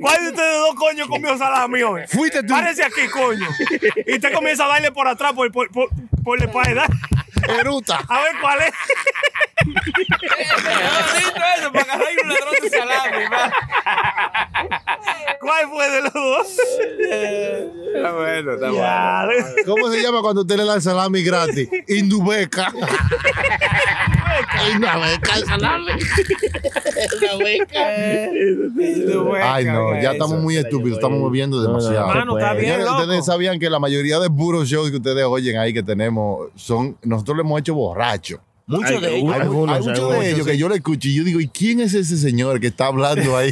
H: ¿Cuál de ustedes dos coño comió salami hoy?
E: Fuiste tú.
H: Párese aquí, coño. Y te comienza a darle por atrás, por, por, por, por la espalda.
E: Eruta.
H: A ver cuál es.
J: Bonito eso, para agarrar un ladrón de salami. va.
H: ¿Cuál fue de los dos?
J: Está bueno, está bueno.
H: Ya,
E: ¿Cómo se llama cuando usted le dan salami gratis? Indubeca. Indubeca, el salami. Ay, no, ya estamos muy estúpidos, estamos moviendo demasiado.
H: Mano,
G: Pues,
H: está
G: eh.
H: bien,
E: Señores,
H: loco.
E: ustedes sabían que la mayoría de puros shows que ustedes oyen ahí que tenemos son, nosotros lo hemos hecho borracho.
G: Muchos de ellos.
E: Hay, mu- hay muchos de ellos que yo le escucho y yo digo, ¿y quién es ese señor que está hablando ahí?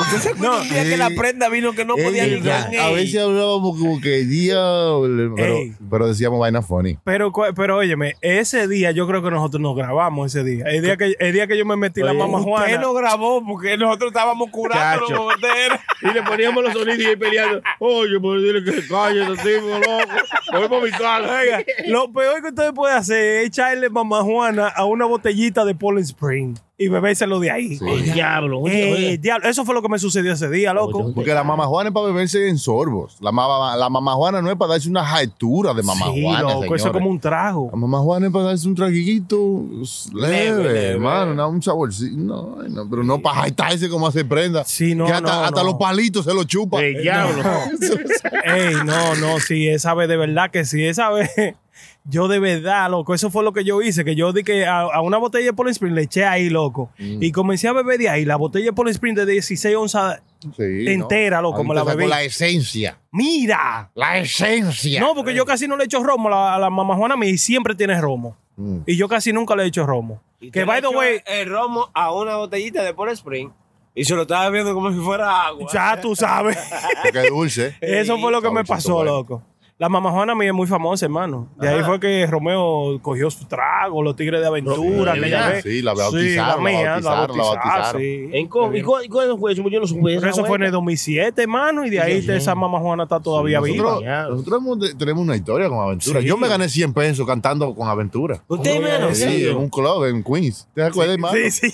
J: ¿Usted se acuerda un día que la prenda vino que no podía
E: Ey,
J: llegar?
E: a veces hablábamos como que diablo, pero,
H: Ey.
E: pero decíamos vaina funny.
H: Pero, cu- pero óyeme, ese día yo creo que nosotros nos grabamos ese día. El día que, el día que yo me metí la
G: Oye,
H: mamá
J: Usted
H: Juana.
J: no grabó porque nosotros estábamos curando
G: Chacho.
J: los boteros.
G: Y le poníamos los sonidos y ahí peleando. Oye, pues dile que se calle ese tipo, loco. Voy para mi casa.
H: Oiga, lo peor que usted puede hacer es echarle mamá Juana a una botellita de Poland Spring y bebérselo de ahí.
G: El diablo. oye,
H: Eh,
G: oye.
H: diablo, eso fue lo que me sucedió ese día, loco.
E: Porque la mamá Juana es para beberse en sorbos. La mamá, la mamá Juana no es para darse una jaitura de mamá
H: sí,
E: Juana.
H: loco, eso es
E: señores.
H: como un trago.
E: La mamá Juana es para darse un traguito leve,
J: Leve, leve.
E: hermano, no, un saborcito. No, ay, no, pero no para jaitarse como hace prenda.
H: Sí, no,
E: que hasta,
H: no,
E: hasta
H: no.
E: los palitos se los chupa.
G: El diablo.
H: Ey, no, no, sí, esa vez de verdad que sí, esa vez. Yo de verdad, loco, eso fue lo que yo hice, que yo di que a, a una botella de Poland Spring le eché ahí, loco.
E: Mm.
H: Y comencé a beber de ahí, la botella de Poland Spring de 16 onzas.
E: Sí,
H: Entera, loco,
E: Ahí
H: me
E: te
H: la
E: sacó
H: bebí.
E: la esencia.
H: ¡Mira!
E: La esencia.
H: No, porque yo casi no le echo romo a la, a la mamá Juana mía y siempre tiene romo.
E: Mm.
H: Y yo casi nunca le he hecho romo. Que by the way,
J: El romo a una botellita de Paul Spring y se lo estaba viendo como si fuera agua.
H: ya tú sabes.
E: Porque es dulce.
H: Eso fue lo que
E: Está
H: me
E: muchito
H: pasó,
E: bueno.
H: loco. La mamá Juana mía es muy famosa, hermano. De ahí fue que Romeo cogió su trago, los Tigres de Aventura,
G: Sí,
H: aquella
G: sí,
H: vez.
E: sí, la bautizaron, la bautizaron, la bautizaron.
H: sí.
G: ¿En cómo? ¿Y cu- y cuándo fue eso? Yo no supe.
H: Pero
G: esa
H: eso fue en
G: vuelta.
H: el 2007, hermano, y de ahí esa mamá Juana está todavía viva.
E: Nosotros, nosotros hemos de- tenemos una historia con Aventura. Yo me gané 100 pesos cantando con Aventura.
J: Usted, hermano.
E: Sí, en un club en Queens. ¿Te acuerdas, hermano?
H: Sí, sí.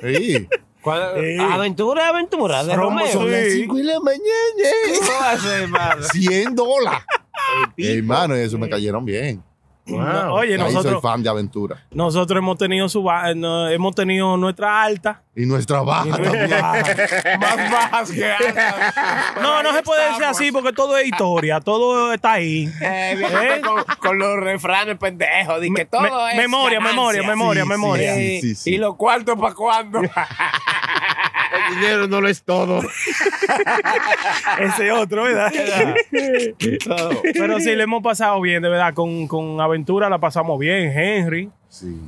E: Sí.
J: Cuando-
H: Sí.
J: Aventura, aventura. De
H: Romo
J: Romeo.
H: son- Sí.
E: 5 de la mañana.
J: ¿Cómo va a ser, hermano?
E: 100 dólares. Hermano, y eso me cayeron bien.
H: No, oye,
E: Ahí soy
H: nosotros,
E: fan de Aventura.
H: nosotros hemos tenido su ba- eh, no, hemos tenido nuestra alta.
E: Y nuestra baja también.
J: Más bajas que altas.
H: No, no se puede decir así porque todo es historia, todo está ahí.
J: Eh, viejito,
H: ¿Eh?
J: con, con los refranes pendejos. di que todo
H: Me-
J: es
H: memoria,
J: ganancia.
H: memoria, memoria,
E: Sí,
H: memoria.
E: sí.
J: Eh, ¿Y los cuartos para cuándo?
I: El dinero no lo es todo.
H: Ese otro, ¿verdad? Pero sí, le hemos pasado bien, de verdad. Con, con Aventura la pasamos bien, Henry.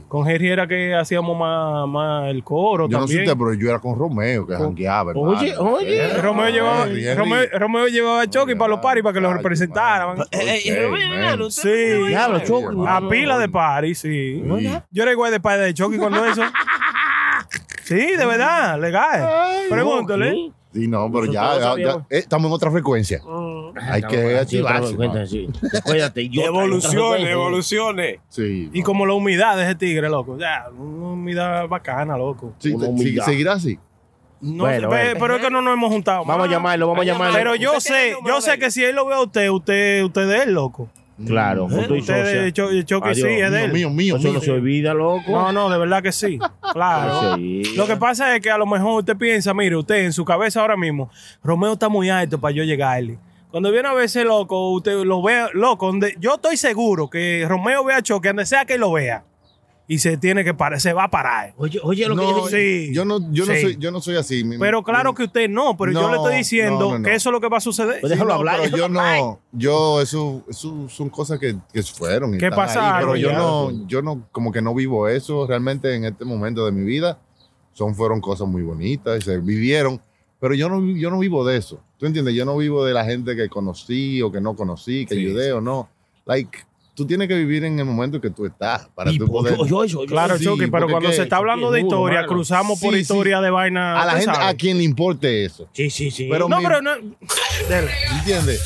H: Con Henry era que hacíamos más, más el coro
E: Yo no sé
H: también. Oh,
E: usted, pero yo era con Romeo que jangueaba, hermano.
G: Oye, oye.
E: Eh,
H: Romeo llevaba,
E: Henry, Henry.
H: Romeo, Eh, Romeo llevaba a Chucky para los paris para que los
E: Ay,
H: representaran.
E: man.
J: Ey,
E: Ok,
J: Romeo,
E: man.
J: hermano, usted
H: Sí.
J: no se va a
G: Diablo,
J: ir.
G: Chucky.
H: A pila de paris, sí. Yo era igual de padre de Chucky cuando eso. Sí, de verdad, legal. Pregúntale.
J: ¿eh?
G: Sí.
E: Sí, no, pero ya, ya-
G: Nosotros
E: ya-
G: sabíamos.
E: eh, estamos en otra frecuencia.
H: Oh.
E: Hay que
G: Sí, estamos
E: activarse.
G: en
E: ¿no?
G: cuenta, sí. Acuérdate, yo-
F: Evoluciones,
G: Sí.
F: evoluciones.
E: Sí.
H: Y como la humedad de ese tigre, loco. Ya, una humedad bacana, loco.
E: Sí, te-
G: Una
E: sí,
G: humildad.
E: seguirá así.
H: No,
G: Bueno,
H: pe-
G: bueno.
H: pero es que no nos hemos juntado.
G: Vamos a
H: más.
G: llamarlo, vamos a llamarlo.
H: Pero yo
F: ¿Usted tiene
H: sé,
F: el número
H: yo
F: de
H: sé
F: él?
H: que si él lo ve a usted, usted, usted es él, loco.
G: Claro,
J: ¿Eh?
G: junto y
H: Usted
G: socia.
H: de Cho- de Chucky sí, es
G: Adiós.
H: de
E: Mío,
H: él.
E: mío, mío.
G: Eso no
E: mío.
G: se olvida, loco.
H: No, no, de verdad que sí. Claro.
G: No se olvida.
H: Lo que pasa es que a lo mejor usted piensa, mire, usted en su cabeza ahora mismo, Romeo está muy alto para yo llegarle. Cuando viene a verse loco, usted lo ve loco. Donde, yo estoy seguro que Romeo ve a Chucky, donde sea que lo vea, y se tiene que parar, se va a parar.
G: Oye, oye, lo que
E: No,
G: yo dije.
H: Sí.
E: Yo no, yo no
H: Sí.
E: soy, yo no soy así. mi-
H: Pero claro
E: mi-
H: que usted no, pero yo
E: No,
H: le estoy diciendo
E: no, no, no.
H: que eso es lo que va a suceder.
G: Pues déjalo
E: no,
G: hablar.
E: Pero yo
G: déjalo hablar.
E: no, yo eso, eso son cosas que, que fueron. y
H: ¿Qué
E: están ahí,
H: pasaron?
E: pero yo
H: Ya.
E: no, yo no, como que no vivo eso realmente en este momento de mi vida. Son, fueron cosas muy bonitas y se vivieron, pero yo no, yo no vivo de eso. ¿Tú entiendes? Yo no vivo de la gente que conocí o que no conocí, que ayudé o no. Like, tú tienes que vivir en el momento que tú estás para
G: Y
E: tú
G: po-
E: poder.
G: yo- yo- yo-
H: Claro,
E: Sí,
H: Chucky, pero
E: porque
H: cuando
E: qué-
H: se está
E: porque
H: hablando
G: es
H: de
G: duro,
H: historia,
G: mano.
H: cruzamos por
E: Sí, sí.
H: historia de vaina.
E: a la
H: usted
E: gente,
H: sabe.
E: a quien le importe eso.
G: Sí, sí, sí.
E: Pero
H: No,
E: mi-
H: pero no. Dele.
E: ¿Entiendes?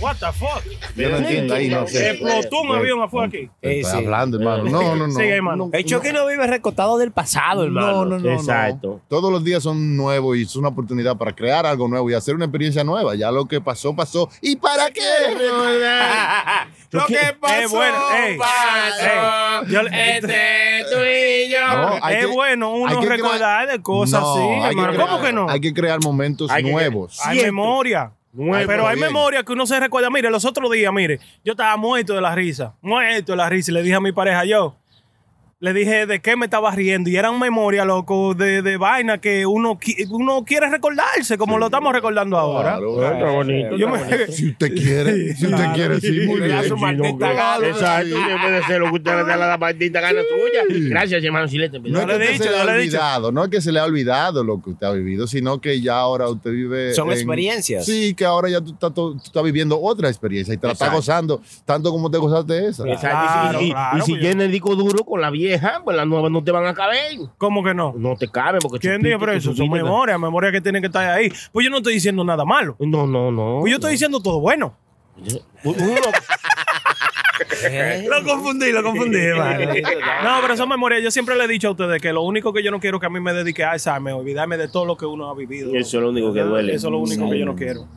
H: What the fuck?
E: Yo no entiendo ahí, no sé. Pues,
H: Explotó un avión afuera aquí.
E: Estoy
F: Sí, sí.
E: hablando, hermano. No, no, no.
H: Sigue, hermano.
E: No,
F: El Chucky no vive recotado del pasado, hermano. Eh,
E: No, no, no, no.
G: Exacto.
E: Todos los días son nuevos y es una oportunidad para crear algo nuevo y hacer una experiencia nueva. Ya lo que pasó, pasó. ¿Y para qué?
F: Lo que pasó,
H: Es bueno, ey,
F: pasó.
H: ey, yo le-
F: Este, tú y yo.
E: No, hay
H: es
E: que-
H: bueno
E: hay
H: uno
E: que
H: recordar de cosas
E: No, hay
H: así,
E: que
H: hermano.
E: crear-
H: ¿Cómo que no?
E: Hay
H: Hay,
E: que crear momentos
G: Hay que-
E: nuevos.
H: memoria.
E: Nuevo,
H: pero hay
E: bien.
H: memoria que uno se recuerda. Mire, los otros días, mire, yo estaba muerto de la risa, muerto de la risa. Y le dije a mi pareja, yo, le dije de qué me estaba riendo. Y eran memoria, loco, de, de vaina que uno, qui- uno quiere recordarse, como lo estamos recordando ahora.
E: Claro.
G: Está bonito.
H: Yo me-
E: Si usted quiere, si usted quiere, sí, muy
F: Le da
E: bien.
F: su maldita
E: Claro,
F: gana.
E: sí.
I: Exacto, usted puede hacer lo que usted le da la maldita gana suya.
G: Gracias, hermano Silete.
E: No
H: le
E: es que
H: he
E: usted
H: dicho,
E: se le
H: no
E: ha
H: le he dicho.
E: olvidado, no es que se le ha olvidado lo que usted ha vivido, sino que ya ahora usted vive.
F: Son experiencias.
E: Sí, que ahora ya tú estás, tú estás viviendo otra experiencia y te la estás gozando tanto como te gozaste esa.
G: Exacto. Y si- y-
H: Claro,
G: y si
H: claro,
G: llena el disco duro con la vieja, pues las nuevas no te van a caber.
H: ¿Cómo que no?
G: No te caben porque
H: ¿Quién
G: chupito,
H: dijo pero eso? Son
G: chupito,
H: memorias, memorias que tienen que estar ahí. Pues yo no estoy diciendo nada malo.
G: No, no, no.
H: Pues yo estoy diciendo todo bueno. Lo confundí, lo confundí, hermano. No, pero son memorias. Yo siempre le he dicho a ustedes que lo único que yo no quiero es que a mí me dedique a Alzheimer, olvidarme de todo lo que uno ha vivido. Ah,
G: Eso es lo único que duele.
H: Eso es lo único que yo
G: Mm.
H: no quiero.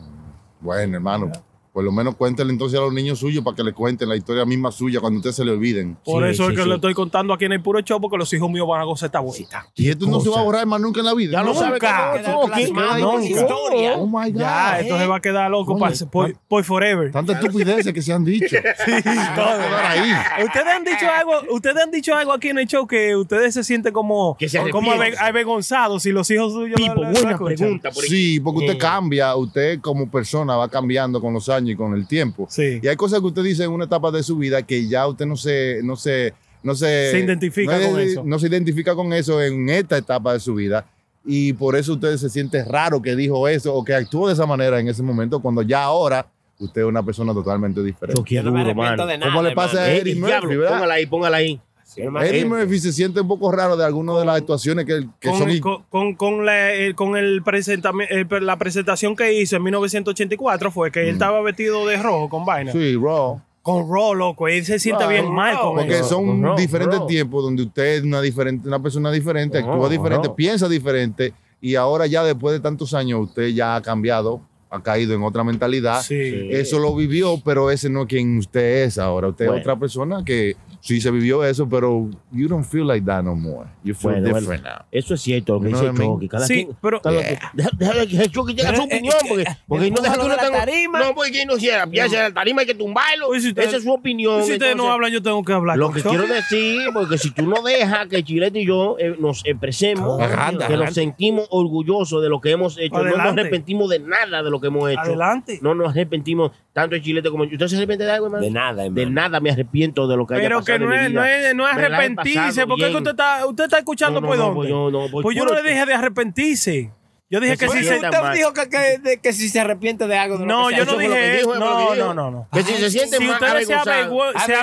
E: Bueno, hermano, por lo menos cuéntale entonces a los niños suyos para que le cuenten la historia misma suya cuando ustedes se le olviden.
H: Por
G: Sí,
H: eso
G: sí,
H: es que
G: sí.
H: le estoy contando aquí en el puro show porque los hijos míos van a gozar esta vuelta.
E: Y esto no se va a borrar más nunca en la vida.
G: Ya lo
E: Nunca.
G: sabe todo,
F: Queda
G: todo, ¿qué?
F: plasmado en
H: Nunca.
F: la historia.
E: Oh my God.
H: Ya, eh. esto se va a quedar loco
E: Coño,
H: para- por por forever.
E: Tantas estupideces que se han dicho. sí, ahí.
H: Ustedes han dicho algo, ustedes han dicho algo aquí en el show que ustedes se sienten como,
G: Que se
H: como
G: arrepienten.
H: aver- avergonzados si los hijos suyos.
G: Tipo,
H: lo- lo
G: buena
H: escuchan.
G: pregunta. por ejemplo.
E: Sí, porque usted
G: Eh.
E: cambia, usted como persona va cambiando con los años y con el tiempo.
H: Sí.
E: Y hay cosas que usted dice en una etapa de su vida que ya usted no se, no se, no se,
H: Se identifica
E: no
H: con
E: es-
H: eso.
E: No se identifica con eso en esta etapa de su vida. Y por eso usted se siente raro que dijo eso o que actuó de esa manera en ese momento cuando ya ahora usted es una persona totalmente diferente.
G: Yo
F: Yo
G: quiero
F: no me
G: duro,
F: arrepiento
G: mano.
F: de nada.
E: ¿Cómo le pasa a
F: hermano.
G: Eh,
E: Eddie Murphy,
G: diablo,
E: verdad?
G: póngala ahí, póngala ahí.
F: Sí, hermano.
E: Eddie Murphy se siente un poco raro de algunas de las actuaciones que, que
H: Con,
E: son
H: el- con, con- con la, el- con el presentami- el- la presentación que hizo en 1984 fue
G: Mm.
H: que él estaba vestido de rojo con vaina.
E: Sí, raw.
H: Con Ro, loco. Él se siente
E: Ah,
H: bien mal con
E: Porque
H: eso.
E: son
G: no,
E: diferentes
G: no.
E: tiempos donde usted es una, diferente, una persona diferente,
G: No,
E: actúa diferente,
G: no.
E: piensa diferente y ahora ya después de tantos años usted ya ha cambiado ha caído en otra
G: ah,
E: mentalidad.
H: Sí.
E: Eso lo vivió, pero ese no es quien usted es ahora. Usted
G: Bueno.
E: es otra persona que sí se vivió eso, pero you don't feel like that no more. You feel
G: Bueno, bueno.
E: different now.
G: Eso es cierto, lo que
E: You know
G: dice
E: what I mean?
G: Chucky. Cada
H: Sí,
G: quien-
H: pero- eh,
G: cada quien- Deja- Déjale que Chucky tenga su opinión, porque, porque no deja que
C: de
G: uno
C: la
G: tenga-
C: tarima.
G: No, porque no si
H: Pues
G: la pieza de la tarima hay que tumbarlo.
H: Uy, Pues si ustedes-
G: Esa es su opinión.
H: si ustedes no
G: entonces-
H: hablan, yo tengo que hablar.
G: Lo
H: con
G: que
H: Chucky.
G: quiero decir, porque si tú no dejas que Chilete y yo eh, nos
H: Ah,
G: expresemos,
E: Adelante,
G: que nos
E: adelante.
G: sentimos orgullosos de lo que hemos hecho, no nos
H: Adelante.
G: arrepentimos de nada de lo que hemos hecho.
H: Adelante.
G: No nos arrepentimos tanto de Chilete como yo. ¿Usted se arrepiente de algo, hermano?
F: De nada,
G: De
F: hermano.
G: nada me arrepiento de lo que haya
H: Pero
G: pasado
H: que
G: en
H: no
G: mi
H: es, no
G: vida.
H: es, no es
G: Me la he
H: arrepentirse,
G: pasado
H: porque es que
G: bien.
H: usted está, usted está escuchando
G: No, no,
H: por
G: no,
H: dónde.
G: pues yo no, voy
H: pues yo no
G: puro
H: le dije de arrepentirse. Yo dije
G: Eso
H: que
E: Pues,
G: es
H: si
G: cierto.
H: se.
G: Está
F: Usted
G: mal.
F: dijo que, que, de- que si se arrepiente de algo. de lo
H: No,
F: que sea,
H: yo
F: eso
H: no
G: fue lo
H: dije
G: que
H: eso.
G: dijo, fue lo
H: No,
G: que
H: no,
G: dijo.
H: no, no.
G: Que si se siente
H: Si
G: más
H: ustedes se,
G: avergonzado. eh,
H: avergüe- se
F: Ah, de- está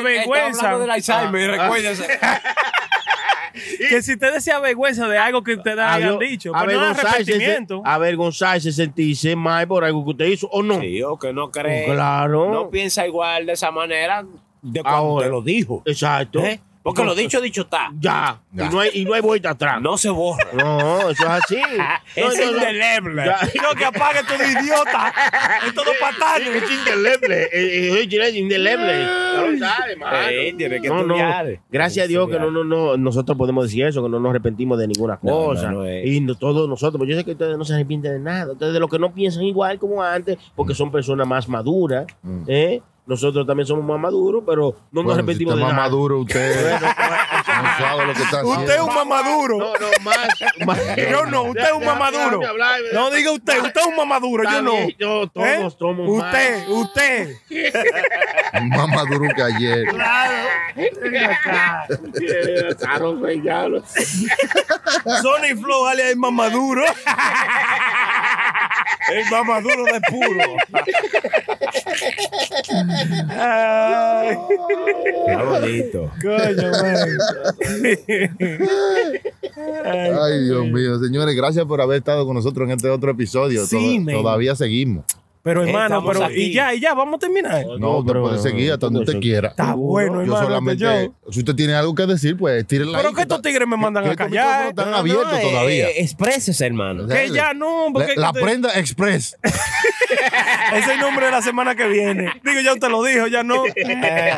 H: avergüenzan,
F: hablando del Alzheimer,
E: Ah.
F: recuérdese.
H: que si ustedes se avergüenzan de algo que ustedes hayan
G: Aver-
H: dicho, pero no es arrepentimiento.
G: avergonzarse, sentirse mal por algo que usted hizo o no. Oh,
F: Sí, o que no cree.
G: Claro.
F: No piensa igual de esa manera de cuando
G: Ahora.
F: te lo dijo.
G: Exacto.
F: ¿eh? Porque
G: No,
F: lo dicho, dicho está.
G: Ya. Y, no hay, y no hay vuelta atrás.
F: No se borra.
G: No, eso es así. No,
F: es
G: no, no.
F: indeleble.
G: Ya.
F: Lo que apague todo idiota. Es todo patán.
G: Es Ah, indeleble. Eh, eh, Oye, es indeleble. No lo sabe, mano.
F: Eh, tiene que
G: No, no.
F: estudiar.
G: Gracias a Dios que no, no, no, nosotros podemos decir eso, que no nos arrepentimos de ninguna
F: No, no,
G: cosa.
F: no, eh.
G: Y no- todos nosotros, pues yo sé que ustedes no se arrepienten de nada. Ustedes de lo que no piensan igual como antes,
F: Mm.
G: porque son personas más maduras. ¿eh? Nosotros también somos más maduros, pero no nos
E: Bueno, si
G: arrepentimos
E: usted
G: de
E: es más
G: nada. pues,
E: maduro, usted no sabe lo que está haciendo.
F: Usted es un mamaduro.
G: No, no, más. más-
F: Yo no, usted es un
G: Déjame-
F: mamaduro.
G: déjame hablar,
F: No diga usted, usted es un mamaduro,
G: Está
F: yo no.
G: bien, Yo tomo,
F: ¿Eh?
G: tomo más.
F: Usted, usted.
E: más maduro que ayer.
G: Claro, güey, ya lo-
F: Sony Flow, alias el mamaduro. El mamaduro de puro. Ay,
J: Qué bonito.
F: coño, man.
E: Ay, Dios mío. Señores, gracias por haber estado con nosotros en este otro episodio.
H: Sí,
E: Tod-
H: men.
E: Todavía seguimos.
H: Pero hermano,
F: Estamos
H: pero
F: aquí.
H: y ya, y ya, vamos a terminar.
E: No, usted
G: pero-
E: puede seguir hasta donde usted quiera.
H: Está bueno,
E: Yo
H: hermano. este
E: solamente,
H: yo-
E: si usted tiene algo que decir, pues tire la
H: Pero que estos tigres me mandan a callar.
E: están abiertos todavía.
F: exprésese, hermano.
H: Que ya no,
E: La,
H: porque
E: la
H: usted-
E: prenda express.
H: ese es el nombre de la semana que viene. Digo, ya usted lo dijo, ya no.
G: Eh,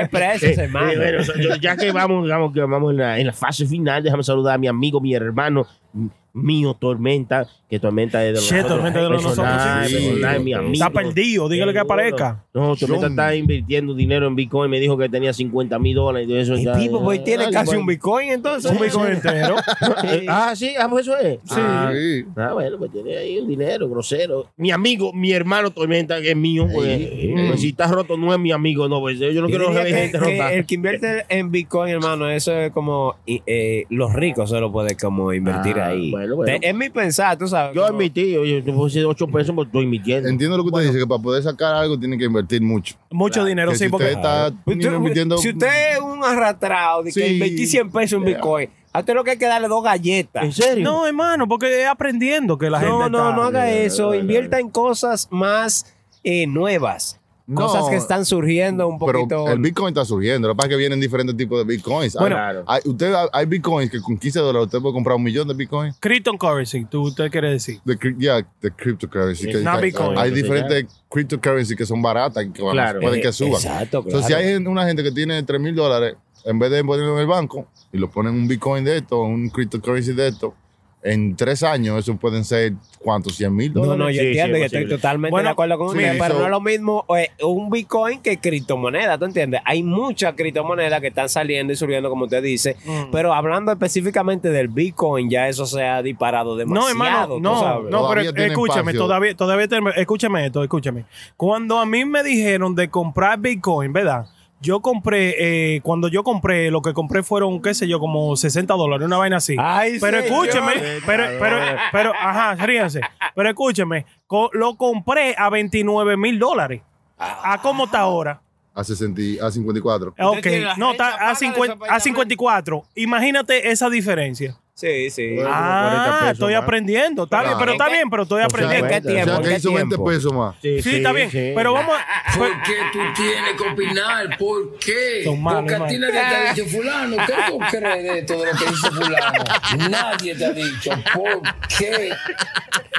F: Exprésese,
G: eh,
F: hermano.
G: bueno, so- yo- ya que vamos, digamos que vamos en la, en la fase final, déjame saludar a mi amigo, mi hermano, m- mío Tormenta, que Tormenta es de los
H: Che, Tormenta es de los
G: personal,
E: nosotros, sí.
G: personal,
E: Sí,
G: mi
E: Tormenta.
G: amigo.
H: Está perdido, dígale que
G: Seguro.
H: aparezca.
G: No, Tormenta
E: Yo-
G: está invirtiendo dinero en Bitcoin, me dijo que tenía 50 mil dólares. y eso
F: El
G: está-
F: tipo, pues, tiene
G: Ah,
F: casi
G: bueno.
F: un Bitcoin, entonces.
H: Un Bitcoin entero.
G: Eh, Ah, sí, ah, pues eso es. Ah,
E: Sí.
G: Ah, bueno, pues tiene ahí un dinero grosero. Mi amigo, mi hermano Tormenta, que es mío, pues, pues, si está roto no es mi amigo, no, pues yo no
F: Yo
G: quiero
F: diría
G: ver
F: que-
G: gente
F: que
G: rota.
F: el que invierte en Bitcoin, hermano, eso es como y, eh, los ricos solo pueden como invertir
G: Ah,
F: ahí.
G: bueno, bueno.
F: Te- Es mi pensar, tú sabes.
G: Yo
F: como-
G: emití, oye, tú puse 8 pesos, pues estoy emitiendo.
E: Entiendo lo que usted dice, que para poder sacar algo tiene que invertir mucho.
H: Mucho dinero,
E: Que
H: sí,
E: si
H: porque.
E: usted está
F: Usted-
E: invirtiendo...
F: Si usted es un arrastrado de que
E: Sí.
F: invertí 100 pesos en
E: Yeah.
F: Bitcoin, a usted lo que hay que darle dos galletas.
G: ¿En serio?
H: No, hermano, porque es aprendiendo que la gente.
F: no, no,
H: está-
F: no haga eso. Invierta en cosas más eh, nuevas.
E: No,
F: cosas que están surgiendo un
E: pero
F: poquito.
E: el Bitcoin está surgiendo. Lo que pasa es que vienen diferentes tipos de Bitcoins. Hay-
G: Claro.
E: hay, usted, hay Bitcoins que con 15 dólares usted puede comprar un millón de Bitcoins.
H: Cryptocurrency, tú usted quiere decir.
E: De, cri- yeah, de cryptocurrency.
G: Sí,
E: que-
H: no
E: hay-
H: Bitcoin.
E: Hay diferentes cryptocurrency que son baratas y que van-
G: Claro.
E: puede que
F: Eh,
E: suban.
F: Exacto,
E: Entonces, si
F: claro.
E: hay gente- una gente que tiene 3 mil dólares, en vez de ponerlo en el banco y lo ponen en un Bitcoin de esto, un cryptocurrency de esto, en tres años, eso pueden ser, ¿cuántos? 100 mil
F: No,
E: dólares.
F: no,
G: Sí,
F: yo
G: sí,
F: entiendo, yo
G: posible.
F: estoy totalmente
H: Bueno,
F: de acuerdo con
E: sí,
F: usted, pero
E: so-
F: no es lo mismo eh, un Bitcoin que criptomoneda, ¿tú entiendes? Hay muchas criptomonedas que están saliendo y subiendo, como usted dice, pero hablando específicamente del Bitcoin, ya eso se ha disparado demasiado.
H: No, hermano,
F: tú
H: no,
F: sabes.
H: no,
E: Todavía
H: pero
E: tiene
H: escúchame,
E: espacio.
H: todavía, todavía, tenemos- escúchame esto, escúchame. Cuando a mí me dijeron de comprar Bitcoin, ¿verdad? Yo compré, eh, cuando yo compré, lo que compré fueron, qué sé yo, como 60 dólares, una vaina así.
F: Ay,
H: pero
F: señor.
H: escúchame, pero, pero, pero, ajá, ríanse. Pero escúchame, co- lo compré a 29 mil dólares. ¿A cómo está ahora?
E: A, 60, a 54.
H: Ok,
F: tiene la
H: no,
F: renta
H: está a,
F: paga de
H: cincuenta-
F: esos
H: a 54. Imagínate esa diferencia.
F: Sí, sí.
G: Bueno, como 40
H: Ah,
G: pesos
H: estoy
G: más.
H: aprendiendo. Está bien,
E: Claro.
H: pero está bien, pero estoy
F: O sea,
H: aprendiendo.
F: ¿qué
E: O
F: tiempo?
E: sea, que
F: ¿Qué
E: hizo 20
F: tiempo?
E: pesos más.
H: Sí, está bien. Pero vamos a. pues,
D: ¿Por qué tú tienes que opinar? ¿Por qué?
H: Son malos,
D: Porque a ti nadie te ha dicho fulano. ¿Qué tú crees de todo lo que dice fulano? Nadie te ha dicho. ¿Por qué?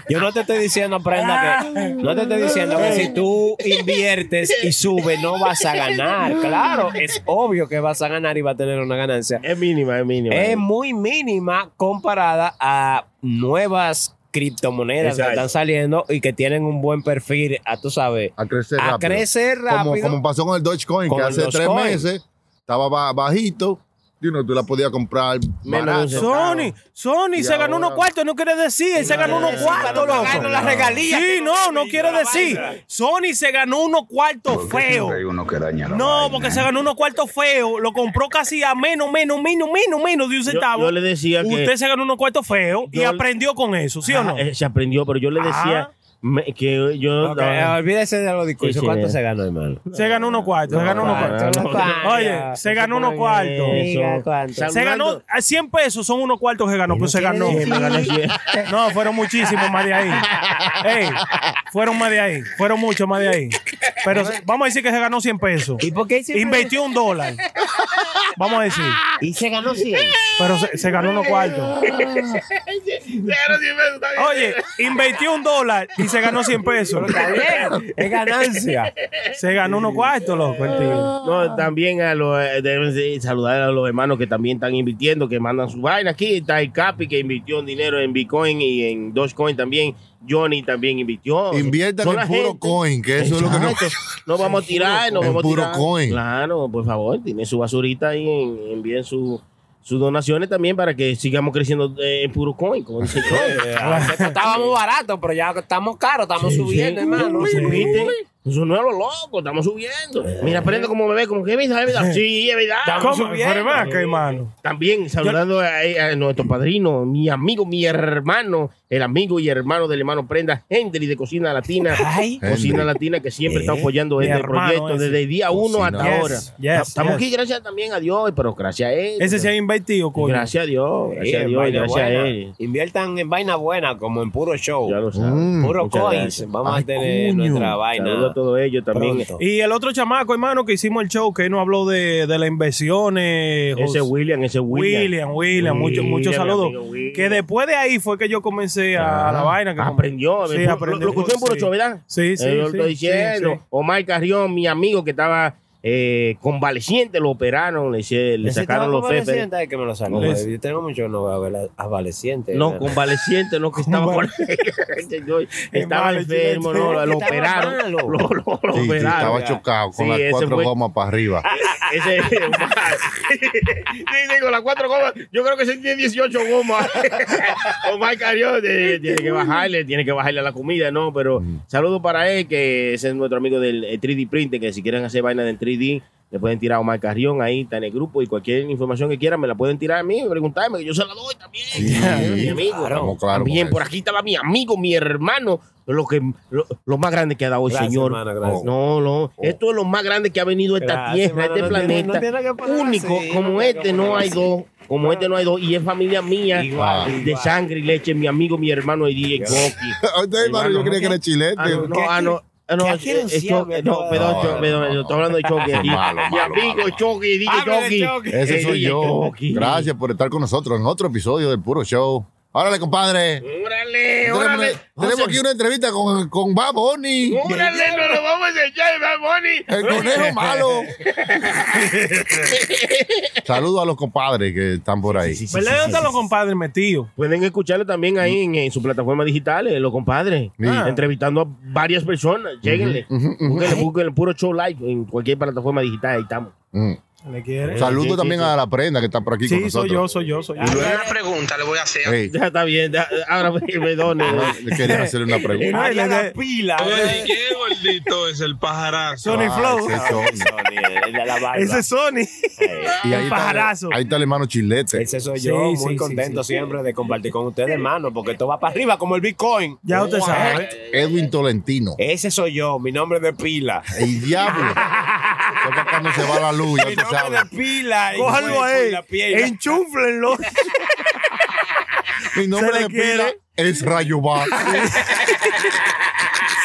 F: Yo no te estoy diciendo, prenda, que. No te estoy diciendo que si tú inviertes y subes, no vas a ganar. Claro, es obvio que vas a ganar y vas a tener una ganancia.
G: Es mínima, es mínima.
H: Eh,
F: Es muy mínima comparada a nuevas criptomonedas que
G: Exacto.
F: están saliendo y que tienen un buen perfil, a tú sabes,
E: A crecer
F: a
E: rápido.
F: crecer
E: Como,
F: rápido.
E: como pasó con el Dogecoin,
F: Con
E: que
F: el
E: hace tres
F: Dogecoin.
E: meses estaba ba- bajito. Y no, tú la podías comprar barato.
H: Sony, Sony
E: Y
H: se ganó
E: ahora-
H: unos cuartos, no quiere decir, él se ganó unos cuartos, loco.
F: las regalías
H: Sí,
F: que
H: no, no
F: necesita
H: quiere
F: la
H: decir. Sony se ganó unos cuartos feos. No, porque se ganó unos cuartos feos, lo compró casi a menos, menos, menos, menos, menos de un
G: Yo-
H: centavo.
G: yo le decía que-
H: Usted se ganó unos cuartos feos y
G: Yo-
H: aprendió con eso, ¿sí o no? Ah.
G: Ajá, eh, se aprendió, pero yo le decía me- que yo.
F: Ok, Olvídese de los discursos.
G: Sí, sí,
F: ¿Cuánto
G: mira.
F: se ganó, hermano?
H: Se ganó unos cuartos, se ganó unos cuartos. Oye, se ganó unos cuartos. Se ganó a 100 pesos, son unos cuartos que ganó, pero se ganó.
G: Sí, me gané cien.
H: No, fueron muchísimos más de ahí. Ey, fueron más de ahí, fueron muchos más de ahí. Pero se- vamos a decir que se ganó 100 pesos.
F: ¿Y por qué siempre-
H: Invirtió un dólar. Vamos a decir.
F: Y se ganó 100.
H: Pero se, se ganó unos cuartos. Oye, invirtió un dólar y se ganó 100 pesos.
F: Es ganancia.
H: Se ganó unos cuartos, loco. el tío.
G: No, también a los, eh, deben de saludar a los hermanos que también están invirtiendo, que mandan su vaina. Aquí está el Capi que invirtió en dinero en Bitcoin y en Dogecoin también. Johnny también invirtió.
E: Inviertan
G: Son
E: en
G: la
E: puro
G: gente.
E: coin, que eso es lo que no-
G: Exacto. no vamos a tirar, no
E: En
G: vamos a
E: puro
G: tirar.
E: coin.
G: Claro, por favor, tiene su basurita ahí, en, envíen su- sus donaciones también para que sigamos creciendo eh, en puro coin, como dice Johnny.
F: Estábamos baratos, pero ya estamos caros, estamos subiendo, hermano.
G: Sí. ¿Viste? Eso no es lo loco, estamos subiendo.
H: Eh.
G: Mira, aprende como me ve, como que mira, mira. Sí, es verdad.
H: ¿Cómo? Pero más que, hermano.
G: También saludando a, a nuestro padrino, mi amigo, mi hermano, el amigo y hermano del hermano Prenda, Hendry de Cocina Latina.
F: Ay.
G: Cocina Latina que siempre está apoyando
H: Eh. mi
G: este
H: hermano
G: proyecto
H: ese.
G: desde el día uno hasta
H: Yes,
G: ahora.
H: yes,
G: Estamos
H: yes.
G: aquí gracias también a Dios, pero gracias a él.
H: Ese se ha invertido, coño. Eh,
G: Gracias a Dios, gracias a Dios, gracias a él.
F: Inviertan en vaina buena, como en puro show.
H: Oh,
G: Ya lo sabes.
E: Mm,
F: Puro
G: muchas
F: coins.
G: gracias.
F: Vamos
E: Ay,
F: a tener
E: coño.
F: nuestra
G: Saludos a
F: vaina.
G: todos ellos también.
F: pronto.
H: Y el otro chamaco, hermano, que hicimos el show, que él nos habló de, de las inversiones.
G: Ese
H: José-
G: William, ese William.
H: William, William, muchos muchos
G: William,
H: saludos.
G: amigo William.
H: Que después de ahí fue que yo comencé a, a la vaina. Que com-
G: Aprendió,
H: Sí,
G: lo- lo-
H: aprendió.
G: lo escuchó en puro
H: Sí.
G: show, ¿verdad?
H: Sí, sí,
G: Eh, lo
H: sí,
G: estoy
H: sí,
G: diciendo.
H: sí.
G: Omar Carrión, mi amigo que estaba eh, convaleciente, lo operaron, le, hice- le
F: Ese
G: sacaron
F: estaba
G: los fefes.
F: convaleciente, ay, que me lo sacó.
H: Les-
F: Yo tengo mucho no a ver, a- avaleciente.
G: No,
F: hermano.
G: convaleciente, no que estaba con- Yo Estaba
H: malo,
G: enfermo,
H: chilete.
G: no, lo
F: Estaba
G: operaron.
F: malo.
G: Lo, lo- lo
E: Sí, sí,
G: operaron.
E: estaba chocado con
G: Sí,
E: las
G: ese
E: cuatro
G: fue-
E: gomas para arriba.
F: Ah,
G: Ese
I: Sí, digo, las cuatro gomas. Yo creo que se tiene 18 gomas.
G: Omar Carrión eh, tiene que bajarle, tiene que bajarle a la comida, ¿no? Pero saludo para él, que ese es nuestro amigo del eh, 3D Print, que si quieren hacer vaina del 3D, le pueden tirar a Omar Carrión, ahí está en el grupo, y cualquier información que quieran me la pueden tirar a mí, preguntarme, que yo se la doy también. Mi amigo.
E: estamos claros con
G: también
E: eso.
G: por aquí estaba mi amigo, mi hermano, lo que lo, lo más grande que ha dado el
F: Gracias,
G: Señor.
F: hermano, gracias.
G: No,
E: Oh.
G: no, esto es lo más grande que ha venido a esta
F: Gracias,
G: tierra, a
F: hermano,
G: este
F: no tiene- no
G: planeta.
F: tiene que ponerlo
G: único,
F: así, no
G: como
F: tiene que
G: este no
F: ponerlo
G: hay
F: así.
G: dos. Como este no hay dos, y es familia mía
E: Igual,
G: de sangre y leche, mi amigo, mi hermano, el DJ Coqui.
E: Ay, Mario, yo creía que era
G: Ah, no,
E: chilete.
G: no, ah, no. ah, No,
F: ¿Qué
G: eh,
F: aquí
G: eh,
F: decía,
G: Choque,
F: me
G: no,
F: acuerdo?
G: perdón,
E: No,
G: Choque,
E: no,
G: perdón,
E: no,
G: yo estoy hablando de Choque. aquí.
E: Malo,
G: Mi
E: malo,
G: amigo
E: malo.
G: Choque, DJ
F: Háblale,
G: Choque.
F: Choque.
E: Ese
G: Eh,
E: soy
G: DJ
E: yo.
G: Choque.
E: Gracias por estar con nosotros en otro episodio del Puro Show. Órale, compadre.
G: Eh,
I: Órale, órale.
E: Tenemos, tenemos aquí una entrevista con, con Bad Bunny,
I: Órale, nos lo vamos a echar, Bad Bunny.
E: el conejo malo. Saludos a los compadres que están por ahí.
H: ¿Verdad? ¿Dónde están los compadres metidos?
G: Pueden escucharlo también ahí en, en su plataforma digital, eh, los compadres.
E: Sí.
G: Ah. Entrevistando a varias personas. Lléguenle. Búsquenle, búsquenle puro show live en cualquier plataforma digital. Ahí estamos.
E: Mm.
H: ¿Le quieren?
E: Saludos
G: Sí, sí,
E: también
G: sí.
E: a la prenda que está por aquí con
H: Sí, soy yo,
E: nosotros.
H: soy yo, soy yo.
I: Una pregunta le voy a hacer.
E: Ey,
G: Ya está bien. ya- ahora me- perdone.
E: yo quería hacerle una
H: Y
E: pregunta.
H: no, y le de-
F: pila.
K: Qué gordito es el pajarazo.
H: Sony
E: Ah,
H: Flow.
E: ese Sony.
H: Ese es Sony.
E: Y ahí
H: Un
E: está,
H: pajarazo.
E: ahí está el hermano Chilete.
F: Ese soy
H: Sí,
F: yo,
H: sí,
F: muy
H: sí,
F: contento
H: sí,
F: siempre de compartir con ustedes, hermano, porque esto va para arriba como el Bitcoin.
H: Ya usted sabe.
E: Edwin Tolentino.
F: Ese soy yo, mi nombre es de pila.
E: El diablo. Eso es cuando se va la luz, ya
F: Mi
E: tú
F: nombre
E: sabes.
F: es de pila. y
H: Cójanlo
F: cuerpo y
H: ahí.
F: la pierna.
H: Enchúflenlo.
E: Mi nombre
H: Se le
E: de pila
H: quiere.
E: es Rayobá.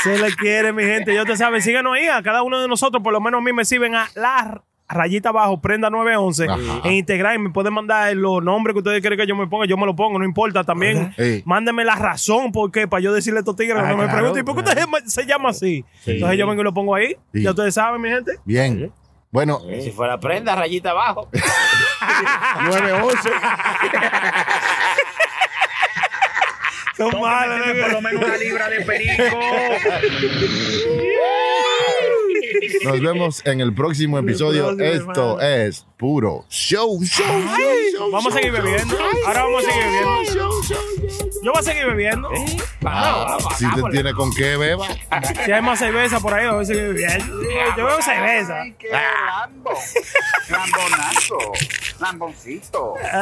H: Se le quiere, mi gente. Ya usted sabe, síganos ahí. A cada uno de nosotros, por lo menos a mí me siguen a la rayita abajo, prenda 911,
E: Ajá.
H: en Instagram y me pueden mandar los nombres que ustedes quieren que yo me ponga, yo me lo pongo, no importa. También
E: Sí.
H: mándenme la razón por qué, para yo decirle a estos tigres,
E: Ah,
H: cuando me
E: claro,
H: pregunten, ¿y por qué usted se- se llama así? Entonces yo vengo y lo pongo ahí.
E: Sí.
H: Ya ustedes saben, mi gente.
E: Bien. Bueno,
J: Si fuera prenda, rayita abajo.
E: 911.
H: Son malos, ¿eh?
L: Méteme por lo menos una libra de perico.
E: Nos vemos en el próximo episodio.
H: próximo,
E: Esto es puro show, show, show.
H: Vamos a seguir bebiendo. Ahora vamos a seguir bebiendo. Yo voy a seguir bebiendo.
E: Ah, si te tiene con qué beba.
H: Si hay más cerveza por ahí, voy a seguir bebiendo. Yo veo cerveza.
M: Lambonazo. Lamboncito.
H: Ah,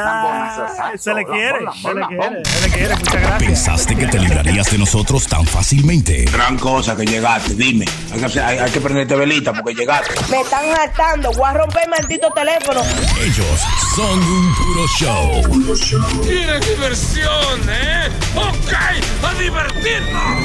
M: Lambonazo.
H: se le quiere,
M: Lambón,
H: se le
M: lambón,
H: quiere,
M: lambón.
H: se le quiere. Muchas gracias.
A: ¿Pensaste que te librarías de nosotros tan fácilmente?
B: Gran cosa que llegaste, dime. Hay que, hacer- hay- hay que prenderte velita porque llegaste.
C: Me están atando. Voy a romper el maldito teléfono.
A: Ellos son un puro show.
K: ¿Quieres diversión, eh? ¡Ok! ¡A divertirnos!